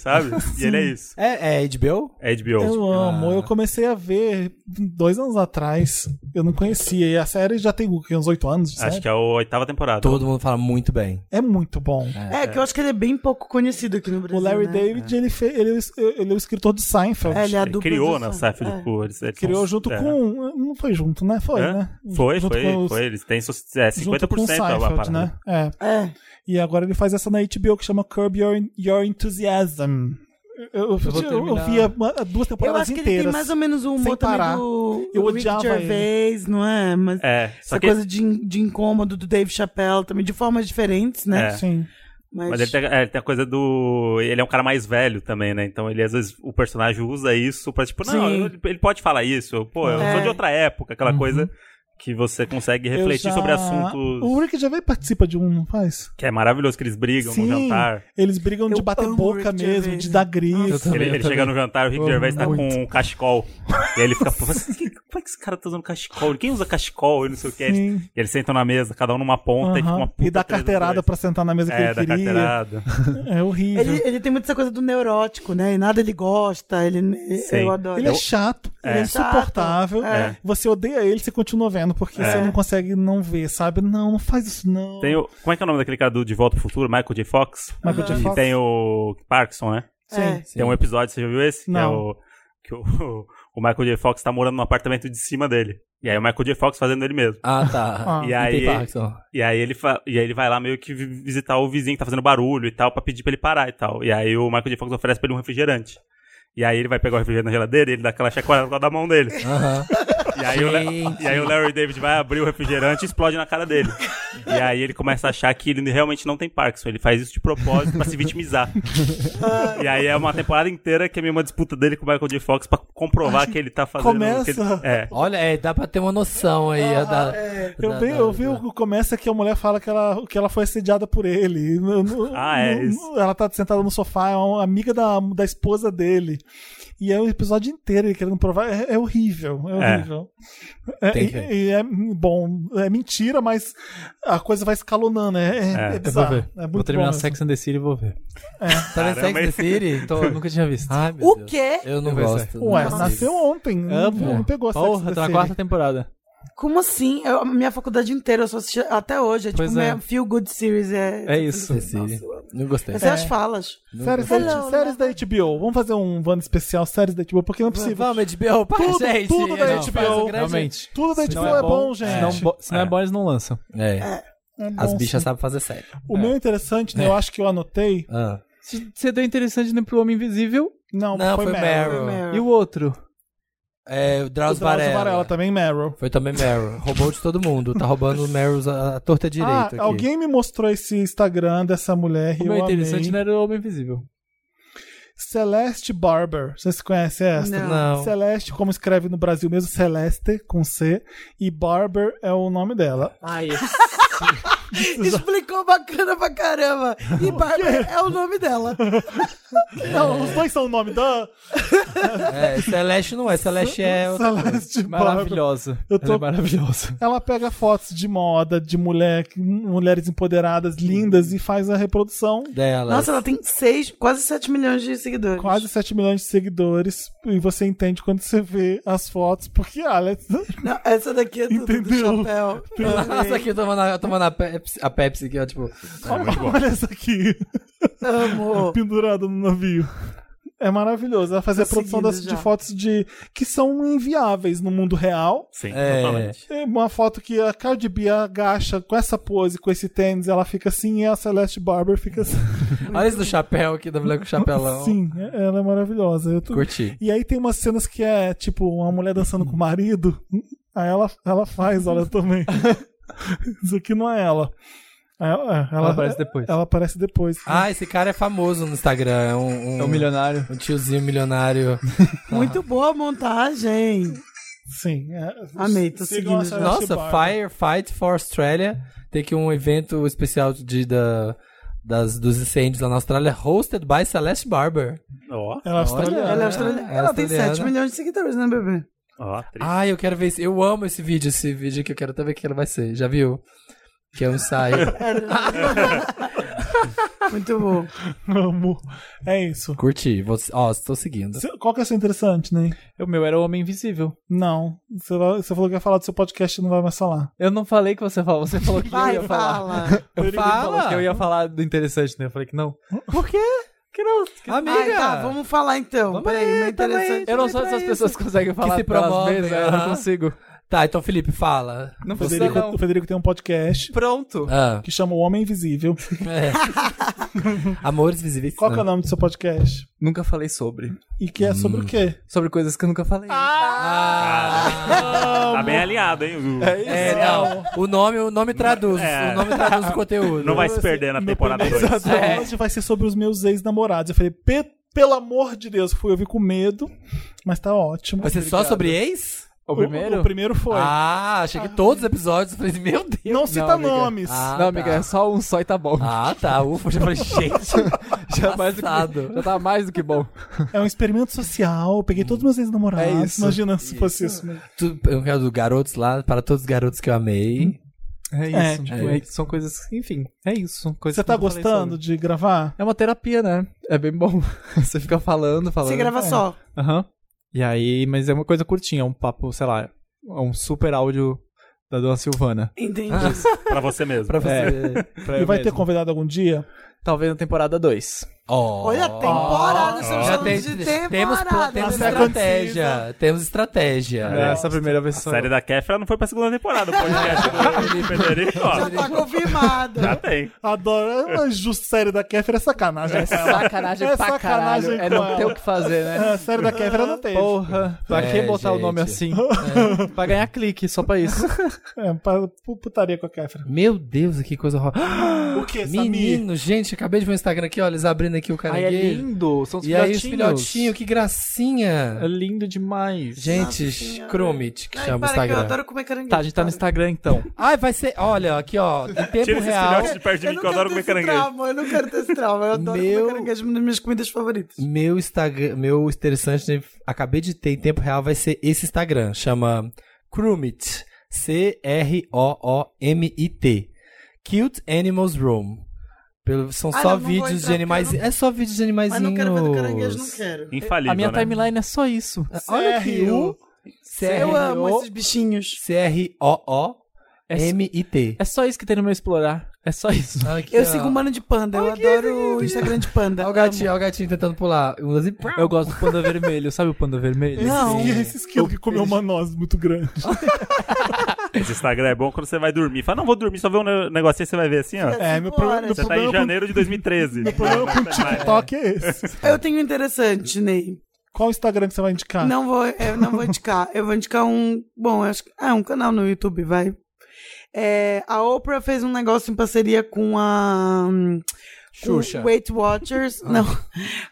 sabe? e ele é isso. É, é HBO? É HBO. Eu amo. Eu comecei a ver dois anos atrás. Eu não conhecia. E a série já tem o quê? uns oito anos. de Acho série? que é a oitava temporada. Todo mundo fala muito bem. É muito bom. É, que eu acho que ele é bem pouco conhecido aqui no O Brasil. Larry né? David, ele, fe- ele, é o- ele é o escritor de Seinfeld. É, ele é a Ele dupla criou do- na Saf é. do Cu. Eles, eles Criou são- junto é. com. Não foi junto, né? Foi, Hã? né? Foi, junto foi, com os- foi. Eles têm so- é, 50% junto com o a Seinfeld, parada. né? É. É. E agora ele faz essa na HBO que chama Curb Your, Your Enthusiasm. Eu, eu, eu- vou eu terminar. via uma- duas Eu temporadas acho que ele inteiras. tem mais ou menos o sem humor parar. também do Eu do Rick odiava ele. Gervais, não é? Mas É, só essa que. coisa de, de incômodo do Dave Chappelle também, de formas diferentes, né? É. Sim. Mas, Mas ele tem, é, ele tem a coisa do. Ele é um cara mais velho também, né? Então ele, às vezes, o personagem usa isso pra, tipo, não, Sim. eu- ele pode falar isso. Pô, eu É. sou de outra época, aquela Uhum. coisa que você consegue Eu refletir já- sobre assuntos. O Rick já veio participa de um, não faz? Que é maravilhoso que eles brigam Sim. no jantar. Eles brigam de Eu bater amo o boca Rick mesmo, Gervais. de dar Eu grito. também, Ele, eu ele também. chega no jantar, o Rick Amo Gervais tá muito. com um cachecol. e aí ele fica, pô, mas que- como é que esse cara tá usando cachecol? Quem usa cachecol e não sei o que? Eles, Sim. eles sentam na mesa, cada um numa ponta e fica Aham. uma puta E dá treta dos carteirada dois. pra sentar na mesa que É, ele da queria. carteirada. É horrível. ele, Ele, ele tem muito essa coisa do neurótico, né? E nada ele gosta, ele, Sim. eu adoro. é chato, ele é É. insuportável. É. Você odeia ele, você continua vendo, porque É. você não consegue não ver, sabe? Não, não faz isso, não. Tem um o, como é que é o nome daquele cara do De Volta pro Futuro? Michael J. Fox? Michael J. Que Fox. tem o Parkinson, né? É. Sim. Tem um episódio, você já viu esse? Não. Que é o. Que o o Michael J. Fox tá morando no apartamento de cima dele. E aí o Michael J. Fox fazendo ele mesmo. Ah, tá. e, Ah, aí, entendi, Parkinson. e aí ele fa- e aí ele vai lá meio que vi- visitar o vizinho que tá fazendo barulho e tal, pra pedir pra ele parar e tal. E aí o Michael J. Fox oferece pra ele um refrigerante. E aí ele vai pegar o refrigerante na geladeira e ele dá aquela chacoalhada com a da mão dele. E, aí o Le- Gente. e aí o Larry David vai abrir o refrigerante e explode na cara dele. E aí ele começa a achar que ele realmente não tem Parkinson. Ele faz isso de propósito pra se vitimizar. e aí é uma temporada inteira que é meio uma disputa dele com o Michael J. Fox pra comprovar que ele tá fazendo... o que ele- Começa. É. Olha, é, dá pra ter uma noção aí. é da- Eu, da- vi, da- eu vi o começa que a mulher fala que ela, que ela foi assediada por ele. No- no- Ah, é no- isso. Ela tá sentada no sofá, é uma amiga da, da esposa dele. E é o episódio inteiro ele querendo provar. É, é horrível, é É. horrível. É, Tem e- que- e é bom, é mentira, mas a coisa vai escalonando. É, é, é Eu vou bizarro. ver. É muito vou terminar bom mesmo. Sex and the City e vou ver. Tá vendo Sex Caramba, and the hein? City? Tô- Então, Eu nunca tinha visto. Ai, meu O Deus. É. quê? Eu não Vou ver gosto. Sex. não Ué, gosto. nasceu ontem. Não, Amo. não pegou Sex and Porra, the tá tô na City. quarta temporada. Como assim? Eu- a minha faculdade inteira, eu só assisti até hoje. É Pois tipo, é. minha Feel Good Series é. É isso. um- Não gostei. Essas são é as falas. Séries, da, séries da HBO. Vamos fazer um Wanda especial séries da HBO, porque não é possível. Vamos, HBO, pá, tudo, gente. Tudo da Não, faz um HBO. grande- Realmente. Tudo da Se HBO não é bom, gente. Se não, bo- se não é. bom, eles não lançam. É. É bom, As bichas sim. sabem fazer sério. O meu interessante, né? Eu acho que eu anotei. Ah. Se- Você deu interessante nem pro Homem Invisível. Não, Não, foi, foi Meryl. Meryl. E o outro? É, o O Drauzio Drauzio Varela Varela. também, Meryl. Ah, Foi também Meryl. Roubou de todo mundo. Tá roubando o Meryl a, a torta direita Ah, aqui. alguém me mostrou esse Instagram dessa mulher. O e eu meu amei. é interessante né? não era o Homem Invisível. Celeste Barber. Vocês conhecem essa? Não. Não. Celeste, como escreve no Brasil mesmo, Celeste com C. E Barber é o nome dela. Ai, Explicou bacana pra caramba. E Bárbara é o nome dela. Não, os dois são o nome da. É, Celeste não é. Celeste é. outra coisa. Celeste Barber. Maravilhosa. né, Eu Ela tô- é maravilhosa. Ela pega fotos de moda, de mulher, mulheres empoderadas, lindas, e faz a reprodução. Delas. Nossa, ela tem seis, quase 7 milhões de seguidores. Quase 7 milhões de seguidores. E você entende quando você vê as fotos, porque Alex. Não, essa daqui é do, do Entendeu? chapéu. Nossa, aqui tomando, a- tomando a, Pepsi, a Pepsi aqui, ó, tipo. Olha essa aqui. Amor. Tá. pendurada no navio. É maravilhoso. Ela fazia a Tô produção Tá seguindo das, de já. fotos de que são inviáveis no mundo real. Sim, É. totalmente. É uma foto que a Cardi B agacha com essa pose, com esse tênis, ela fica assim e a Celeste Barber fica assim. Olha esse do chapéu aqui, da mulher com o chapelão. Sim, é- ela é maravilhosa. Eu tô- Curti. E aí tem umas cenas que é tipo uma mulher dançando com o marido. Aí ela, ela faz, olha também. Isso aqui não é ela. Aí Ela, ela, Ela aparece depois. Ela aparece depois. Ah, esse cara é famoso no Instagram. É um, um, É um milionário. um tiozinho milionário. Muito boa a montagem. Sim. é- Amei, tô Sigam a seguindo já. Celeste Nossa, Barber. Firefight for Australia. Tem aqui um evento especial de, da, das, dos incêndios lá na Austrália, hosted by Celeste Barber. Ó, Ela é australiana. Ela é australiana. é Ela tem australiana. 7 milhões de seguidores, né, bebê? ó, triste. Ah, eu quero ver esse. Eu amo esse vídeo, esse vídeo que eu quero até ver o que ele vai ser. Já viu? Que é um ensaio. Muito bom. Amo. É isso. Curti. Você, ó, estou seguindo. Cê- Qual que é o seu interessante, né? O meu era o Homem Invisível. Não. Você vai- você falou que ia falar do seu podcast e não vai mais falar. Eu não falei que você falou, você falou que Vai, eu ia falar. fala. Eu Ele falou falei que que eu eu ia ia falar do interessante, né? Eu falei que não. Por quê? Que não. Amiga! Ai, tá, vamos falar então. Vamos Peraí, aí, meu tamo aí. interessante. Eu não sou dessas pessoas tá que conseguem falar se pelas promovem, mesmas, eu não aham. consigo. Tá, então Felipe, fala. Não O precisa, Federico, não. o Federico tem um podcast Pronto. Ah, que chama O Homem Invisível. é. Amores visíveis. Qual que é o nome do seu podcast? Nunca falei sobre. E que é sobre o quê? Sobre coisas que eu nunca falei. Ah, Tá bem alinhado, hein? O- é, não. O nome, o nome traduz. É. O nome traduz o conteúdo. Não vai se perder na Meu temporada primeiro 2. É. episódio Hoje vai ser sobre os meus ex-namorados. Eu falei, "Pe- pelo amor de Deus, fui ouvir com medo, mas tá ótimo. Vai ser só sobre ex? O primeiro? O, primeiro foi. Ah, achei que todos os episódios. Eu falei, meu Deus. não cita amiga. nomes. Ah, não, amiga, tá. é só um só e tá bom. Ah, tá. Ufa, eu já falei, gente. já, mais do passado. que, já tá mais do que bom. É um experimento social. Eu Peguei todos os meus É ex-namorados. isso. Imagina se fosse isso. Tu- Eu quero do garotos lá, para todos os garotos que eu amei. É isso. É, tipo, é- são coisas. Enfim, é isso. Coisas Você que tá eu nunca falei gostando sobre. de gravar? É uma terapia, né? É bem bom. Você fica falando, falando. Você grava só. Aham. E aí, mas é uma coisa curtinha, é um papo, sei lá, é um super áudio da dona Silvana. Entendi. Pra você mesmo. Pra você. É. Pra e eu vai ter mesmo. convidado algum dia? Talvez na temporada 2. Olha, temporada, Ó. estamos Já falando de temporada. Temos, pla- temos né? estratégia. Temos estratégia. É, essa primeira versão. A série da Kefra não foi pra segunda temporada. O podcast do Federico, ó. Já tá confirmado. Já tem. Adoro. É uma justa série da Kéfera, é sacanagem. É sacanagem é pra sacanagem caralho. É com não ela. ter o que fazer, né? É, a série da Kéfera não teve. Porra, pra É, que botar o gente. nome assim? Pra ganhar clique, só pra isso. É, pra pu- putaria com a Kéfera. Meu Deus, que coisa horrorosa. Ah, O que, Samir? Menino, gente, acabei de ver o Instagram aqui, ó, eles abrindo aqui o caranguejo. Ai, é lindo, são os E aí os filhotinhos. filhotinhos, que gracinha. É lindo demais. Gente, Chromit, que Ai, chama o para que eu Instagram. adoro comer caranguejo. Tá, a gente tá no Instagram então. Ai, vai ser, olha, aqui ó, em tempo Tira esses real. filhotes de perto de mim, Eu que eu nunca adoro comer fiz caranguejo. trauma, eu não quero ter esse trauma, eu adoro comer caranguejo, uma das minhas comidas favoritas. Meu Instagram, meu interessante, né, acabei de ter em tempo real, vai ser esse Instagram, chama Chromit, C-R-O-O-M-I-T, Cute Animals Roam. Pelo- São Ah, só não, não vou vídeos de entrar, animais, é só vídeos de Mas animaizinhos. não quero ver do caranguejo, não quero. Infalível, A minha né? timeline é só isso. Ah, Olha que o Eu amo esses bichinhos. C-R-O-O-M-I-T. É só isso que tem no meu explorar. É só isso. Eu sigo um mano de panda, eu adoro o Instagram de panda. Olha o gatinho, olha o gatinho tentando pular. Eu gosto do panda vermelho. Sabe o panda vermelho? Não. Esse, esse esquilo que comeu uma noz muito grande. Esse Instagram é bom quando você vai dormir. Fala, não, vou dormir, só ver um ne- negocinho e você vai ver assim, ó. É, meu pro- meu Você tá em problema com- janeiro de 2013. Meu problema com o TikTok é esse. Eu tenho um interessante, Ney. Qual Instagram que você vai indicar? Não vou, eu não vou indicar. Eu vou indicar um. Bom, acho que. É, um canal no YouTube, vai. É, a Oprah fez um negócio em parceria com a. hum, com Xuxa. Weight Watchers. Não.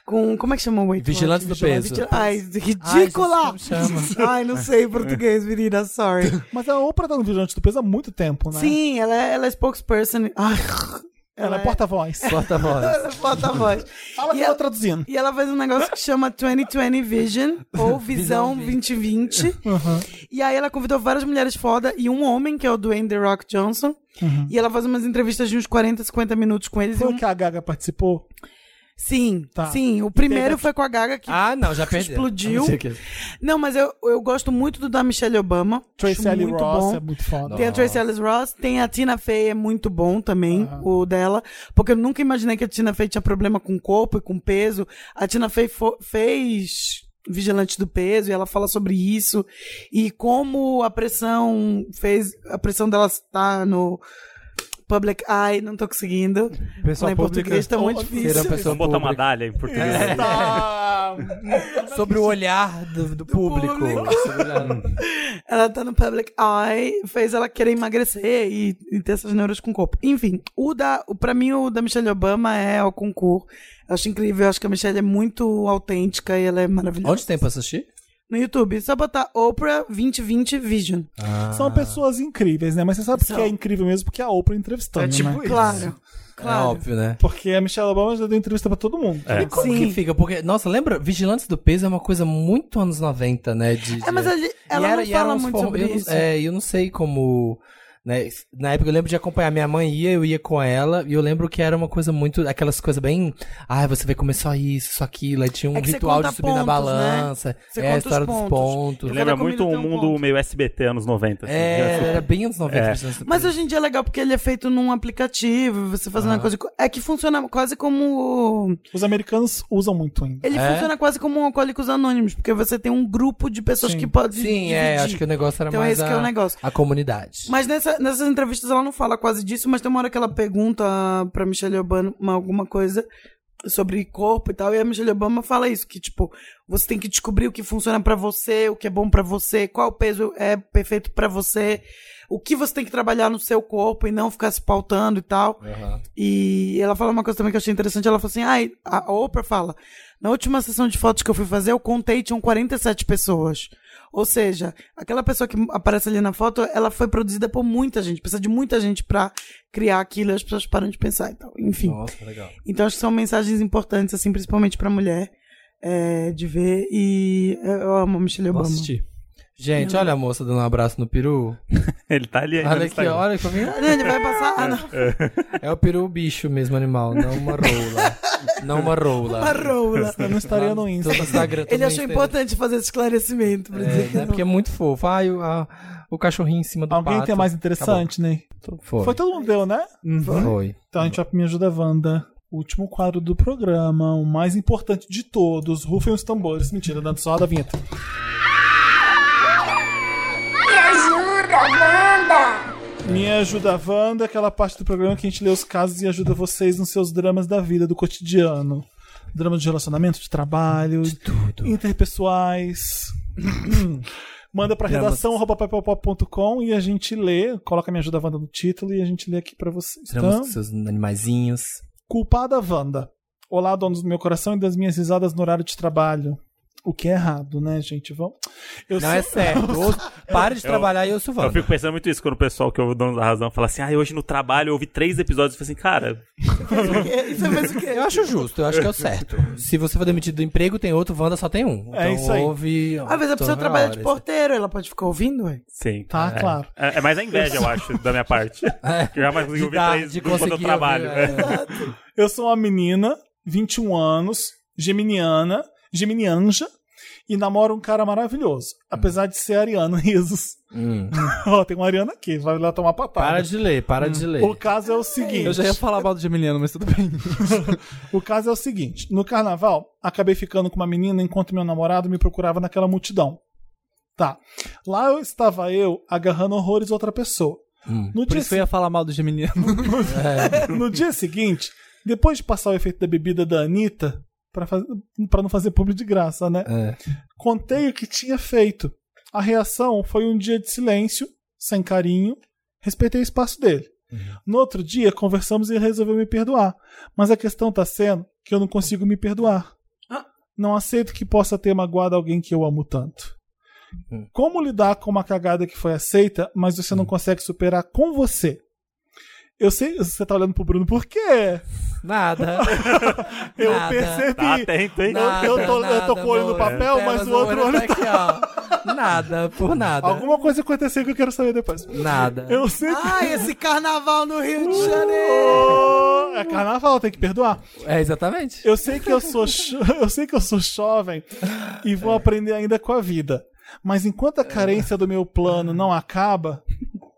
Com. Como é que chama o Weight Vigilantes do Watchers? peso. Ai, ridícula! Ai, gente, como chama? Ai, não sei em português, menina, sorry. Mas a Oprah tá no Vigilante do Peso há muito tempo, né? Sim, ela, é- ela é spokesperson. Ai, Ela é porta-voz. Ela é porta-voz. Fala que eu vou traduzindo. E ela faz um negócio que chama 2020 Vision, ou Visão 2020. E aí ela convidou várias mulheres foda e um homem, que é o Dwayne The Rock Johnson. Uhum. E ela faz umas entrevistas de uns 40, 50 minutos com eles. Foi e um- que a Gaga participou? Sim, Tá. sim. O E primeiro teve- foi com a Gaga que Ah, não, já perdi. explodiu. Não, mas eu, eu gosto muito do da Michelle Obama. Tracy acho Ellis muito Ross bom. é muito foda. Tem a Tracy Ellis Ross, tem a Tina Fey, é muito bom também, o dela. Porque eu nunca imaginei que a Tina Fey tinha problema com o corpo e com peso. A Tina Fey fo- fez Vigilante do Peso e ela fala sobre isso. E como a pressão fez. A pressão dela está no. Public Eye, não tô conseguindo. Falar em português tá muito difícil. Vamos botar uma dália em português. É. Sobre o olhar do, do público. Sobre o olhar. Ela tá no public eye, fez ela querer emagrecer e, e ter essas neuras com o corpo. Enfim, o da, o, pra mim, o da Michelle Obama é o concurso. Eu acho incrível, eu acho que a Michelle é muito autêntica e ela é maravilhosa. Onde tem pra assistir? No YouTube, só botar Oprah 2020 Vision. São pessoas incríveis, né? Mas você sabe São. que é incrível mesmo porque é a Oprah entrevistando, né? Claro, É claro. óbvio, né? Porque a Michelle Obama já deu entrevista pra todo mundo. E como Sim. que fica? Porque, nossa, lembra? Vigilantes do Peso é uma coisa muito anos 90, né? De, É, mas de- ali- ela E não e fala uns muito form- sobre eu não- isso. É, eu não sei como... né, Na época eu lembro de acompanhar. Minha mãe ia, eu ia com ela. E eu lembro que era uma coisa muito... Aquelas coisas bem... Ah, você vai comer só isso, só aquilo. Aí tinha um É que você ritual conta de subir na pontos, balança. né? Você É, a conta os história dos pontos. pontos. Lembra muito um um mundo meio SBT anos 90. assim. É, Assim, era bem anos 90. Vigilantes do Mas hoje em dia é legal porque ele é feito num aplicativo, você faz uma coisa. co- É que funciona quase como. Os americanos usam muito ainda. Ele É? funciona quase como um Alcoólicos Anônimos, porque você tem um grupo de pessoas Sim. que podem. Sim, é, acho que o negócio era Então mais esse que é a- o negócio. A comunidade. Mas nessa- nessas entrevistas ela não fala quase disso, mas tem uma hora que ela pergunta pra Michelle Obama alguma coisa sobre corpo e tal, e a Michelle Obama fala isso, que tipo, você tem que descobrir o que funciona pra você, o que é bom pra você, qual peso é perfeito pra você, o que você tem que trabalhar no seu corpo e não ficar se pautando e tal. E ela fala uma coisa também que eu achei interessante. Ela falou assim: ai, a Oprah fala. Na última sessão de fotos que eu fui fazer, eu contei, tinham 47 pessoas. Ou seja, aquela pessoa que aparece ali na foto, ela foi produzida por muita gente. Precisa de muita gente pra criar aquilo e as pessoas param de pensar e tal. Enfim. Nossa, legal. Então acho que são mensagens importantes, assim, principalmente pra mulher, é, de ver. E eu amo a Michelle Vou Obama. assistir. Gente, olha a moça dando um abraço no peru. Ele tá ali ainda. no Olha aqui, Instagram. olha como Não, ele vai passar. Ah, não. É o peru bicho mesmo, animal, não uma rola. Não uma rola. Uma rola. Eu não estaria no Insta. Tô no Instagram Ele também, achou Instagram. importante fazer esse esclarecimento. Pra dizer É, né, Porque é muito fofo. Ai, o, a- o cachorrinho em cima do Alguém pato. tem mais interessante, né? Acabou. Foi. Foi todo mundo deu, né? Foi. Então a gente vai pro Me Ajuda Wanda. Último quadro do programa, o mais importante de todos. Rufem os tambores. Mentira, dando só da vinheta. Me ajuda, Wanda! Me ajuda, Wanda, aquela parte do programa que a gente lê os casos e ajuda vocês nos seus dramas da vida, do cotidiano. Dramas de relacionamento, de trabalho, interpessoais. Manda pra Dramas. redação arroba papelpop.com e a gente lê, coloca Me ajuda, Wanda no título e a gente lê aqui pra vocês. Tiramos tá? com seus animaizinhos. Culpada Wanda. Olá, donos do meu coração e das minhas risadas no horário de trabalho. O que é errado, né, gente? Vamos. Eu Não sei- é certo. Ou- Pare de trabalhar e ouça o Wanda. É Eu fico pensando muito isso quando o pessoal que é o dono da razão fala assim: ah, hoje no trabalho eu ouvi três episódios. Eu falo assim, cara, Eu acho justo, eu acho que é o certo. Se você for demitido do emprego, tem outro, Wanda só tem um. É Então isso aí. ouve. Às vezes a pessoa toda trabalha de hora. porteiro, ela pode ficar ouvindo, ué. Sim. Tá, é. claro. É, é mais a inveja, eu acho, da minha parte. É. Que eu jamais consegui De ouvir dar- três de enquanto eu conseguir trabalho. é. né? ouvir, Eu sou uma menina, 21 anos, geminiana, geminianja, e namoro um cara maravilhoso. Apesar de ser ariano, risos. Hum. Ó, tem um ariano aqui, vai lá tomar patada. Para de Hum. ler, para de ler. O caso é o seguinte. Eu já ia falar mal do Geminiano, mas tudo bem. o caso é o seguinte: no carnaval, acabei ficando com uma menina enquanto meu namorado me procurava naquela multidão. Tá. Lá eu estava eu agarrando horrores outra pessoa. No Hum. Por dia isso que eu ia falar mal do Geminiano. no dia seguinte, depois de passar o efeito da bebida da Anitta, pra, faz- pra não fazer publi de graça, né? Contei o que tinha feito. A reação foi um dia de silêncio, sem carinho, respeitei o espaço dele. No outro dia, conversamos e ele resolveu me perdoar. Mas a questão tá sendo que eu não consigo me perdoar. Não aceito que possa ter magoado alguém que eu amo tanto. Como lidar com uma cagada que foi aceita, mas você não consegue superar com você? Eu sei, você tá olhando pro Bruno por quê? Nada. Eu Nada. percebi. Tá atento, hein? Eu- é. Eu, tô, Nada, eu tô com o olho no amor. né? papel, É, mas mas o o outro olho olho tá aqui, ó. Nada, por nada. Alguma coisa aconteceu que eu quero saber depois. Nada. Eu sei que... Ai, Ah, esse carnaval no Rio de Janeiro! É carnaval, tem que perdoar. É, exatamente. Eu sei que eu sou, cho- eu sei que eu sou jovem e É. vou aprender ainda com a vida. Mas enquanto a carência do meu plano não acaba.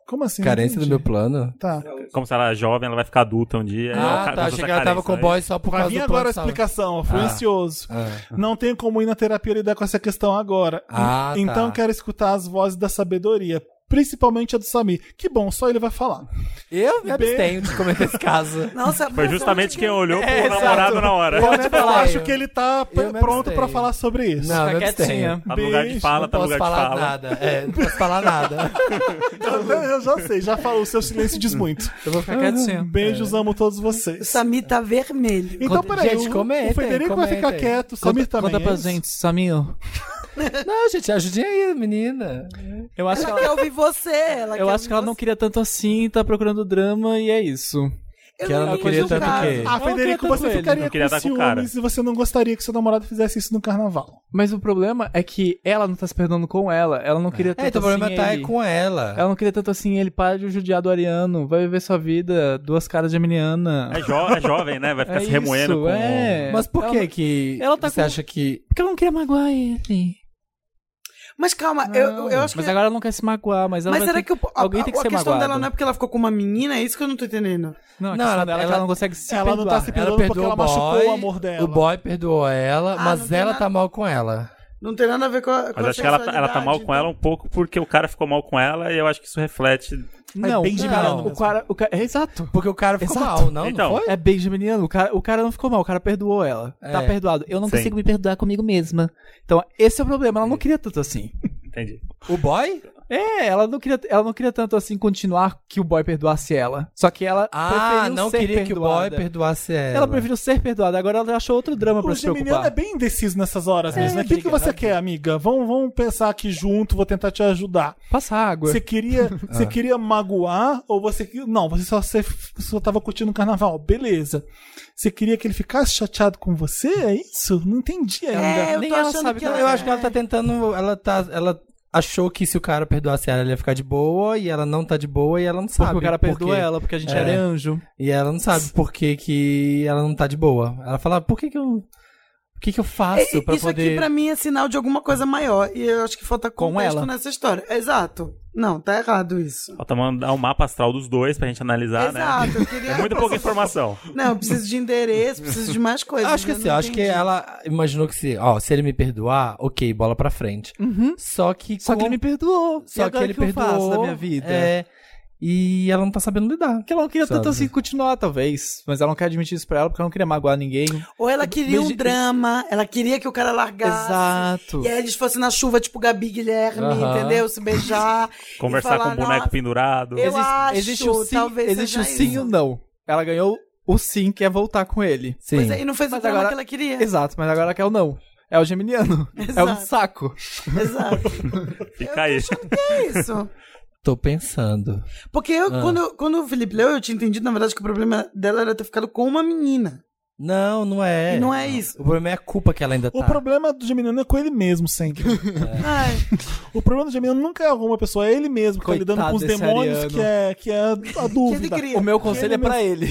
Como assim? Não Carência do entendi. meu é plano. Tá. Como se ela é jovem, ela vai ficar adulta um dia. Ah, ela- tá, essa achei que ela carência, tava com né? boy só por Vai causa vir do agora plano a de saúde. explicação, eu fui Ah. ansioso. Não tenho como ir na terapia lidar com essa questão agora. Ah, En- tá. Então quero escutar as vozes da sabedoria, principalmente a do Samir. Que bom, só ele vai falar. Eu me Be- abstenho de comentar esse caso. Nossa, Foi justamente quem olhou pro É, exato. namorado na hora. Pode Tipo, Eu falar, acho eu- que ele tá eu me pronto abstenho. pra falar sobre isso. Não, eu me abstenho. Tá no lugar de fala, não tá no posso lugar de falar fala. nada. É, não posso falar nada. Eu, eu já sei, já falou. O seu silêncio diz muito. Eu vou ficar quietinho. Beijos, É. amo todos vocês. O Samir tá vermelho. Então, peraí, o- o Federico vai ficar quieto, o Samir conta, também. Conta pra é isso? gente, Samir. Não, gente, ajudem aí, menina. Eu acho que Ela quer ouvir você. Ela Eu quer acho que ela ouvir não queria tanto assim, tá procurando drama e é isso. Eu que ela não não queria entendi o tanto o caso. É, quê? Ah, Federico, você ficaria Não com queria dar com o cara. ciúmes e você não gostaria que seu namorado fizesse isso no carnaval. Mas o problema é que ela não tá se perdendo com ela. Ela não queria tanto então o problema assim tá ele. é com ela. Ela não queria tanto assim ele. Para de judiar do Ariano. Vai viver sua vida. Duas caras de Emiliana. É, jo- é jovem, né? Vai ficar É se remoendo isso, com. é. Mas por Ela que não- que ela tá você com- acha que... Porque ela não queria magoar ele. Mas calma, eu, eu- eu acho mas que. agora ela não quer se magoar, mas ela Mas vai ter- será que o- a, alguém tem que a ser questão magoada. dela não é porque ela ficou com uma menina? É isso que eu não tô entendendo. Não, a Não, questão dela é ela- que ela- ela não consegue se ela não perdoar. tá se Ela perdoando porque perdoou ela o machucou boy, o amor dela. O boy perdoou ela, Ah, não mas tem ela nada- tá mal com ela. Não tem nada a ver com a. Com Mas a acho que ela, tá- ela tá mal sexualidade, com ela um pouco porque o cara ficou mal com ela e eu acho que isso reflete. Não, bem geminiano não. mesmo. O cara, o cara, é exato. Porque o cara ficou Exato. mal, não? Então. não foi? É bem geminiano. O cara, o cara não ficou mal, o cara perdoou ela. Tá É. perdoado. Eu não Sim. consigo me perdoar comigo mesma. Então, esse é o problema. Ela não queria tanto assim. Entendi. O boy? É, ela não queria, ela não queria tanto assim continuar que o boy perdoasse ela. Só que ela Ah, preferiu não ser queria que o boy perdoada. perdoasse ela. Ela. preferiu ser perdoada. Agora ela achou outro drama pra O se Geminiano preocupar. É. é bem indeciso nessas É. horas mesmo. né? O que, que briga, você quer, amiga? Vamos, vamos pensar aqui junto, vou tentar te ajudar. Passar água. Você queria, você Ah. queria magoar ou você que- não? Você só você só tava curtindo o carnaval, beleza? Você queria que ele ficasse chateado com você? É isso? Não entendi ainda. É, eu Nem tô ela achando sabe que que ela. Eu acho que ela tá tentando. Ela tá. Ela achou que se o cara perdoasse ela, ele ia ficar de boa, e ela não tá de boa, e ela não sabe. Porque o cara por perdoa quê. ela, porque a gente É. era anjo. E ela não sabe por "Ah, que, que ela não tá de boa. Ela fala, por que, que eu O que, que eu faço É, pra isso poder. aqui pra mim é sinal de alguma coisa maior. E eu acho que falta Com contexto ela. nessa história. Exato. Não, tá errado isso. Falta mandar um mapa astral dos dois pra gente analisar, né? Exato, eu queria- É muito pouca informação. Não, eu preciso de endereço, preciso de mais coisas. Acho que eu assim, não acho que entendi. é ela imaginou que se, ó, se ele me perdoar, ok, bola pra frente. Uhum. Só que. Só que com- ele me perdoou. Só E que agora ele o que eu perdoou. faço da minha vida? É. E ela não tá sabendo lidar. Porque ela não queria tanto Sabe? assim continuar, talvez. Mas ela não quer admitir isso pra ela, porque ela não queria magoar ninguém. Ou ela queria Mas- um drama, ela queria que o cara largasse. Exato. E aí eles fossem na chuva, tipo Gabi e Guilherme, Aham. entendeu? Se beijar. e Conversar com falar, o boneco "Nossa, pendurado. eu acho, existe o sim, talvez existe o seja sim e isso. o não. Ela ganhou o sim, que é voltar com ele. Sim. Mas aí é, não fez o drama agora- que ela queria. Exato, mas agora ela quer o não. É o geminiano. É um Exato. saco. Exato. Fica aí. É isso. Tô pensando. Porque eu, Ah. quando, quando o Felipe leu, eu tinha entendido, na verdade, que o problema dela era ter ficado com uma menina. Não, não é. E não é isso. O problema é a culpa que ela ainda O tá. problema do Geminiano é com ele mesmo sempre. é. Ai. O problema do Geminiano nunca é alguma pessoa, é ele mesmo que Coitado tá lidando com os desse demônios, ariano. que é, que é a- a dúvida. cria. O meu conselho é pra ele.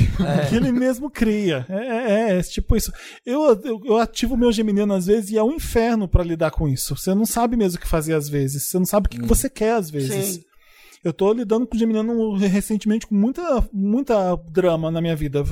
Que ele mesmo cria. É, é, é, é tipo isso. Eu, eu, eu ativo o meu geminiano às vezes e é um inferno pra lidar com isso. Você não sabe mesmo o que fazer às vezes. Você não sabe o que, que você quer às vezes. Sim. Eu tô lidando com o Geminiano recentemente com muita, muita drama na minha vida.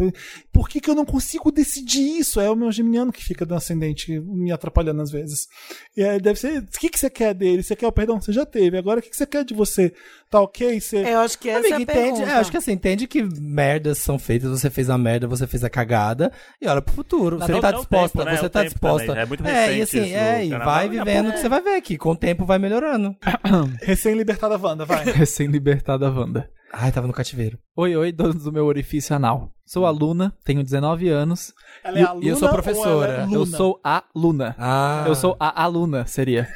Por que, que eu não consigo decidir isso? É o meu Geminiano que fica do ascendente me atrapalhando às vezes. E aí deve ser. O que, que você quer dele? Você quer o perdão? Você já teve. Agora, o que, que você quer de você? Tá ok? Você... Eu acho que essa Amiga, é a entende, pergunta. é, acho que assim, entende que merdas são feitas, você fez a merda, você fez a cagada, e olha pro futuro. Mas você dá- tá dá o disposta, tempo, né? você O tá tempo disposta. também, é muito e recente assim, isso é, no e Canadá, vai daqui a vivendo pouco- que você vai ver que com o tempo vai melhorando. Recém-libertada Wanda, vai. Recém-libertada Wanda. Ai, tava no cativeiro. Oi, oi, donos do meu orifício anal. Sou aluna, tenho 19 anos. Ela e, é aluna e eu sou ou professora. ela é eu luna? sou a Luna. Ah. Eu sou a aluna, seria.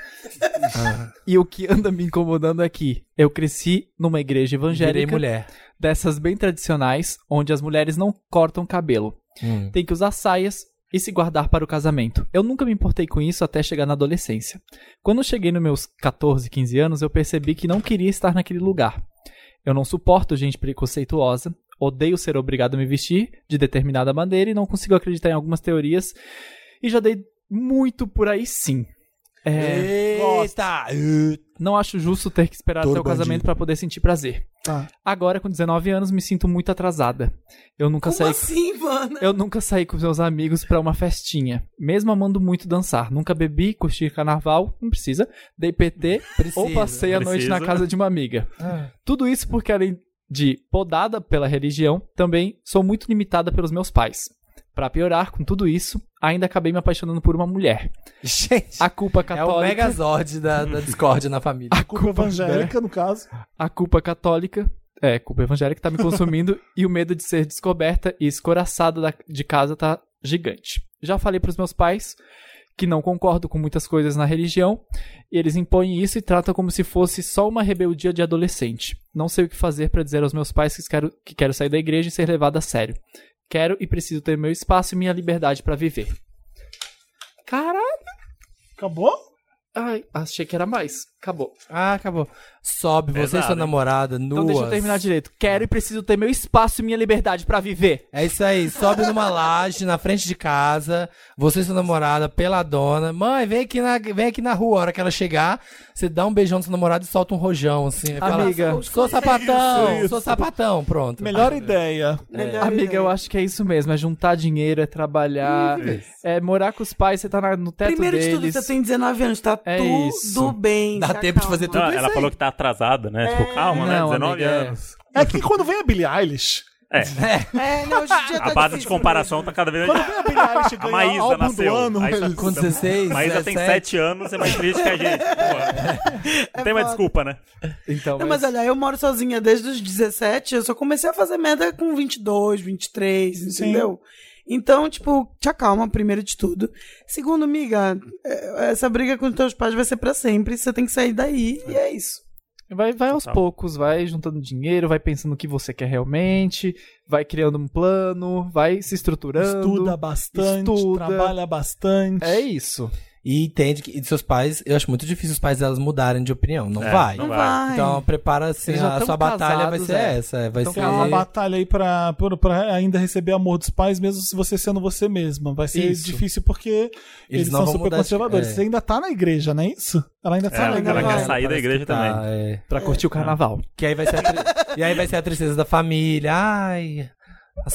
E o que anda me incomodando é que eu cresci numa igreja evangélica. Virei mulher. Dessas bem tradicionais, onde as mulheres não cortam cabelo. Hum. Tem que usar saias e se guardar para o casamento. Eu nunca me importei com isso até chegar na adolescência. Quando eu cheguei nos meus 14, 15 anos, eu percebi que não queria estar naquele lugar. Eu não suporto gente preconceituosa, odeio ser obrigado a me vestir de determinada maneira e não consigo acreditar em algumas teorias. E já dei muito por aí sim. É, Eita! não acho justo ter que esperar Todo até o casamento bandido. pra poder sentir prazer. Ah. Tá. Agora, com 19 anos, me sinto muito atrasada. Eu nunca Como saí. assim, mano? Eu nunca saí com meus amigos pra uma festinha. Mesmo amando muito dançar. Nunca bebi, curti carnaval, não precisa. Dei PT ou passei a noite Precisa. na casa de uma amiga. Ah. Tudo isso porque, além de podada pela religião, também sou muito limitada pelos meus pais. Pra piorar, com tudo isso, ainda acabei me apaixonando por uma mulher. Gente, A é culpa o católica. megazord da, da discórdia na família. a Culpa culpa evangélica, no caso. a culpa católica, é, culpa evangélica tá me consumindo e o medo de ser descoberta e escoraçada da- de casa tá gigante. Já falei pros meus pais que não concordo com muitas coisas na religião e eles impõem isso e tratam como se fosse só uma rebeldia de adolescente. Não sei o que fazer pra dizer aos meus pais que quero, que quero sair da igreja e ser levada a sério. Quero e preciso ter meu espaço e minha liberdade pra viver. Caralho! Acabou? Ai, achei que era mais. Acabou. Ah, acabou. Sobe, você e Pesado, sua hein? namorada, nuas. Então deixa eu terminar direito. Quero e preciso ter meu espaço e minha liberdade pra viver. É isso aí, sobe numa laje na frente de casa, você e sua namorada, pela dona. Mãe, vem aqui na, vem aqui na rua, a hora que ela chegar, você dá um beijão no seu namorado e solta um rojão, assim. e fala, Amiga. sou sapatão, Isso, isso. sou sapatão, pronto. Melhor ideia. Melhor É. Amiga, ideia. eu acho que é isso mesmo. É juntar dinheiro, é trabalhar, é morar com os pais, você tá na- no teto Primeiro de tudo, deles. você tem 19 anos, tá É tudo isso. bem. tá Dá se tempo de fazer acalma. tudo Não, isso ela aí. É, falou que tá atrasada, né? Tipo, calma, né? Não, 19 amiga, é. anos. É que quando vem a Billie Eilish, É. É, não, hoje em dia tá A base de difícil comparação tá cada vez quando vem a Billie Eilish A ganhar o Maísa álbum do nasceu. ano, Aí tá- Com 16, Maísa tem 17. 7 anos, é mais triste que a gente. Porra. É Não tem mais foda. desculpa, né? Então, Não, mas... mas olha, eu moro sozinha desde os 17, eu só comecei a fazer merda com 22, 23, entendeu? Então, tipo, te acalma, primeiro de tudo. Segundo, amiga, é, essa briga com teus pais vai ser pra sempre, você tem que sair daí, e é isso. vai, vai aos Total. poucos, vai juntando dinheiro, vai pensando o que você quer realmente, vai criando um plano, vai se estruturando. estuda bastante, estuda. trabalha bastante. É isso. E entende que e seus pais, eu acho muito difícil os pais delas mudarem de opinião. Não É, vai. não vai. Então prepara assim, Eles já a tão sua batalha vai casados, ser é. essa. é, Vai Tão ser. É uma batalha aí pra, pra, pra ainda receber amor dos pais, mesmo se você sendo você mesma. Vai ser Isso. difícil porque eles, são não vão super mudar de- conservadores. é. Você ainda tá na igreja, não é isso? Ela ainda um tá na ela, igreja. ela quer vai, sair da parece igreja que tá, também. é. Pra curtir o carnaval. Que aí vai ser a tri- E aí vai ser a tristeza da família. Ai,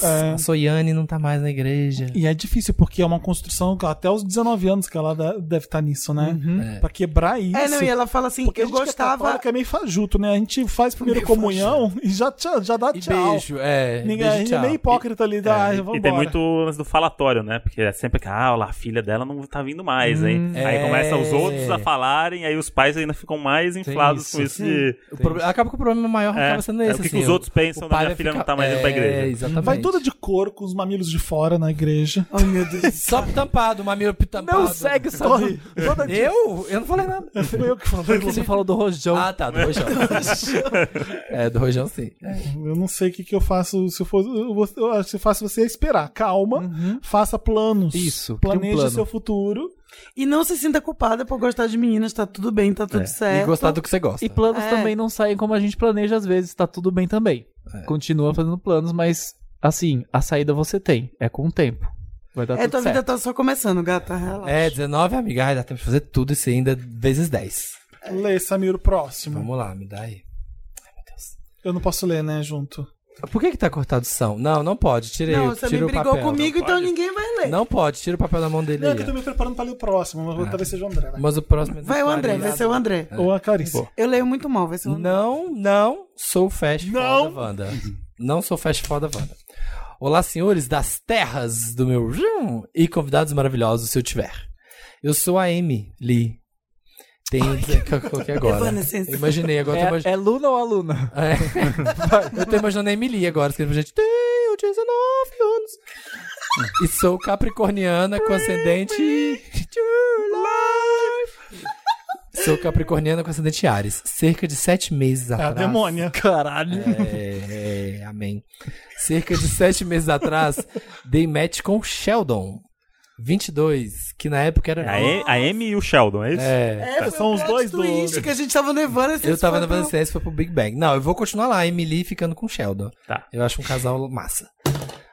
a, É. a Soiane não tá mais na igreja. E é difícil, porque é uma construção que até os 19 anos que ela da- deve estar nisso, né? É. Pra quebrar isso. É, não, e ela fala assim, Porque a eu gente que é, gostava. católico é meio fajuto, né? A gente faz primeiro comunhão e já, tchau- já dá E tchau. beijo, é. Ninguém, beijo, a gente tchau. é meio hipócrita ali. da, ah, vamos E tem embora. muito lance do falatório, né? Porque é sempre que, ah, olha, a filha dela não tá vindo mais, hein? aí é. começam os outros a falarem, aí os pais ainda ficam mais inflados isso, com isso de. O problema- Acaba que o problema maior É, acaba sendo é, esse. o que que assim, os outros pensam o da pai minha vai filha não ficar- tá mais indo pra igreja. É, exatamente. Vai toda de couro, com os mamilos de fora na igreja. Ai, meu Deus. Só tampado, o mamilo tampado. Não segue essa Corre. Toda Então- de... Tá Eu? Eu não falei nada. Foi eu que falei. É. Você falou do rojão. Ah, tá, do Rojão. é, do Rojão sim. Eu não sei o que, que eu faço. Se eu for. Eu, vou- eu acho que eu faço você esperar. Calma. Uhum. Faça planos. Isso, cria um Planeje plano. seu futuro. E não se sinta culpada por gostar de meninas, tá tudo bem, tá tudo É, certo. E gostar então, do que você gosta. E planos É. também não saem como a gente planeja às vezes, tá tudo bem também. Continua fazendo planos, mas assim, a saída você tem, é com o tempo. Vai dar É, tua tudo vida certo. tá só começando, gata, relaxa. É, 19, amiga. Ai, dá tempo de fazer tudo isso ainda vezes 10. Lê, Samir, o próximo. Vamos lá, me dá aí. Eu não posso ler, né, junto. Por que que tá cortado o som? Não, não pode. Tirei, Não, eu- você me tira o brigou papel. comigo, Não então pode. ninguém vai ler. Não pode, tira o papel da mão dele Não, é aí, que eu ó. tô me preparando pra ler o próximo. mas Talvez seja o André. Né? Mas o próximo é do Vai o André, vai Clarice. ser o André. Ou a Clarice. Eu leio muito mal, vai ser o André. Não, não sou fast Não. foda, Wanda. Não sou fast foda, Wanda. Olá, senhores das terras do meu rum e convidados maravilhosos, se eu tiver. Eu sou a Amy Lee. Tenho que eu coloquei agora. Evanescence. Eu Imaginei, agora eu tô É, imaginando. é Luna ou Aluna? Eu tô imaginando a Emily agora, escrevendo gente. Tenho 19 anos. E sou capricorniana com ascendente. Sou capricorniana com ascendente Ares. Cerca de sete meses É a atrás. demônia. Caralho. É, é, amém. Cerca de sete meses atrás, dei match com o Sheldon, 22, que na época era. A, E- a Amy e o Sheldon, é isso? É. É, foi São um os plot dois do- twist que a gente tava nevando Eu tava na Vanessa foi pro Big Bang. Não, eu vou continuar lá, a Emily ficando com o Sheldon. Tá. Eu acho um casal massa.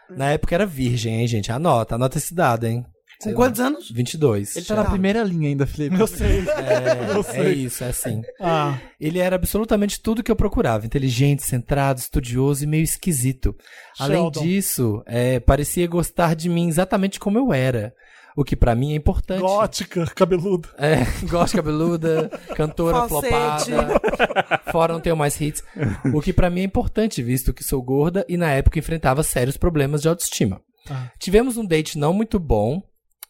Na época era virgem, hein, gente? Anota, anota esse dado, hein? Sei Com lá, quantos anos? 22. Ele tá na primeira linha ainda, Felipe. Tá Eu sei. eu É, é sei. isso, é assim. Ah, Ele era absolutamente tudo que eu procurava. Inteligente, centrado, estudioso e meio esquisito. Além Sheldon. disso, é, parecia gostar de mim exatamente como eu era. O que pra mim é importante. gótica, cabeludo. É, gosto cabeluda, cantora Falsete. flopada. Fora não tenho mais hits. O que pra mim é importante, visto que sou gorda e na época enfrentava sérios problemas de autoestima. Tá. Tivemos um date não muito bom,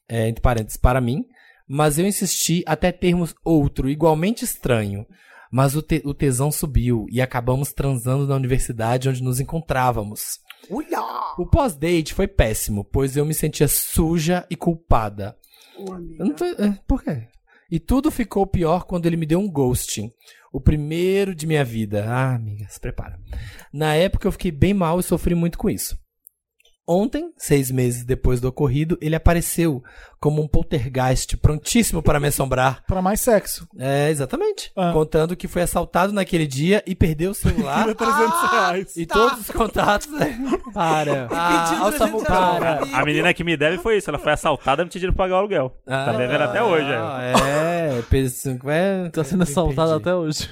é, entre parênteses, para mim, mas eu insisti até termos outro igualmente estranho. Mas o, te- o tesão subiu e acabamos transando na universidade onde nos encontrávamos. Ulha! O pós-date foi péssimo, pois eu me sentia suja e culpada. Eu não tô- é, Por quê? E tudo ficou pior quando ele me deu um ghosting. O primeiro de minha vida. Ah, amiga, se prepara. Na época eu fiquei bem mal e sofri muito com isso. Ontem, seis meses depois do ocorrido, ele apareceu como um poltergeist prontíssimo para me assombrar. Pra mais sexo. É, exatamente. Ah. Contando que foi assaltado naquele dia e perdeu o celular 300 reais. e todos os contatos. Para. Ah, Pedindo ao pra gente Samuel. ajudar. A menina que me deve foi isso, ela foi assaltada e me pediram pra pagar o aluguel. tá devendo até hoje, é. Ah, é. pensa- é, Tá sendo assaltado entendi. até hoje.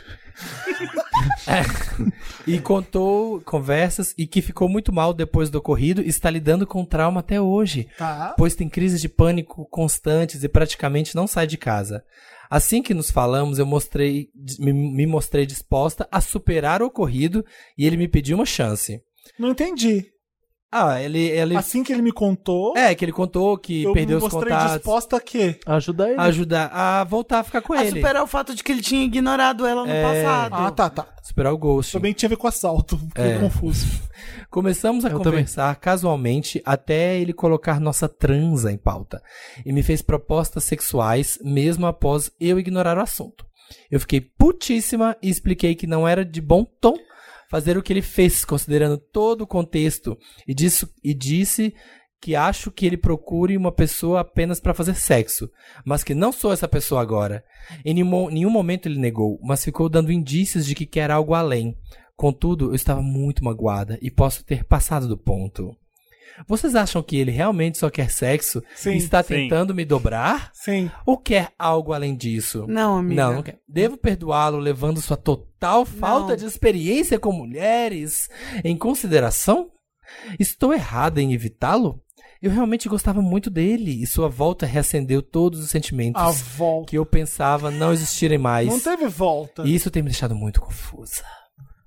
E contou conversas e que ficou muito mal depois do ocorrido e está lidando com trauma até hoje, Tá. pois tem crises de pânico constantes e praticamente não sai de casa. Assim que nos falamos, eu mostrei, me, me mostrei disposta a superar o ocorrido e ele me pediu uma chance. Não entendi. Ah, ele. ele Assim que ele me contou, é, que ele contou que eu me perdeu os mostrei contatos. disposta a quê? Ajuda né? ele. a Ajudar a voltar a ficar com A ele. é superar o fato de que ele tinha ignorado ela no É. passado. Ah, tá, tá. Superar o ghost. Também tinha a ver com assalto. Fiquei É. confuso. Começamos a Eu conversar casualmente até ele colocar nossa transa em pauta e me fez propostas sexuais mesmo após eu ignorar o assunto. Eu fiquei putíssima e expliquei que não era de bom tom fazer o que ele fez, considerando todo o contexto, e, disso, e disse que acho que ele procure uma pessoa apenas para fazer sexo, mas que não sou essa pessoa agora. Em nenhum nenhum momento ele negou, mas ficou dando indícios de que quer algo além. Contudo, eu estava muito magoada e posso ter passado do ponto. Vocês acham que ele realmente só quer sexo Sim, e está sim. tentando me dobrar? Sim. Ou quer algo além disso? Não, amiga. Não, não quer. Devo perdoá-lo levando sua total falta de experiência com mulheres em consideração? Estou errada em evitá-lo? Eu realmente gostava muito dele e sua volta reacendeu todos os sentimentos A volta. que eu pensava não existirem mais. Não teve volta. E isso tem me deixado muito confusa.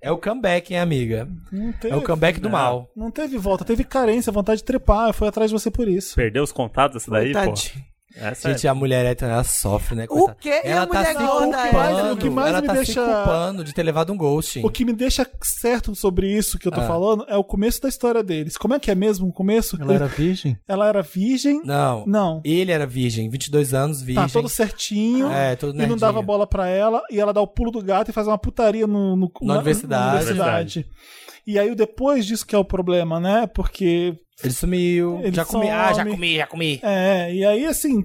É o comeback, hein, amiga? Não teve- É o comeback do Não. mal. Não teve volta, teve carência, vontade de trepar, foi atrás de você por isso. Perdeu os contatos dessa daí, pô? Coitadinho. Essa é Gente, a mulher hétero, ela sofre, né? O coitada? quê? E a Ela tá mulher se gorda, é? culpando. O que mais ela me tá se deixa- culpando de ter levado um ghosting. O que me deixa certo sobre isso que eu tô Ah. falando é o começo da história deles. Como é que é mesmo o começo? Ela era virgem? Ela era virgem. Não. Não. Ele era virgem, 22 anos, virgem. Tá todo certinho. É, todo e não nerdinho. dava bola pra ela. E ela dá o pulo do gato e faz uma putaria no, no- Na universidade. universidade. E aí o depois disso que é o problema, né? Porque. Ele sumiu. Ele já comi. some. Ah, já comi, já comi. É, e aí assim,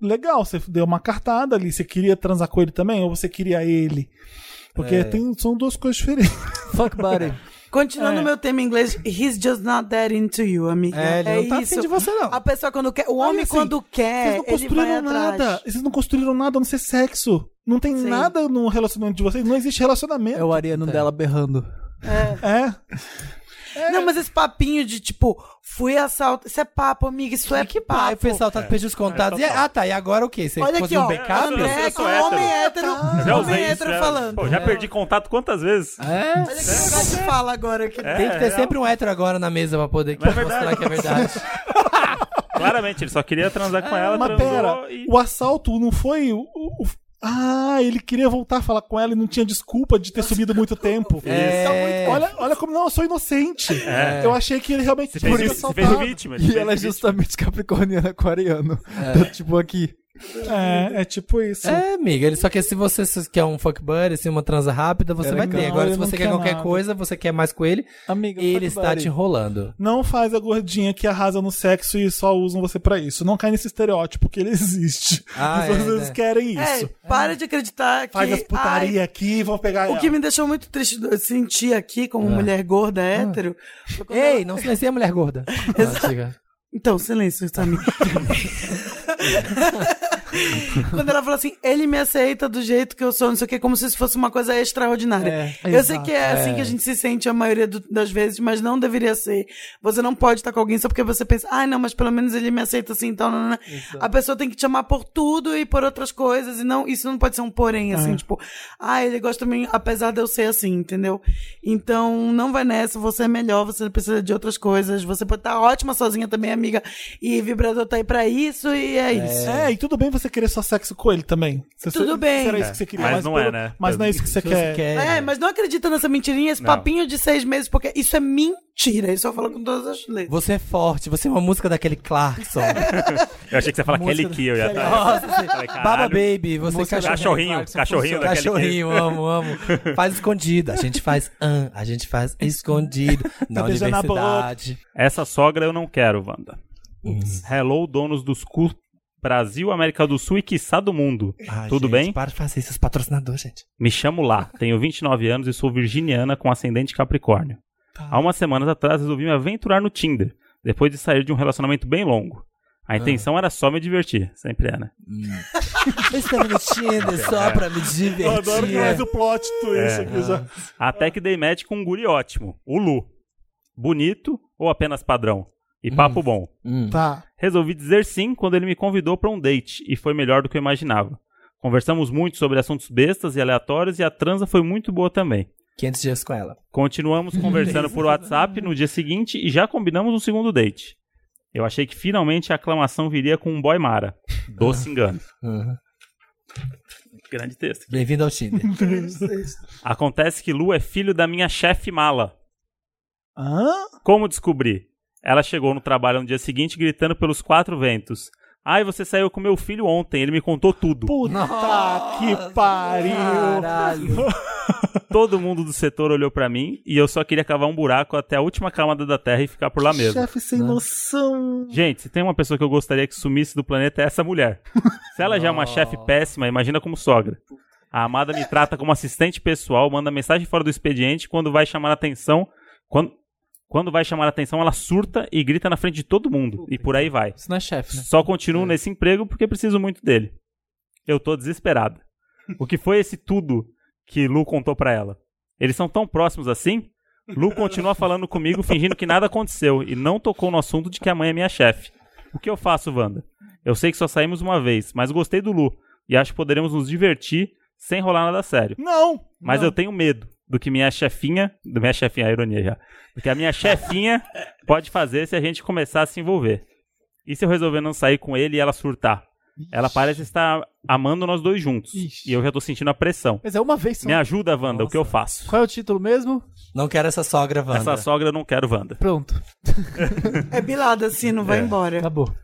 legal, você deu uma cartada ali. Você queria transar com ele também? Ou você queria ele? Porque É. tem- são duas coisas diferentes. Fuck buddy. Continuando É. o meu tema em inglês, he's just not that into you, amiga. É, ele não tá afim de você, não. A pessoa quando quer, o Olha, homem assim, quando Vocês não quer, É, ele vai construíram nada. atrás. Vocês não construíram nada a não ser sexo. Não tem nada no relacionamento de vocês. Não existe relacionamento. É o ariano dela berrando. É. Não, mas esse papinho de tipo, fui assaltado. Isso é papo, amiga, isso é que papo. Aí foi saltado, perdi tá os contatos. É, E- ah, tá. E agora o quê? Você Olha fosse aqui, um ó, backup? André, que é um homem hétero, Eu já um homem usei isso, hétero já. falando. Pô, já É. perdi contato quantas vezes? É? Olha que negócio de fala agora aqui. É? É, Tem que ter sempre um hétero agora na mesa pra poder Mas é mostrar verdade. que é verdade. Claramente, ele só queria transar com ela, Mas transou É pera, e... o assalto não foi. o- o- o- Ah, ele queria voltar a falar com ela e não tinha desculpa de ter sumido muito tempo. Tá É. Olha, olha como não, eu sou inocente. É. Eu achei que ele realmente fez tinha vi- sido você fez assaltado. vítima, E ela é justamente capricorniana aquariano. Tá tipo aqui. É, é tipo isso. É, amiga, ele só quer se você se quer um fuck buddy, assim, uma transa rápida, você Ele vai ter. É não, Agora, ele se não você quer quer qualquer nada. coisa, você quer mais com ele, tá ele está buddy. te enrolando. Não faz a gordinha que arrasa no sexo e só usam você pra isso. Não cai nesse estereótipo que ele existe. Ah, As pessoas é, às vezes né? querem É, isso. para de acreditar que. Faz as putaria ai, aqui, vão pegar O que me deixou muito triste de eu sentir aqui, como É. mulher gorda, Ah. hétero. foi quando Ei, eu- não silencia a mulher gorda. Ah, diga. Então, silêncio, Samir. Quando ela falou assim, ele me aceita do jeito que eu sou, não sei o que, como se isso fosse uma coisa extraordinária. É, eu sei exato. que é assim É. que a gente se sente a maioria do- das vezes, mas não deveria ser. Você não pode estar com alguém só porque você pensa, ai não, mas pelo menos ele me aceita assim, então. Não, não, não." A pessoa tem que te amar por tudo e por outras coisas, e não, isso não pode ser um porém, assim, É. tipo, ah, ele gosta de mim, apesar de eu ser assim, entendeu? Então, não vai nessa, você é melhor, você precisa de outras coisas, você pode estar ótima sozinha também, amiga, e vibrador tá aí pra isso, e é, isso. É, e tudo bem você querer só sexo com ele também. Se- Tudo se- bem. se era isso que você queria, Mas mas, não pelo- é, né? Mas não é isso que você quer. É, mas não acredita nessa mentirinha, esse Não. papinho de seis meses, porque isso é mentira. Isso eu falo com todas as letras. Você é forte, você é uma música daquele Clarkson. Eu achei que você ia falar Música Kelly da- Key, assim, eu já tava. Nossa, você- Falei, caralho. Baba Baby, você Música da- cachorrinho. Cachorrinho, cachorrinho da Kelly Key. Cachorrinho, amo, amo. Faz escondido. A gente faz an, a gente faz escondido. Tá Na beijando a universidade. Essa sogra eu não quero, Wanda. Hello, donos dos cu Brasil, América do Sul e quiçá do mundo. Ai, Tudo gente, bem? Para de fazer esses patrocinadores, gente. Me chamo lá. Tenho 29 anos e sou virginiana com ascendente Capricórnio. Há umas semanas atrás resolvi me aventurar no Tinder, depois de sair de um relacionamento bem longo. A intenção era só me divertir, sempre é, né? Hum. Eu estava no um Tinder só pra me divertir. Ah. Eu adoro que faz o plot twist É. aqui já. Até que dei match com um guri ótimo, o Lu. Bonito ou apenas padrão? E papo bom. Hum, Tá. Resolvi dizer sim quando ele me convidou para um date e foi melhor do que eu imaginava. Conversamos muito sobre assuntos bestas e aleatórios e a transa foi muito boa também. 500 dias com ela. Continuamos conversando por WhatsApp no dia seguinte e já combinamos um segundo date. Eu achei que finalmente a aclamação viria com um boy Mara. Doce engano. Grande texto. Bem-vindo ao Tinder. Acontece que Lu é filho da minha chefe mala. Hã? Como descobri? Ela chegou no trabalho no dia seguinte gritando pelos quatro ventos. Ai, você saiu com meu filho ontem, ele me contou tudo. Puta que pariu. Caralho. Todo mundo do setor olhou pra mim e eu só queria cavar um buraco até a última camada da Terra e ficar por lá mesmo. Chefe sem noção. Gente, se tem uma pessoa que eu gostaria que sumisse do planeta é essa mulher. Se ela já é uma chefe péssima, imagina como sogra. A amada me trata como assistente pessoal, manda mensagem fora do expediente quando vai chamar a atenção. Quando, quando vai chamar a atenção, ela surta e grita na frente de todo mundo. E por aí vai. Isso não é chefe, né? Só continuo nesse emprego porque preciso muito dele. Eu tô desesperado. O que foi esse tudo que Lu contou pra ela? Eles são tão próximos assim? Lu continua falando comigo, fingindo que nada aconteceu e não tocou no assunto de que a mãe é minha chefe. O que eu faço, Wanda? Eu sei que só saímos uma vez, mas gostei do Lu e acho que poderemos nos divertir sem rolar nada sério. Não! Mas não. eu tenho medo do que minha chefinha, do minha chefinha, a ironia já, do que a minha chefinha pode fazer se a gente começar a se envolver. E se eu resolver não sair com ele e ela surtar? Ela parece estar amando nós dois juntos. Ixi. E eu já tô sentindo a pressão. Mas é uma vez só. Me ajuda, Wanda, o que eu faço? Qual é o título mesmo? Não quero essa sogra, Wanda. Essa sogra eu não quero, Wanda. Pronto, É bilada assim, não vai É. embora. acabou.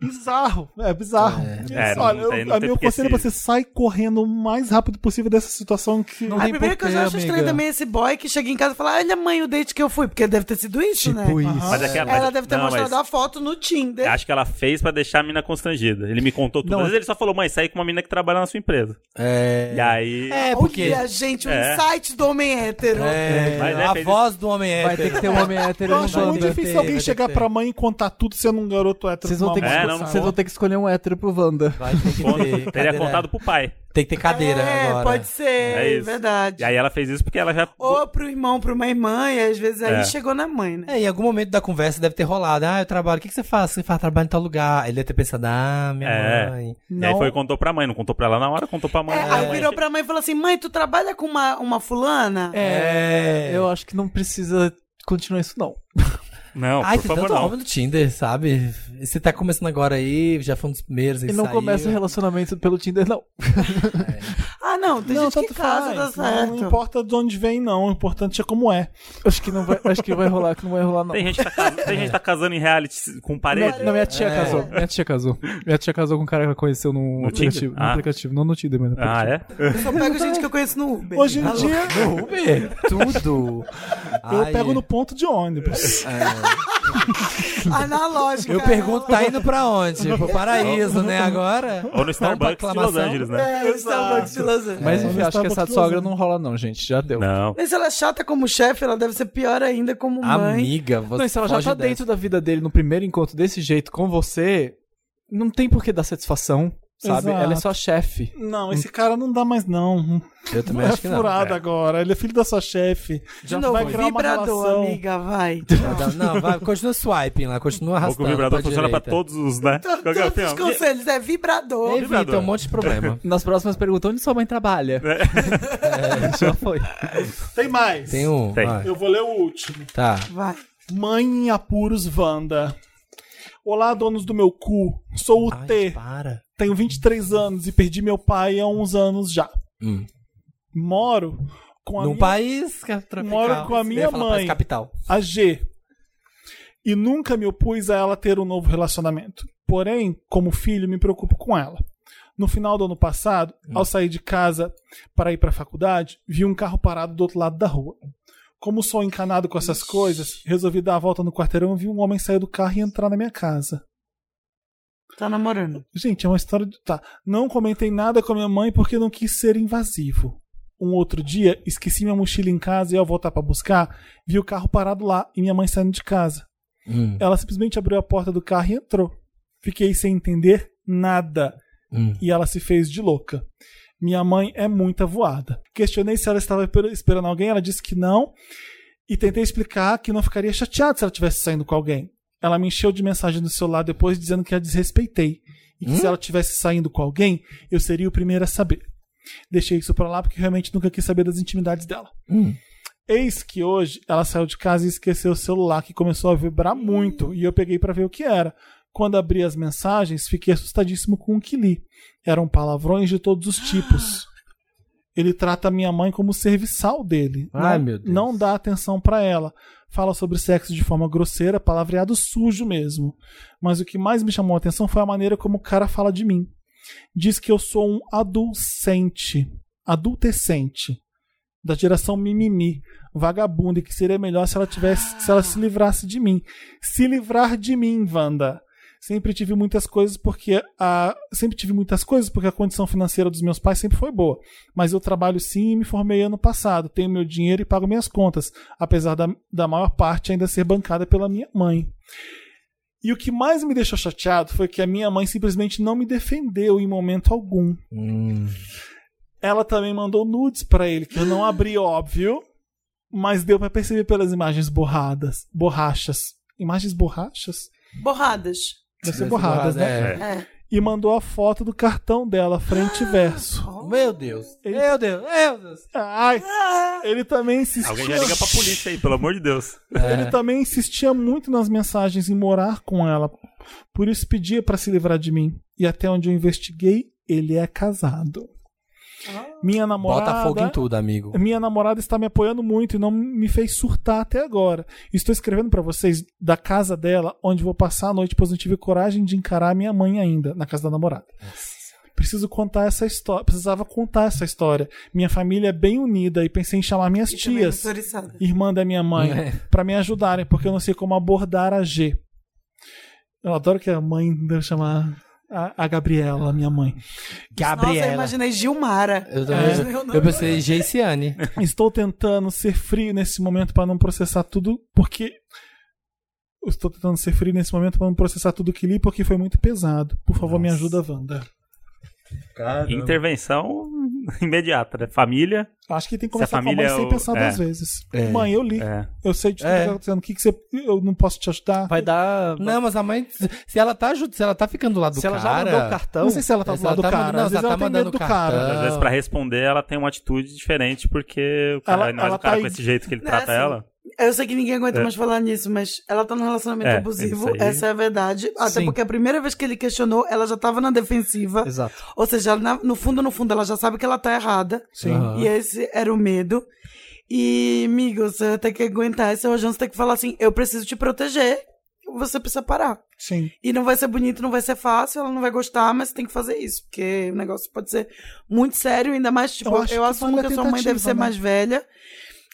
Bizarro. É bizarro. É, não Olha, eu, tem- não a tem meu porque conselho é se- você sai correndo o mais rápido possível dessa situação que. Não A tem primeira Ah, que eu já porquê, acho estranho amiga. também é esse boy que chega em casa e fala: Olha, mãe, o date que eu fui, porque deve ter sido isso, né? Tipo isso. Mas é que Ela deve ter não, mostrado mas a foto no Tinder. Acho que ela fez pra deixar a mina constrangida. Ele me contou tudo. Não, Às vezes ele só falou, mãe, saí com uma mina que trabalha na sua empresa. É. E aí. É, porque. Olha, gente, o É. insight do homem hétero. É, Mas, né, a fez- voz do homem hétero. Vai ter que ter um homem hétero Eu acho no muito Wanda. difícil ter, alguém vai ter chegar que ter. pra mãe e contar tudo sendo um garoto hétero. Vocês vão, ter que É, escolher, não, não vocês vão ter que escolher um hétero pro Wanda. Vai ter que Quando- ter. teria cadeira- contado pro pai. Tem que ter cadeira é, agora. pode ser, É isso. verdade. E aí ela fez isso porque ela já. Ou pro irmão, pra uma irmã, e às vezes aí É. chegou na mãe, né? É, em algum momento da conversa deve ter rolado. Ah, eu trabalho. O que, que você faz? Você faz trabalho em tal lugar. Ele deve ter pensado, ah, minha É. mãe. E aí foi e contou pra mãe. Não contou pra ela na hora, contou pra mãe. É, aí virou pra mãe e falou assim: mãe, tu trabalha com uma, uma fulana? É. Eu acho que não precisa continuar isso, não. Não, Ai, por tem favor, tanto não. homem no Tinder, sabe? Você tá começando agora aí, já foi um dos primeiros aí E não saiu. começa o relacionamento pelo Tinder, não. Ah, não, tem Não, gente tanto que casa, faz. tá Não, certo. não importa de onde vem, não. O importante é como é. Acho que não vai, acho que vai rolar, que não vai rolar, não. Tem gente, que tá casando, tem gente que tá casando em reality com Não, parede. não, minha tia É. casou. Minha tia casou. Minha tia casou com um cara que ela conheceu num No aplicativo. Tinder? Num Ah. aplicativo, não no Tinder, mas no Ah, aplicativo. é? Eu só pego gente que eu conheço no Uber. Hoje em Alô? dia, No Uber, tudo. eu Ai, pego no ponto de É. ônibus. Analógica. Eu pergunto, tá indo pra onde? Pro paraíso, né, agora? Ou no Starbucks de aclamação. Los Angeles, né? É, eu estava de Los Angeles. Mas É. enfim, Ela acho estava que essa tudo sogra né? usando. não rola, não, gente. Já deu. Não. Mas se ela é chata como chefe, ela deve ser pior ainda como mãe. Amiga, você Não, e se ela já foge tá dessa. dentro da vida dele no primeiro encontro desse jeito com você, não tem por que dar satisfação, sabe? Exato. Ela é só chefe. Não, esse cara não dá mais, não. Eu também É acho que não. furado agora. Ele é filho da sua chefe. De novo, vai criar uma vibrador, relação. amiga, vai. Não, Não, vai, continua swiping lá, continua Ou que arrastando. o vibrador pra funciona pra direita. todos os, né? Qualquer Tá Todos os opinião. conselhos, é vibrador. Evita um monte de problema. Nas próximas perguntas, onde sua mãe trabalha? Né? É, já foi. Tem mais. Tem um. Tem. vai. Eu vou ler o último. Tá. Vai. Mãe em apuros, Wanda. Olá, donos do meu cu. Sou o Ai, T. para. Tenho 23 anos e perdi meu pai há uns anos já. Hum. Moro com a Num minha- país ca- tropical. Moro com a Você minha ia falar mãe. país capital. a G. E nunca me opus a ela ter um novo relacionamento. Porém, como filho, me preocupo com ela. No final do ano passado, ao sair de casa para ir para a faculdade, vi um carro parado do outro lado da rua. Como sou encanado com essas coisas, resolvi dar a volta no quarteirão e vi um homem sair do carro e entrar na minha casa. Tá namorando. Gente, é uma história de. Tá. Não comentei nada com a minha mãe porque não quis ser invasivo. Um outro dia, esqueci minha mochila em casa e ao voltar pra buscar, vi o carro parado lá e minha mãe saindo de casa. Hum, Ela simplesmente abriu a porta do carro e entrou. Fiquei sem entender nada hum. e ela se fez de louca. Minha mãe é muito avoada. Questionei se ela estava per- esperando alguém, ela disse que não. E tentei explicar que não ficaria chateado se ela estivesse saindo com alguém. Ela me encheu de mensagem no celular depois dizendo que a desrespeitei. E que Hum? se ela estivesse saindo com alguém, eu seria o primeiro a saber. Deixei isso pra lá porque realmente nunca quis saber das intimidades dela. Eis que hoje ela saiu de casa e esqueceu o celular que começou a vibrar muito e eu peguei pra ver o que era. Quando abri as mensagens, fiquei assustadíssimo com o que li. Eram palavrões de todos os tipos. Ele trata minha mãe como serviçal dele. Ai, não, meu Deus. não dá atenção pra ela. Fala sobre sexo de forma grosseira, palavreado sujo mesmo. Mas o que mais me chamou a atenção foi a maneira como o cara fala de mim. Diz que eu sou um adolescente. Adultecente da geração mimimi, vagabunda, e que seria melhor se ela tivesse, se ela se livrasse de mim. Se livrar de mim, Wanda. Sempre tive muitas coisas porque a sempre tive muitas coisas porque a condição financeira dos meus pais sempre foi boa. Mas eu trabalho sim e me formei ano passado, tenho meu dinheiro e pago minhas contas, apesar da, da maior parte ainda ser bancada pela minha mãe. E o que mais me deixou chateado foi que a minha mãe simplesmente não me defendeu em momento algum. Ela também mandou nudes pra ele, que eu não abri, óbvio, mas deu pra perceber pelas imagens borradas, borrachas. Imagens borrachas? Borradas. Deve ser borradas, né? É. E mandou a foto do cartão dela, frente e verso. Meu Deus. Ele- Meu Deus, meu Deus. Ai, ele também insistia. É. Alguém já liga pra polícia aí, pelo amor de Deus. Ele também insistia muito nas mensagens em morar com ela. Por isso pedia pra se livrar de mim. E até onde eu investiguei, ele é casado. Minha namorada. Bota fogo em tudo, amigo. Minha namorada está me apoiando muito e não me fez surtar até agora. Estou escrevendo pra vocês da casa dela, onde vou passar a noite, pois não tive coragem de encarar minha mãe ainda, na casa da namorada. Preciso contar essa história. Precisava contar essa história. Minha família é bem unida e pensei em chamar minhas tias Motorizada. irmã da minha mãe, É. pra me ajudarem, porque eu não sei como abordar a G. Eu adoro que a mãe deve chamar a, a Gabriela, a minha mãe. Nossa, eu imaginei Gilmara. Eu, também, Meu nome. eu pensei, Geiciane. Estou tentando ser frio nesse momento pra não processar tudo, porque. eu Estou tentando ser frio nesse momento pra não processar tudo que li, porque foi muito pesado. Por favor, me ajuda, Wanda. Então, Intervenção imediata, né? Família. Acho que tem que Se a começar com a mãe família é sem o- pensar é. duas vezes. É. Mãe, eu li. É. Eu sei de tudo É. que tá acontecendo. O que, que você. Eu não posso te ajudar? Vai dar. Não, mas a mãe. Se ela tá ajudando, se ela tá ficando do lado se do ela cara. já mandou o cartão. Não sei se ela tá do Ela lado do tá cara. mandando- não, Às vezes ela ela tá tem medo do mandando cara. cartão. Às Ah. vezes, pra responder, ela tem uma atitude diferente, porque o cara, Ela- ainda mais ela o cara tá com aí- esse jeito que ele Não, trata assim, ela. Eu sei que ninguém aguenta É. mais falar nisso, mas ela tá num relacionamento É, abusivo, isso aí. essa é a verdade. Até Sim. porque a primeira vez que ele questionou, ela já tava na defensiva. Exato. Ou seja, ela, na- no fundo, no fundo, ela já sabe que ela tá errada. Sim. Aham. E esse era o medo. E, amigo, você vai ter que aguentar esse rojão, você tem que falar assim: eu preciso te proteger, você precisa parar. Sim. E não vai ser bonito, não vai ser fácil, ela não vai gostar, mas tem que fazer isso, porque o negócio pode ser muito sério, ainda mais, tipo, Eu eu, acho que assumo vale a que a sua mãe tentativa, deve ser né? mais velha.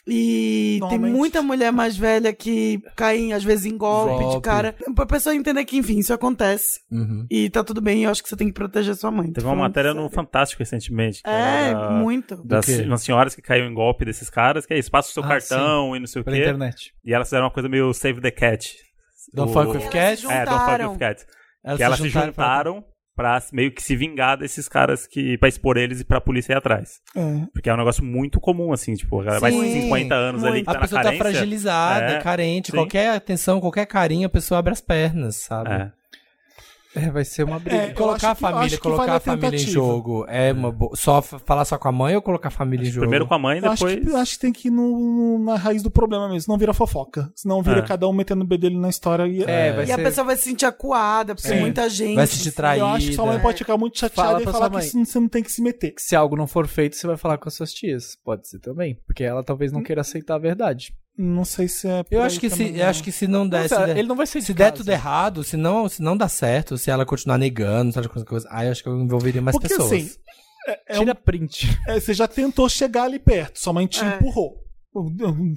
E tem Normalmente. muita mulher mais velha que cai, em, às vezes, em golpe, de Golpe. cara. Pra pessoa entender que, enfim, isso acontece. Uhum. E tá tudo bem, eu acho que você tem que proteger sua mãe. tô Teve uma falando matéria sério. no Fantástico recentemente. que É, era muito. Das Do quê? umas senhoras que caíram em golpe desses caras, que é isso, passa o seu Ah, cartão e não sei o Pela quê. internet. E elas fizeram uma coisa meio Save the Cat. Don't O- fuck with cat. É, Don't Fuck Juntaram. with Cat. Elas que elas se juntaram, pra- pra... meio que se vingar desses caras que. pra expor eles e pra polícia ir atrás. É. Porque é um negócio muito comum, assim, tipo, a galera vai Sim. 50 anos ali que tá A na pessoa tá carência. fragilizada, É, carente. sim. Qualquer atenção, qualquer carinho, a pessoa abre as pernas, sabe? É. É, vai ser uma briga. É, eu acho que- Colocar a eu acho família, que colocar vale a a família em tentativa. jogo. É uma bo... só f- falar só com a mãe ou colocar a família em jogo? Primeiro com a mãe, Eu acho, depois. que, acho que tem que ir no- na raiz do problema mesmo, senão vira fofoca. Senão vira É. cada um metendo o bedelho na história. E, É, vai E a ser- pessoa vai se sentir acuada, porque Sim. muita gente. Vai se né? sentir traída. eu acho que sua mãe pode ficar muito chateada Fala e pra falar sua que mãe. isso- você não tem que se meter. Se algo não for feito, você vai falar com as suas tias. Pode ser também. Porque ela talvez Hum. não queira aceitar a verdade. Não sei se é. por Eu aí acho que também, se, não. é, eu acho que se não der, Não, se cara, der- ele não vai ser se de der casa. tudo errado, se não, se não dá certo, se ela continuar negando, sabe, coisa, coisa, aí eu acho que eu envolveria mais Porque pessoas. assim, é Tira print. é, você já tentou chegar ali perto, sua mãe te É. empurrou.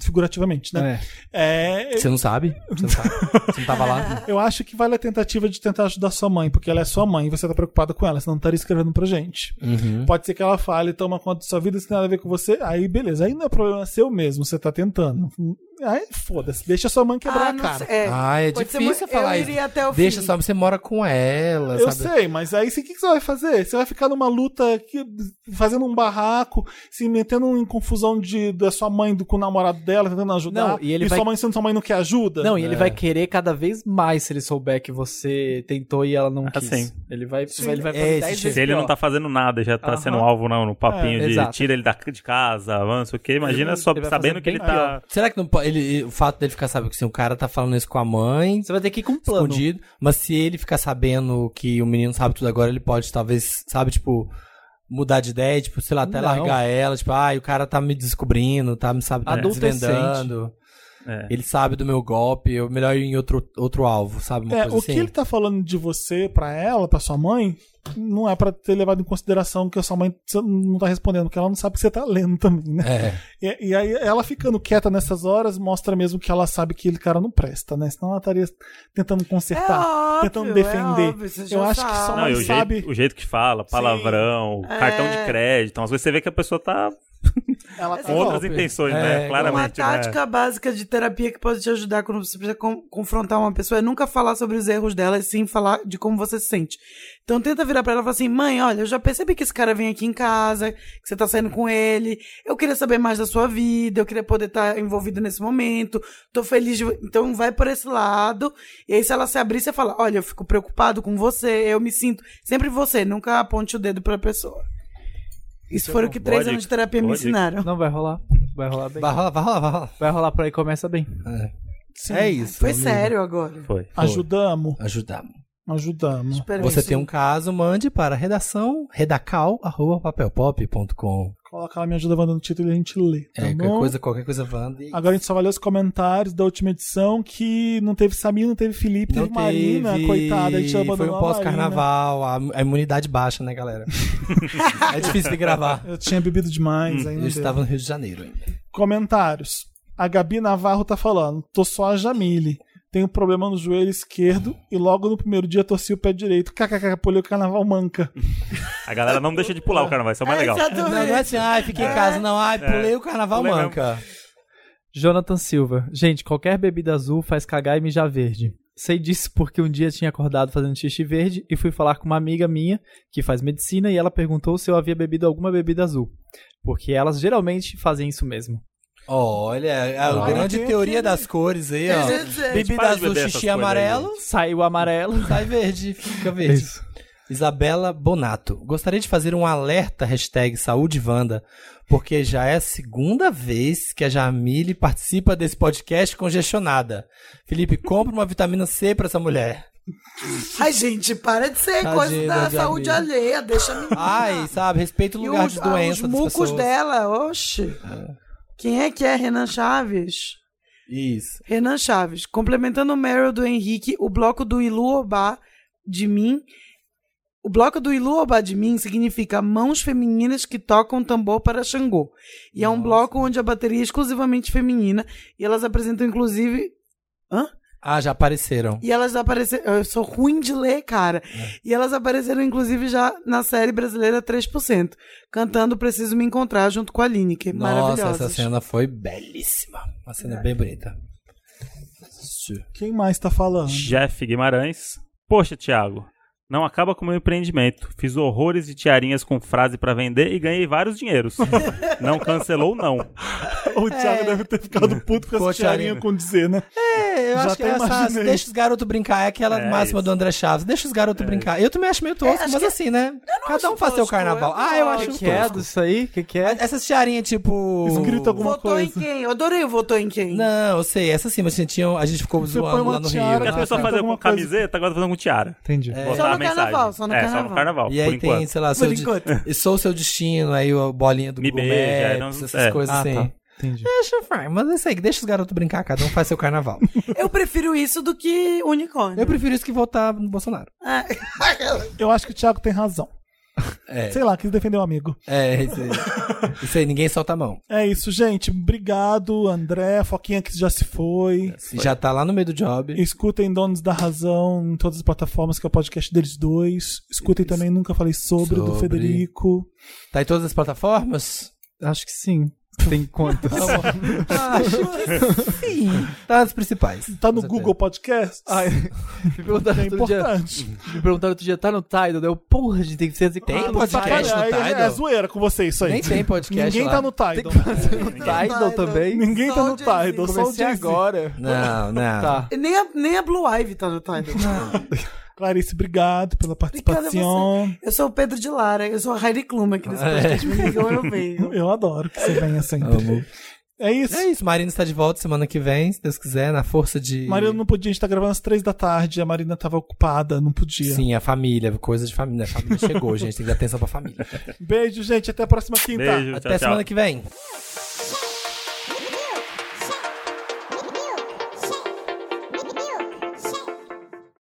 Figurativamente, né? É. É, Você não sabe? Você não sabe? Você não tava lá? eu acho que vale a tentativa de tentar ajudar sua mãe, porque ela é sua mãe e você tá preocupado com ela, senão não estaria escrevendo pra gente. Uhum. Pode ser que ela fale, toma conta da sua vida, isso tem nada a ver com você. Aí, beleza. Aí não é problema seu mesmo, você tá tentando. Aí, foda-se. Deixa sua mãe quebrar Ah, a não cara. sei- é. Ah, é Pode ser difícil muito- falar eu isso. iria até o Deixa fim. só, você mora com ela, Eu sabe? sei, mas aí você- o que, que você vai fazer? Você vai ficar numa luta, que- fazendo um barraco, se metendo em confusão de, da sua mãe do, com o namorado dela, tentando ajudar. Não, e ele vai- sua mãe sendo sua mãe não quer ajuda? Né? Não, e ele É. vai querer cada vez mais se ele souber que você tentou e ela não Ah, quis. sim. Ele vai, Sim. ele vai É, fazer esse 10 tipo. vezes Se ele não pior. tá fazendo nada, já tá Aham. sendo alvo não, no papinho É, de exato. tira ele da, de casa, avança o quê? Imagina Ele- só ele vai sabendo fazer que ele bem tá. Será que não po- ele, o fato dele ficar sabendo que assim, o cara tá falando isso com a mãe, Você vai ter que ir com um plano. escondido, mas se ele ficar sabendo que o menino sabe tudo agora, ele pode talvez, sabe, tipo, mudar de ideia, tipo, sei lá, até Não. largar ela, tipo, ai, o cara tá me descobrindo, tá me sabe, tá me Adolescente. desvendando. é. Ele sabe do meu golpe, eu melhor ir em outro, outro alvo, sabe? Uma É, coisa o assim. que ele tá falando de você pra ela, pra sua mãe, não é pra ter levado em consideração que a sua mãe t- não tá respondendo, porque ela não sabe que você tá lendo também, É. né? E, e aí ela ficando quieta nessas horas mostra mesmo que ela sabe que ele cara não presta, né? Senão ela estaria tentando consertar, óbvio, tentando é defender. óbvio, você já Eu acho que só sabe. Não, e ela o, sabe. jeito, o jeito que fala, palavrão, É. cartão de crédito. Às vezes você vê que a pessoa tá Ela Tá com outras intenções, né? Claramente. Uma né? tática básica de terapia que pode te ajudar quando você precisa con- confrontar uma pessoa é nunca falar sobre os erros dela, e sim falar de como você se sente. Então tenta virar pra ela e falar assim: mãe, olha, eu já percebi que esse cara vem aqui em casa, que você tá saindo com ele, eu queria saber mais da sua vida, eu queria poder estar envolvido nesse momento, tô feliz. de vo-" Então vai por esse lado. E aí, se ela se abrir, você fala: olha, eu fico preocupado com você, eu me sinto. Sempre você, nunca aponte o dedo pra pessoa. Isso foi o que três anos de terapia me ensinaram. Não, vai rolar. Vai rolar bem. Vai rolar, vai rolar, vai rolar. Vai rolar por aí, começa bem. É, Sim. isso. Foi amigo. sério agora. Foi. Ajudamos. Ajudamos. Ajudamos. Você tem um caso, mande para redação redacal@papelpop.com. Coloca lá, me ajuda Wanda no título e a gente lê. Tá É, qualquer bom? coisa, qualquer coisa, Wanda. e- Agora a gente só vai ler os comentários da última edição que não teve Samir, não teve Felipe, Não teve Marina, teve, coitada, a gente abandonou Foi um a pós-carnaval, a, a imunidade baixa, né, galera? é difícil de gravar. Eu tinha bebido demais, aí não Hum, deu. Eu estava no Rio de Janeiro ainda. Comentários. A Gabi Navarro tá falando, tô só a Jamile. Tenho problema no joelho esquerdo e logo no primeiro dia torci o pé direito. KKK, polio carnaval manca. A galera não deixa de pular o carnaval, isso é o mais legal. Então, Não, não é assim, ai, fiquei em casa, não, É. ai, pulei o carnaval Pulei mesmo. manca. Jonathan Silva. Gente, qualquer bebida azul faz cagar e mijar verde. Sei disso porque um dia tinha acordado fazendo xixi verde e fui falar com uma amiga minha que faz medicina e ela perguntou se eu havia bebido alguma bebida azul. Porque elas geralmente fazem isso mesmo. Olha, é a Olha, grande tem teoria aquele- das cores aí, ó. Quer dizer, Bebida para de azul, beber essas xixi coisas amarelo. Sai o amarelo. Sai verde, fica É verde. Isabela Bonato. Gostaria de fazer um alerta hashtag Saúde Vanda, porque já é a segunda vez que a Jamile participa desse podcast congestionada. Felipe, compra uma vitamina C pra essa mulher. Ai, gente, para de ser Tadinha coisa da da Gabi. saúde alheia, deixa a menina. Ai, sabe, respeita o E lugar os, de ah, doença os das mucos pessoas. dela, oxe. Quem é que é Renan Chaves? Isso. Renan Chaves, complementando o Meryl do Henrique, o bloco do Ilu Obá de mim. O bloco do Ilu Obá de mim significa mãos femininas que tocam tambor para Xangô. E é um bloco onde a bateria é exclusivamente feminina e elas apresentam inclusive. Hã? Ah, já apareceram. E elas apareceram. Eu sou ruim de ler, cara. E elas apareceram, inclusive, já na série brasileira 3%, cantando Preciso Me Encontrar junto com a Lineker. Nossa, Maravilhosa. essa cena é foi belíssima. Uma cena bem bonita. Quem mais tá falando? Jeff Guimarães. Poxa, Thiago, não acaba com o meu empreendimento. Fiz horrores de tiarinhas com frase pra vender e ganhei vários dinheiros. não cancelou, não. É. O Thiago É, deve ter ficado puto com Ficou essa tiarinha tiarinha. com dizer, né? É, eu Já acho que até é essa, imaginei. deixa os garotos brincar, é aquela É, máxima do André Chaves, deixa os garotos É brincar. Eu também acho meio tosco, mas assim, né? Cada um faz seu carnaval. ah, eu acho que, que é tosco. disso aí? que, que é? Essas tiarinhas, tipo. Escrito alguma Votou em coisa. quem? Eu adorei o votou em quem. Não, eu sei, essa sim, mas a gente, tinha- um, a gente ficou põe zoando uma lá no tiara, Rio. as pessoas fazem com camiseta, agora tá fazendo com tiara. Entendi. Botar É. Só no a mensagem. carnaval, só no é, só no carnaval. carnaval, E aí por tem, enquanto. sei lá, seu de- e sou seu destino, aí o bolinha do Me gourmet, beija, é, não- essas é. coisas Ah, assim. tá. Entendi. Deixa, vai, mas é isso aí, deixa os garotos brincar, cada um faz seu carnaval. Eu prefiro isso do que unicórnio. Eu prefiro isso que votar no Bolsonaro. Eu acho que o Thiago tem razão. É. Sei lá, quis defender o amigo. É, isso aí. Isso aí, ninguém solta a mão. É isso, gente. Obrigado, André. Foquinha que já se foi. Já tá lá no meio do job. Escutem Donos da Razão em todas as plataformas, que é o podcast deles dois. Escutem também Nunca Falei Sobre, do Sobre. Federico. Tá em todas as plataformas? Acho que sim. Tem quantas? Tá Acho que sim. Tá nas principais. Tá no Google Podcast? Ai, me perguntaram É outro dia. importante. Me perguntaram outro dia, tá no Tidal? Daí Eu, porra, gente, tem que ser assim. Tem ah, no podcast Tidal. no É, é, Tidal? é zoeira com você isso aí. Nem tem podcast Ninguém lá. tá no Tem Tidal. que fazer no Tidal também? Ninguém tá no Tidal, só o Comecei Jay-Z. Ah. agora. Não, não. Tá. Nem a, nem a Blue Ivy tá no Tidal. Clarice, obrigado pela Obrigada a participação. você. Eu sou o Pedro de Lara, eu sou a Heidi Klum aqui desse podcast. Me ligam, eu venho. Eu adoro que você venha sempre. É isso. É isso. Marina está de volta semana que vem, se Deus quiser, na força de. Marina não podia, a gente tá gravando às três da tarde, a Marina tava ocupada, não podia. Sim, a família, coisa de família. A família chegou, gente. Tem que dar atenção pra família. Beijo, gente, até a próxima quinta. Até semana que vem.